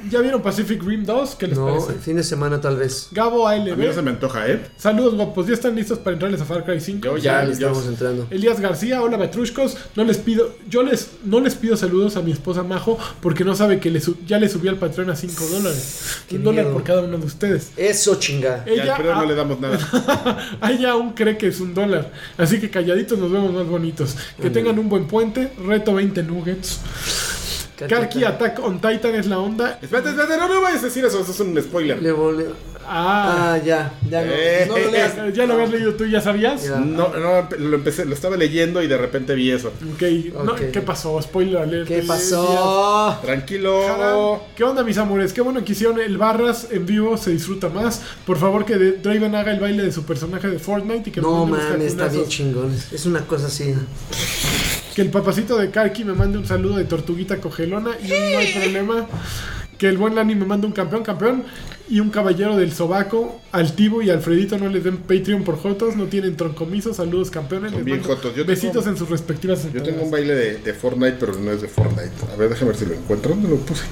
¿Ya vieron Pacific Rim 2? ¿Qué les No, el parece? fin de semana tal vez. Gabo A mí no se ALB. me antoja, ¿eh? Saludos guapos, ya están listos para entrarles a Far Cry 5. Yo ya, le yo- estamos entrando. Elías García, hola Betrushkos, no les pido, yo les, no les pido saludos a mi esposa Majo porque no sabe que le sub- ya le subí al patrón a 5 dólares. Qué Un dólar miedo. por cada uno de ustedes. Eso chinga. ya Ella, al Pedro a- no le damos nada. a ella aún cree que es un dólar. Así que calladitos nos vemos más bonitos. Que tengan un buen puente, reto 20 nuggets. Karki Attack on Titan es la onda. Espérate, espérate, no, no vayas a decir eso, eso es un spoiler. Le volé- Ah, Ah, ya, ya no. Eh. No lo leas. ya lo habías leído tú, ya sabías. Ah. Ya. No, no, lo empecé, lo estaba leyendo y de repente vi eso. Ok, no, Ok. ¿qué pasó? Spoiler alert. ¿Qué pasó? Tranquilo. ¿Qué onda, mis amores? Qué bueno que hicieron el Barras en vivo, se disfruta más. Por favor, que de- Draven haga el baile de su personaje de Fortnite y que me No mande unos mames, está bien jacunazos. chingón. Es una cosa así. Que el papacito de Karki me mande un saludo de tortuguita cogelona y un no hay problema. Que el buen Lani me mande un campeón, campeón y un caballero del sobaco. Altivo y Alfredito no les den Patreon por Jotos, no tienen troncomiso. Saludos, campeones. Son Les bien mando jotos. Yo tengo- Besitos en sus respectivas Yo tengo un entradas. baile de, de Fortnite, pero no es de Fortnite. A ver, déjame ver si lo encuentro. ¿Dónde lo puse?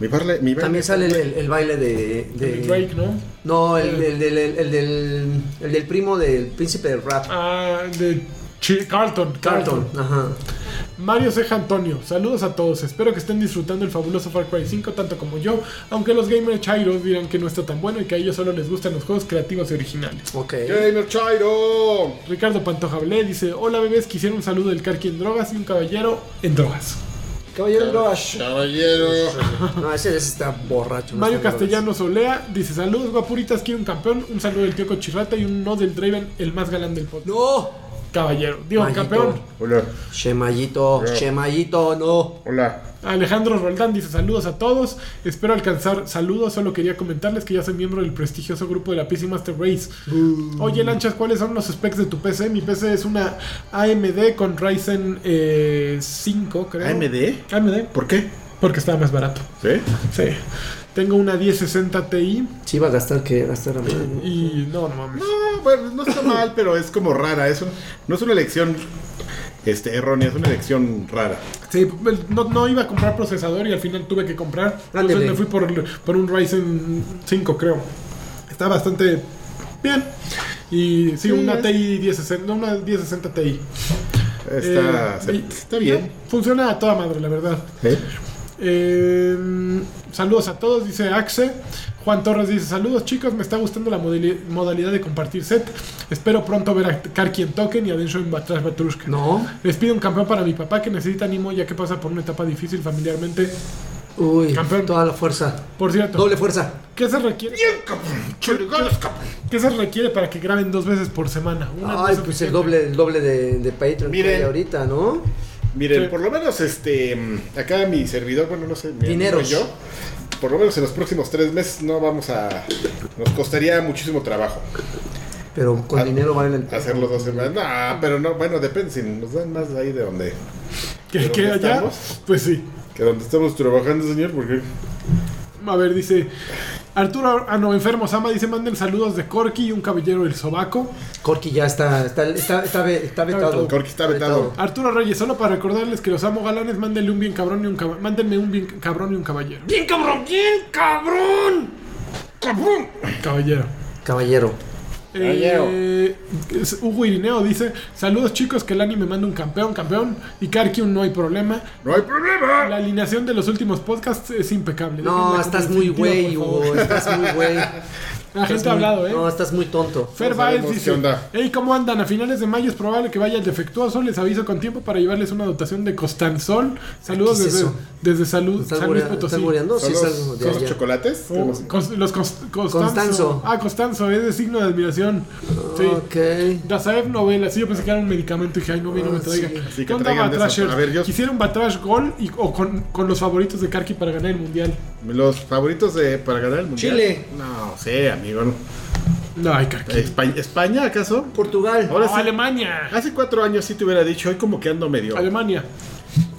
Mi baile, mi baile. También sale el, el- el baile de. de- El Drake, ¿no? Eh. No, el, del- del- el- el del, el del primo del príncipe del rap. Ah, de Chi- Carlton. Carlton. Ajá. Mario Ceja Antonio, saludos a todos. Espero que estén disfrutando el fabuloso Far Cry 5 tanto como yo, aunque los gamers chairos dirán que no está tan bueno y que a ellos solo les gustan los juegos creativos y originales. Ok. Gamer Chairo. Ricardo Pantoja Blé dice, hola bebés, quisiera un saludo del Karki en drogas y un caballero en drogas. Caballero del Rush. Caballero. No, ese, ese está borracho. no Mario está en drogas. Castellanos Olea dice, saludos guapuritas, quiero un campeón, un saludo del tío Cochirrata y un no del Draven, el más galán del podcast. No. Caballero, digo, Maldito. campeón. Hola, Chemayito, Chemayito, no. hola. Alejandro Roldán dice saludos a todos, espero alcanzar saludos, solo quería comentarles que ya soy miembro del prestigioso grupo de la PC Master Race. Oye Lanchas, ¿cuáles son los specs de tu PC? Mi PC es una AMD con Ryzen eh, 5, creo. ¿AMD? AMD. ¿Por qué? Porque estaba más barato. ¿Sí? Sí. Tengo una 1060 Ti Sí, va a gastar que gastar a madre, ¿no? y no, no mames. No, bueno, no está mal, pero es como rara. Eso no es una elección este, errónea, es una elección rara. Sí, pues, no, no iba a comprar procesador y al final tuve que comprar. Ándele. Entonces me fui por, por un Ryzen 5, creo. Está bastante bien. Y sí, una es- TI 1060, no, una 1060 Ti. Está, Eh, se- y- está bien. Funciona a toda madre, la verdad. ¿Eh? Eh, saludos a todos, dice Axe. Juan Torres dice: Saludos chicos, me está gustando la modeli- modalidad de compartir set. Espero pronto ver a Karki en Token y a Densho en Batrash Batrushka. No. Les pido un campeón para mi papá que necesita ánimo ya que pasa por una etapa difícil familiarmente. Uy, Campeón. toda la fuerza. Por cierto, Doble fuerza. ¿qué se requiere? ¿Qué se requiere para que graben dos veces por semana? Una no Ay, es pues suficiente. el doble, el doble de, de Patreon que Miren. hay ahorita, ¿no? Miren, Sí. por lo menos este mm, acá mi servidor, bueno, no sé, mi amigo Dineros. y yo, por lo menos en los próximos tres meses no vamos a. Nos costaría muchísimo trabajo Pero con Ah, dinero vale el hacerlo dos semanas. No, pero no, bueno, depende si nos dan más ahí de donde. ¿Que ¿Pero que dónde allá? estamos? Pues sí. Que donde estamos trabajando, señor, porque. A ver, dice Arturo a no enfermo Sama dice manden saludos de Corky y un caballero del sobaco. Corky ya está, está, está, está, ve- está vetado. vetado. Corky está vetado. Arturo Reyes, solo para recordarles que los amo galanes, mándenle un bien cabrón y un caba- mándenme un bien cabrón y un caballero. ¡Bien cabrón! ¡Bien cabrón! ¡Cabrón! Caballero. Caballero. Eh, es- Hugo Irineo dice, saludos chicos, que el anime manda un campeón, campeón, y Karki un no hay problema. ¡No hay problema! La alineación de los últimos podcasts es impecable. No, Déjenla estás con muy sentido, güey, por Hugo. favor. Estás muy güey. La gente Estás ha muy- hablado, ¿eh? No, estás muy tonto. Fer No Baez sabemos dice, qué onda. "Ey, ¿cómo andan? A finales de mayo es probable que vaya el defectuoso. Les aviso con tiempo para llevarles una dotación de Costanzol. Saludos ¿Qué es desde, eso? desde Salud, ¿Estás San Luis gurea- Potosí. estás gureando? ¿Son Sí, los, es algo. son Ya, los ya. chocolates? Oh, Tenemos- cons- los cons- Costanzo. Constanzo. Ah, Costanzo, es de signo de admiración. Sí. Ok. Dazaev novela, sí, yo pensé que era un medicamento y dije, ay, no, mira, no me Ah, traigan. sí. Sí, que ¿Qué onda traigan de esas. Batrashers? A ver, yo- Quisiera un Batrash Gol y, o con, con los favoritos de Karki para ganar el mundial. Los favoritos de, para ganar el mundial. Chile. No, sé, amigo. no. No, ay, Karki. Espa- ¿España acaso? Portugal. Eh, Ahora No, sí. Alemania. Hace cuatro años sí te hubiera dicho, hoy como que ando medio. Alemania.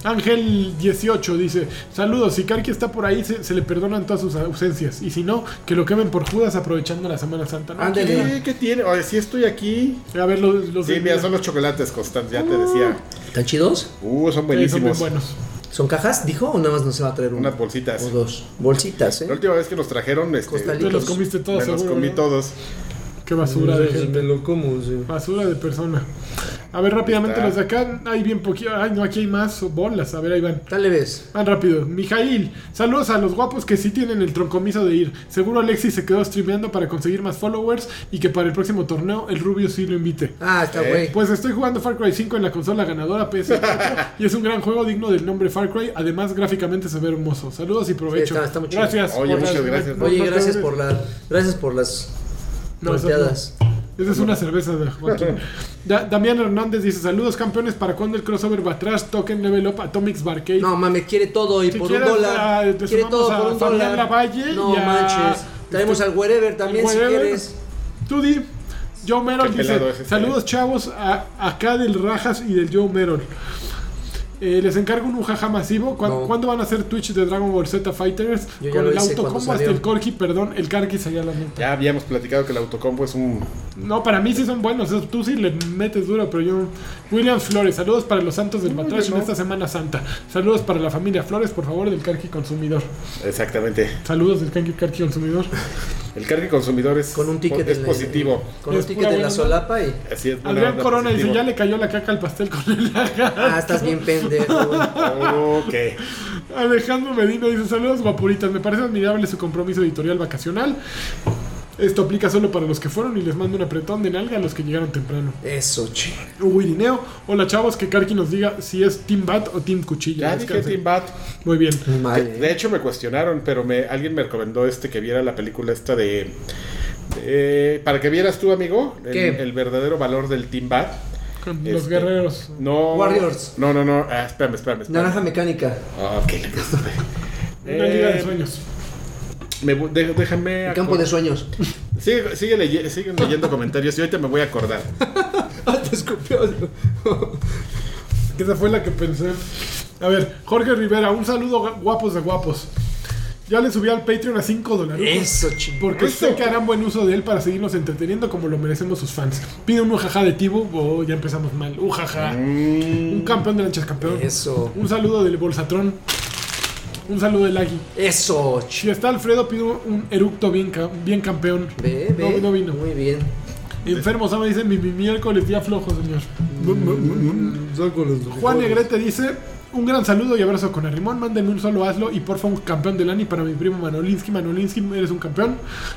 Ángel 18 dice, saludos, si Karki está por ahí se, se le perdonan todas sus ausencias y si no, que lo quemen por Judas aprovechando la Semana Santa. ¿no? Ándale. ¿Qué, ¿Qué tiene? Oye, sí estoy aquí. A ver los... los Sí, de- mira, son los chocolates, Constanz, ya te decía. ¿Están chidos? Uh, son Eh, son bien buenísimos. buenos. ¿Son cajas, dijo? ¿O nada más nos va a traer una? Unas bolsitas. O dos. Bolsitas, La ¿eh? última vez que nos trajeron, este, Costalito. Te los Ricos. comiste todos, me los seguro, comí ¿no? todos. Qué basura de gente. lo como, sí. Basura de persona. A ver, rápidamente Ahí los de está. acá. Hay bien poquito. Ay, no, aquí hay más bolas. A ver, ahí van. Tal vez. Van rápido. Mijail, saludos a los guapos que sí tienen el troncomiso de ir. Seguro Alexis se quedó streameando para conseguir más followers y que para el próximo torneo el Rubio sí lo invite. Ah, está Eh, güey. Pues estoy jugando Far Cry 5 en la consola ganadora PS4 y es un gran juego digno del nombre Far Cry. Además, gráficamente se ve hermoso. Saludos y Sí, provecho. está- está muy chido. gracias. Oye, por muchas las- gracias. por- Oye, gracias por la, gracias por las No, eso no. volteadas. Esa es una cerveza de Joaquín. Da- Damián Hernández dice: Saludos campeones, ¿para cuándo el crossover Batrash Token Level Up Atomics Barcade? No, mames, quiere todo y Si por quieres, un dólar. ah, te quiere sumamos todo a por un Fabián dólar. Lavalle no y a- manches. Traemos este- al wherever también si Whatever. quieres. Tú di. Joe Merol Qué dice: pelado es este. Saludos chavos a- acá del Rajas y del Joe Merol. Eh, les encargo un ujaja masivo. ¿Cuán- No. ¿Cuándo van a hacer Twitch de Dragon Ball Z Fighters? Yo ya Con lo el hice cuando autocombo hasta salió. el Corki, perdón, el Karki sería la neta. Ya habíamos platicado que el autocombo es un. No, para mí sí son buenos. eso Tú sí le metes duro, pero yo. William Flores, saludos para los santos del Batrash en esta Semana Santa. Saludos para la familia Flores, por favor, del Carqui Consumidor. Exactamente. Saludos del Carqui Carqui Consumidor. El cargue consumidor es, Con un ticket es en la- positivo. Con un Es ticket pura en la buena solapa y. Así es. buena Adrián onda, Corona dice: positivo. Ya le cayó la caca al pastel con el lagar. Ah, estás bien pendejo, güey. Ok. Alejandro Medina dice: Saludos, guapuritas. Me parece admirable su compromiso editorial vacacional. Esto aplica solo para los que fueron y les mando un apretón de nalga a los que llegaron temprano. Eso, che. Hugo Irineo, hola chavos, que Karki nos diga si es Team Bat o Team Cuchilla. Ya dije Descansen. Team Bat. Muy bien. Mal. De hecho, me cuestionaron, pero me, alguien me recomendó este que viera la película esta de. de- para que vieras tú, amigo, el, ¿Qué? el verdadero valor del Team Bat. Con los Este, guerreros. No. Warriors. No, no, no. Ah, espérame, espérame. espérame. Naranja mecánica. Ah, ok. Una liga de Eh, sueños. me bu- de- déjame. El campo de acor- sueños. Sigue, sigue, leye- siguen leyendo comentarios y ahorita me voy a acordar. Ah, te escupió. Esa fue la que pensé. A ver, Jorge Rivera, un saludo gu- guapos de guapos. Ya le subí al Patreon a 5 dólares. Eso, chingón. Porque Eso. sé que harán buen uso de él para seguirnos entreteniendo como lo merecemos sus fans. Pide un ujaja de Tibu. Oh, ya empezamos mal. Ujaja. Un Mm. campeón de lanchas campeón. Eso. Un saludo del Bolsatrón. Un saludo del Agui. Eso, Si chingón. está Alfredo, pido un eructo bien, ca- bien campeón. Ve, ve. No, no vino. Muy bien. Enfermo, Sama dice, mi, mi miércoles día flojo, señor. mm, Juan Negrete dice, un gran saludo y abrazo con Arrimón, mándenme un solo hazlo y porfa un campeón del ANI para mi primo Manolinsky. Manolinsky, eres un campeón.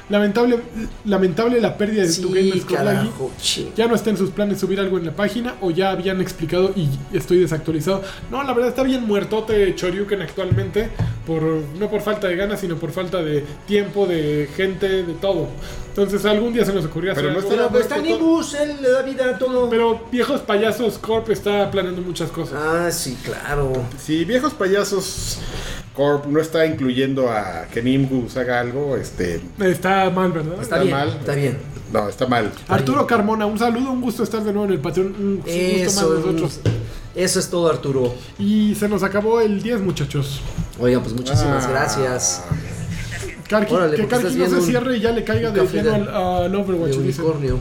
Lamentable, lamentable la pérdida de tu ¿eh? Gamers Sí, Club Lagui. carajo, chingón. Ya no está en sus planes subir algo en la página o ya habían explicado y estoy desactualizado. No, la verdad está bien muertote Choryuken actualmente, por, no por falta de ganas, sino por falta de tiempo, de gente, de todo. Entonces algún día se nos ocurrió hacer Pero no algo. estará- Pero pues, está Nibus, él le da vida a todo. Pero Viejos Payasos Corp está planeando muchas cosas. Ah, sí, claro. Si Viejos Payasos Corp no está incluyendo a que Nimbus haga algo, este. Está mal, Está, ¿verdad? Está bien, mal. está bien. No, está mal. Arturo Carmona, un saludo, un gusto estar de nuevo en el Patreon. Un un gusto más Eso, nosotros. eso es todo, Arturo. Y se nos acabó el 10, muchachos. Oigan, pues muchísimas Ah. gracias. Karki, Órale, que porque estás Karki no se viendo un- cierre y ya le caiga un de café lleno de- al, al Overwatch. De dicen. unicornio.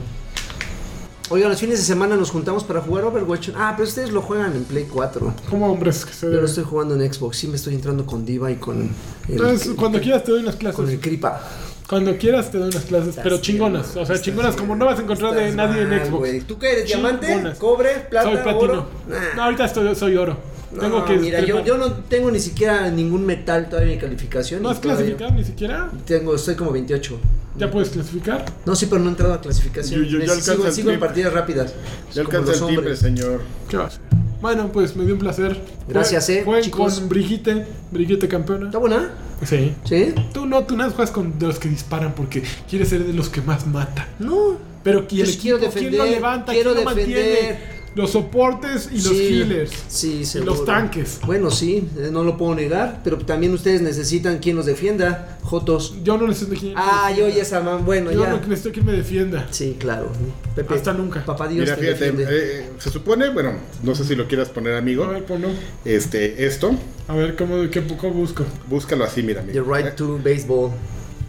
Oigan, los fines de semana nos juntamos para jugar Overwatch. Ah, pero ustedes lo juegan en Play 4. Como hombres que se Yo lo estoy jugando en Xbox. Sí, me estoy entrando con Diva y con el, Entonces, Ah, cuando quieras te doy unas con el clases. Cripa. Cuando quieras te doy unas clases, pero Estás chingonas. bien, O sea, estás chingonas como bien, no vas a encontrar de estás nadie en mal, Xbox. güey. ¿Tú qué eres? Chingonas. ¿Diamante? ¿Cobre? ¿Plata? Soy platino. ¿Oro? Nah. No, ahorita estoy, soy oro. No, Tengo que. mira, yo, trepar. yo no tengo ni siquiera ningún metal todavía en mi calificación. ¿No y has todavía- clasificado ni siquiera? Tengo, estoy como 28. ¿Ya puedes clasificar? No, sí, pero no he entrado a clasificación. Yo- yo- yo Neces- alcanzo sigo el sigo en triple. partidas rápidas. Ya como alcanza los el timbre, hombres. señor. ¿Qué va a hacer? Bueno, pues me dio un placer. Gracias, Jue- eh, Jueguen chicos. con Brigitte, Brigitte campeona. ¿Está buena? Sí. ¿Sí? Tú no, tú nada más juegas con de los que disparan porque quieres ser de los que más mata. No. Pero ¿quién, Yo sí quiero ¿quién lo defender, levanta? quiero ¿Quién lo mantiene? defender. Los soportes y los Sí, healers. Sí, Y seguro. los tanques. Bueno, sí, eh, no lo puedo negar, pero también ustedes necesitan quien los defienda, Jotos. Yo no necesito quien. Ah, yo y esa man, bueno, Yo ya. no necesito quien me defienda. Sí, claro. Pepe, Hasta nunca. Papá Dios Mira, te fíjate, defiende. eh, se supone, bueno, no sé si lo quieras poner, A amigo. ver, ponlo. Este, esto, A ver, ¿cómo, qué, poco busco? búscalo así, mira, amigo. The right to baseball. eh,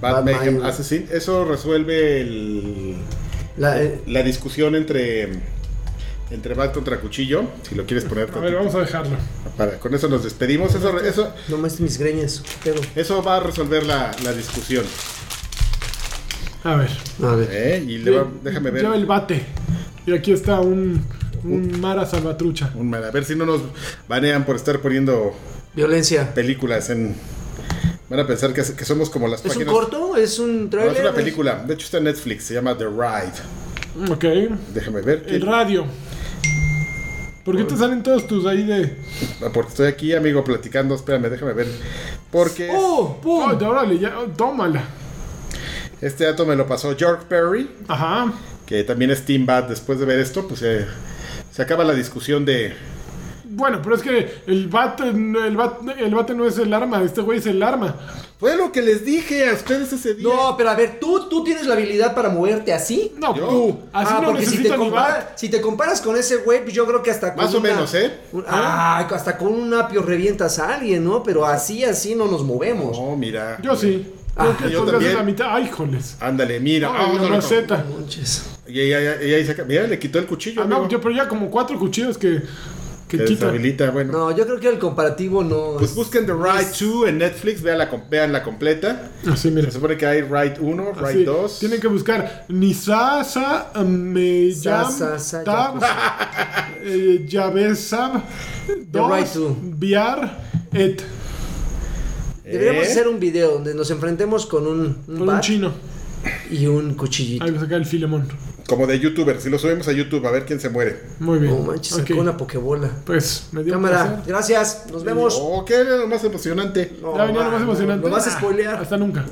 Bad Bad Mayhem Mayhem. Assassin. Eso resuelve el- La, eh, la discusión entre entre bat contra cuchillo, si lo quieres poner. A ver, tantito. vamos a dejarlo. Para- con eso nos despedimos. Eso, eso, no más mis greñas, pero. eso va a resolver la, la discusión. A ver. A ver. ¿eh? Y le va- déjame ver. Lleva el bate. Y aquí está un, un Mara Salvatrucha. Un mal- a ver si no nos banean por estar poniendo Violencia. eh, películas en. Van a pensar que, que somos como las ¿Es un páginas. corto? ¿Es un No, trailer? es una película. De hecho está en Netflix. Se llama The Ride. Ok. Déjame ver. El radio. ¿Por qué te salen todos tus ahí de.? Ah, Porque estoy aquí, amigo, platicando. Espérame, déjame ver. Porque ¡Oh! ¡Pum! Oh, órale, ya, oh, tómala. este dato me lo pasó York Perry, Ajá. que también es Team Bad. Después de ver esto, pues eh, se acaba la discusión de. Bueno, pero es que el bate, el bate, el bate no es el arma, este güey es el arma. Fue lo que les dije a ustedes ese día. No, pero a ver, ¿tú, tú tienes la habilidad para moverte así. No, Yo. tú. Así ah, no porque si necesito te, ni bat. compara- si te comparas con ese güey, pues yo creo que hasta con Más o una- menos, ¿eh? un- ah, hasta con un apio revientas a alguien, ¿no? Pero así, así no nos movemos. No, mira. Yo sí. Creo Ah, que yo podría también. ser la mitad. Ay, joles. Ándale, mira. Ah, vámonos, la loco. maceta. No manches. Y ella, ella- ella dice que- mira, le quitó el cuchillo. Ah, no, amigo. yo, pero ya como cuatro cuchillos que, que Que quitan. deshabilita, bueno. No, yo creo que el comparativo no. Pues es- busquen The Ride 2 en Netflix, vean la, com- vean la completa. Así, Ah, mira. Se supone que hay Ride 1, Ride Así. 2. Tienen que buscar Nisasa, Meyam, Sa, sa, sa, Tab, eh, Yavesab, right Dos, to. Viar, Et. Deberíamos ¿Eh? hacer un video donde nos enfrentemos con un, un Con un bat chino. y un cuchillito. Ahí va a sacar el Filemón. Como de youtuber, si lo subimos a YouTube, a ver quién se muere. Muy bien. No manches, Ok. sacó una pokebola. Pues me dio un Cámara, placer. gracias, nos vemos. Oh, qué era lo más emocionante. No, ya venía lo va, más emocionante. Lo vas a Ah, spoilear. Hasta nunca.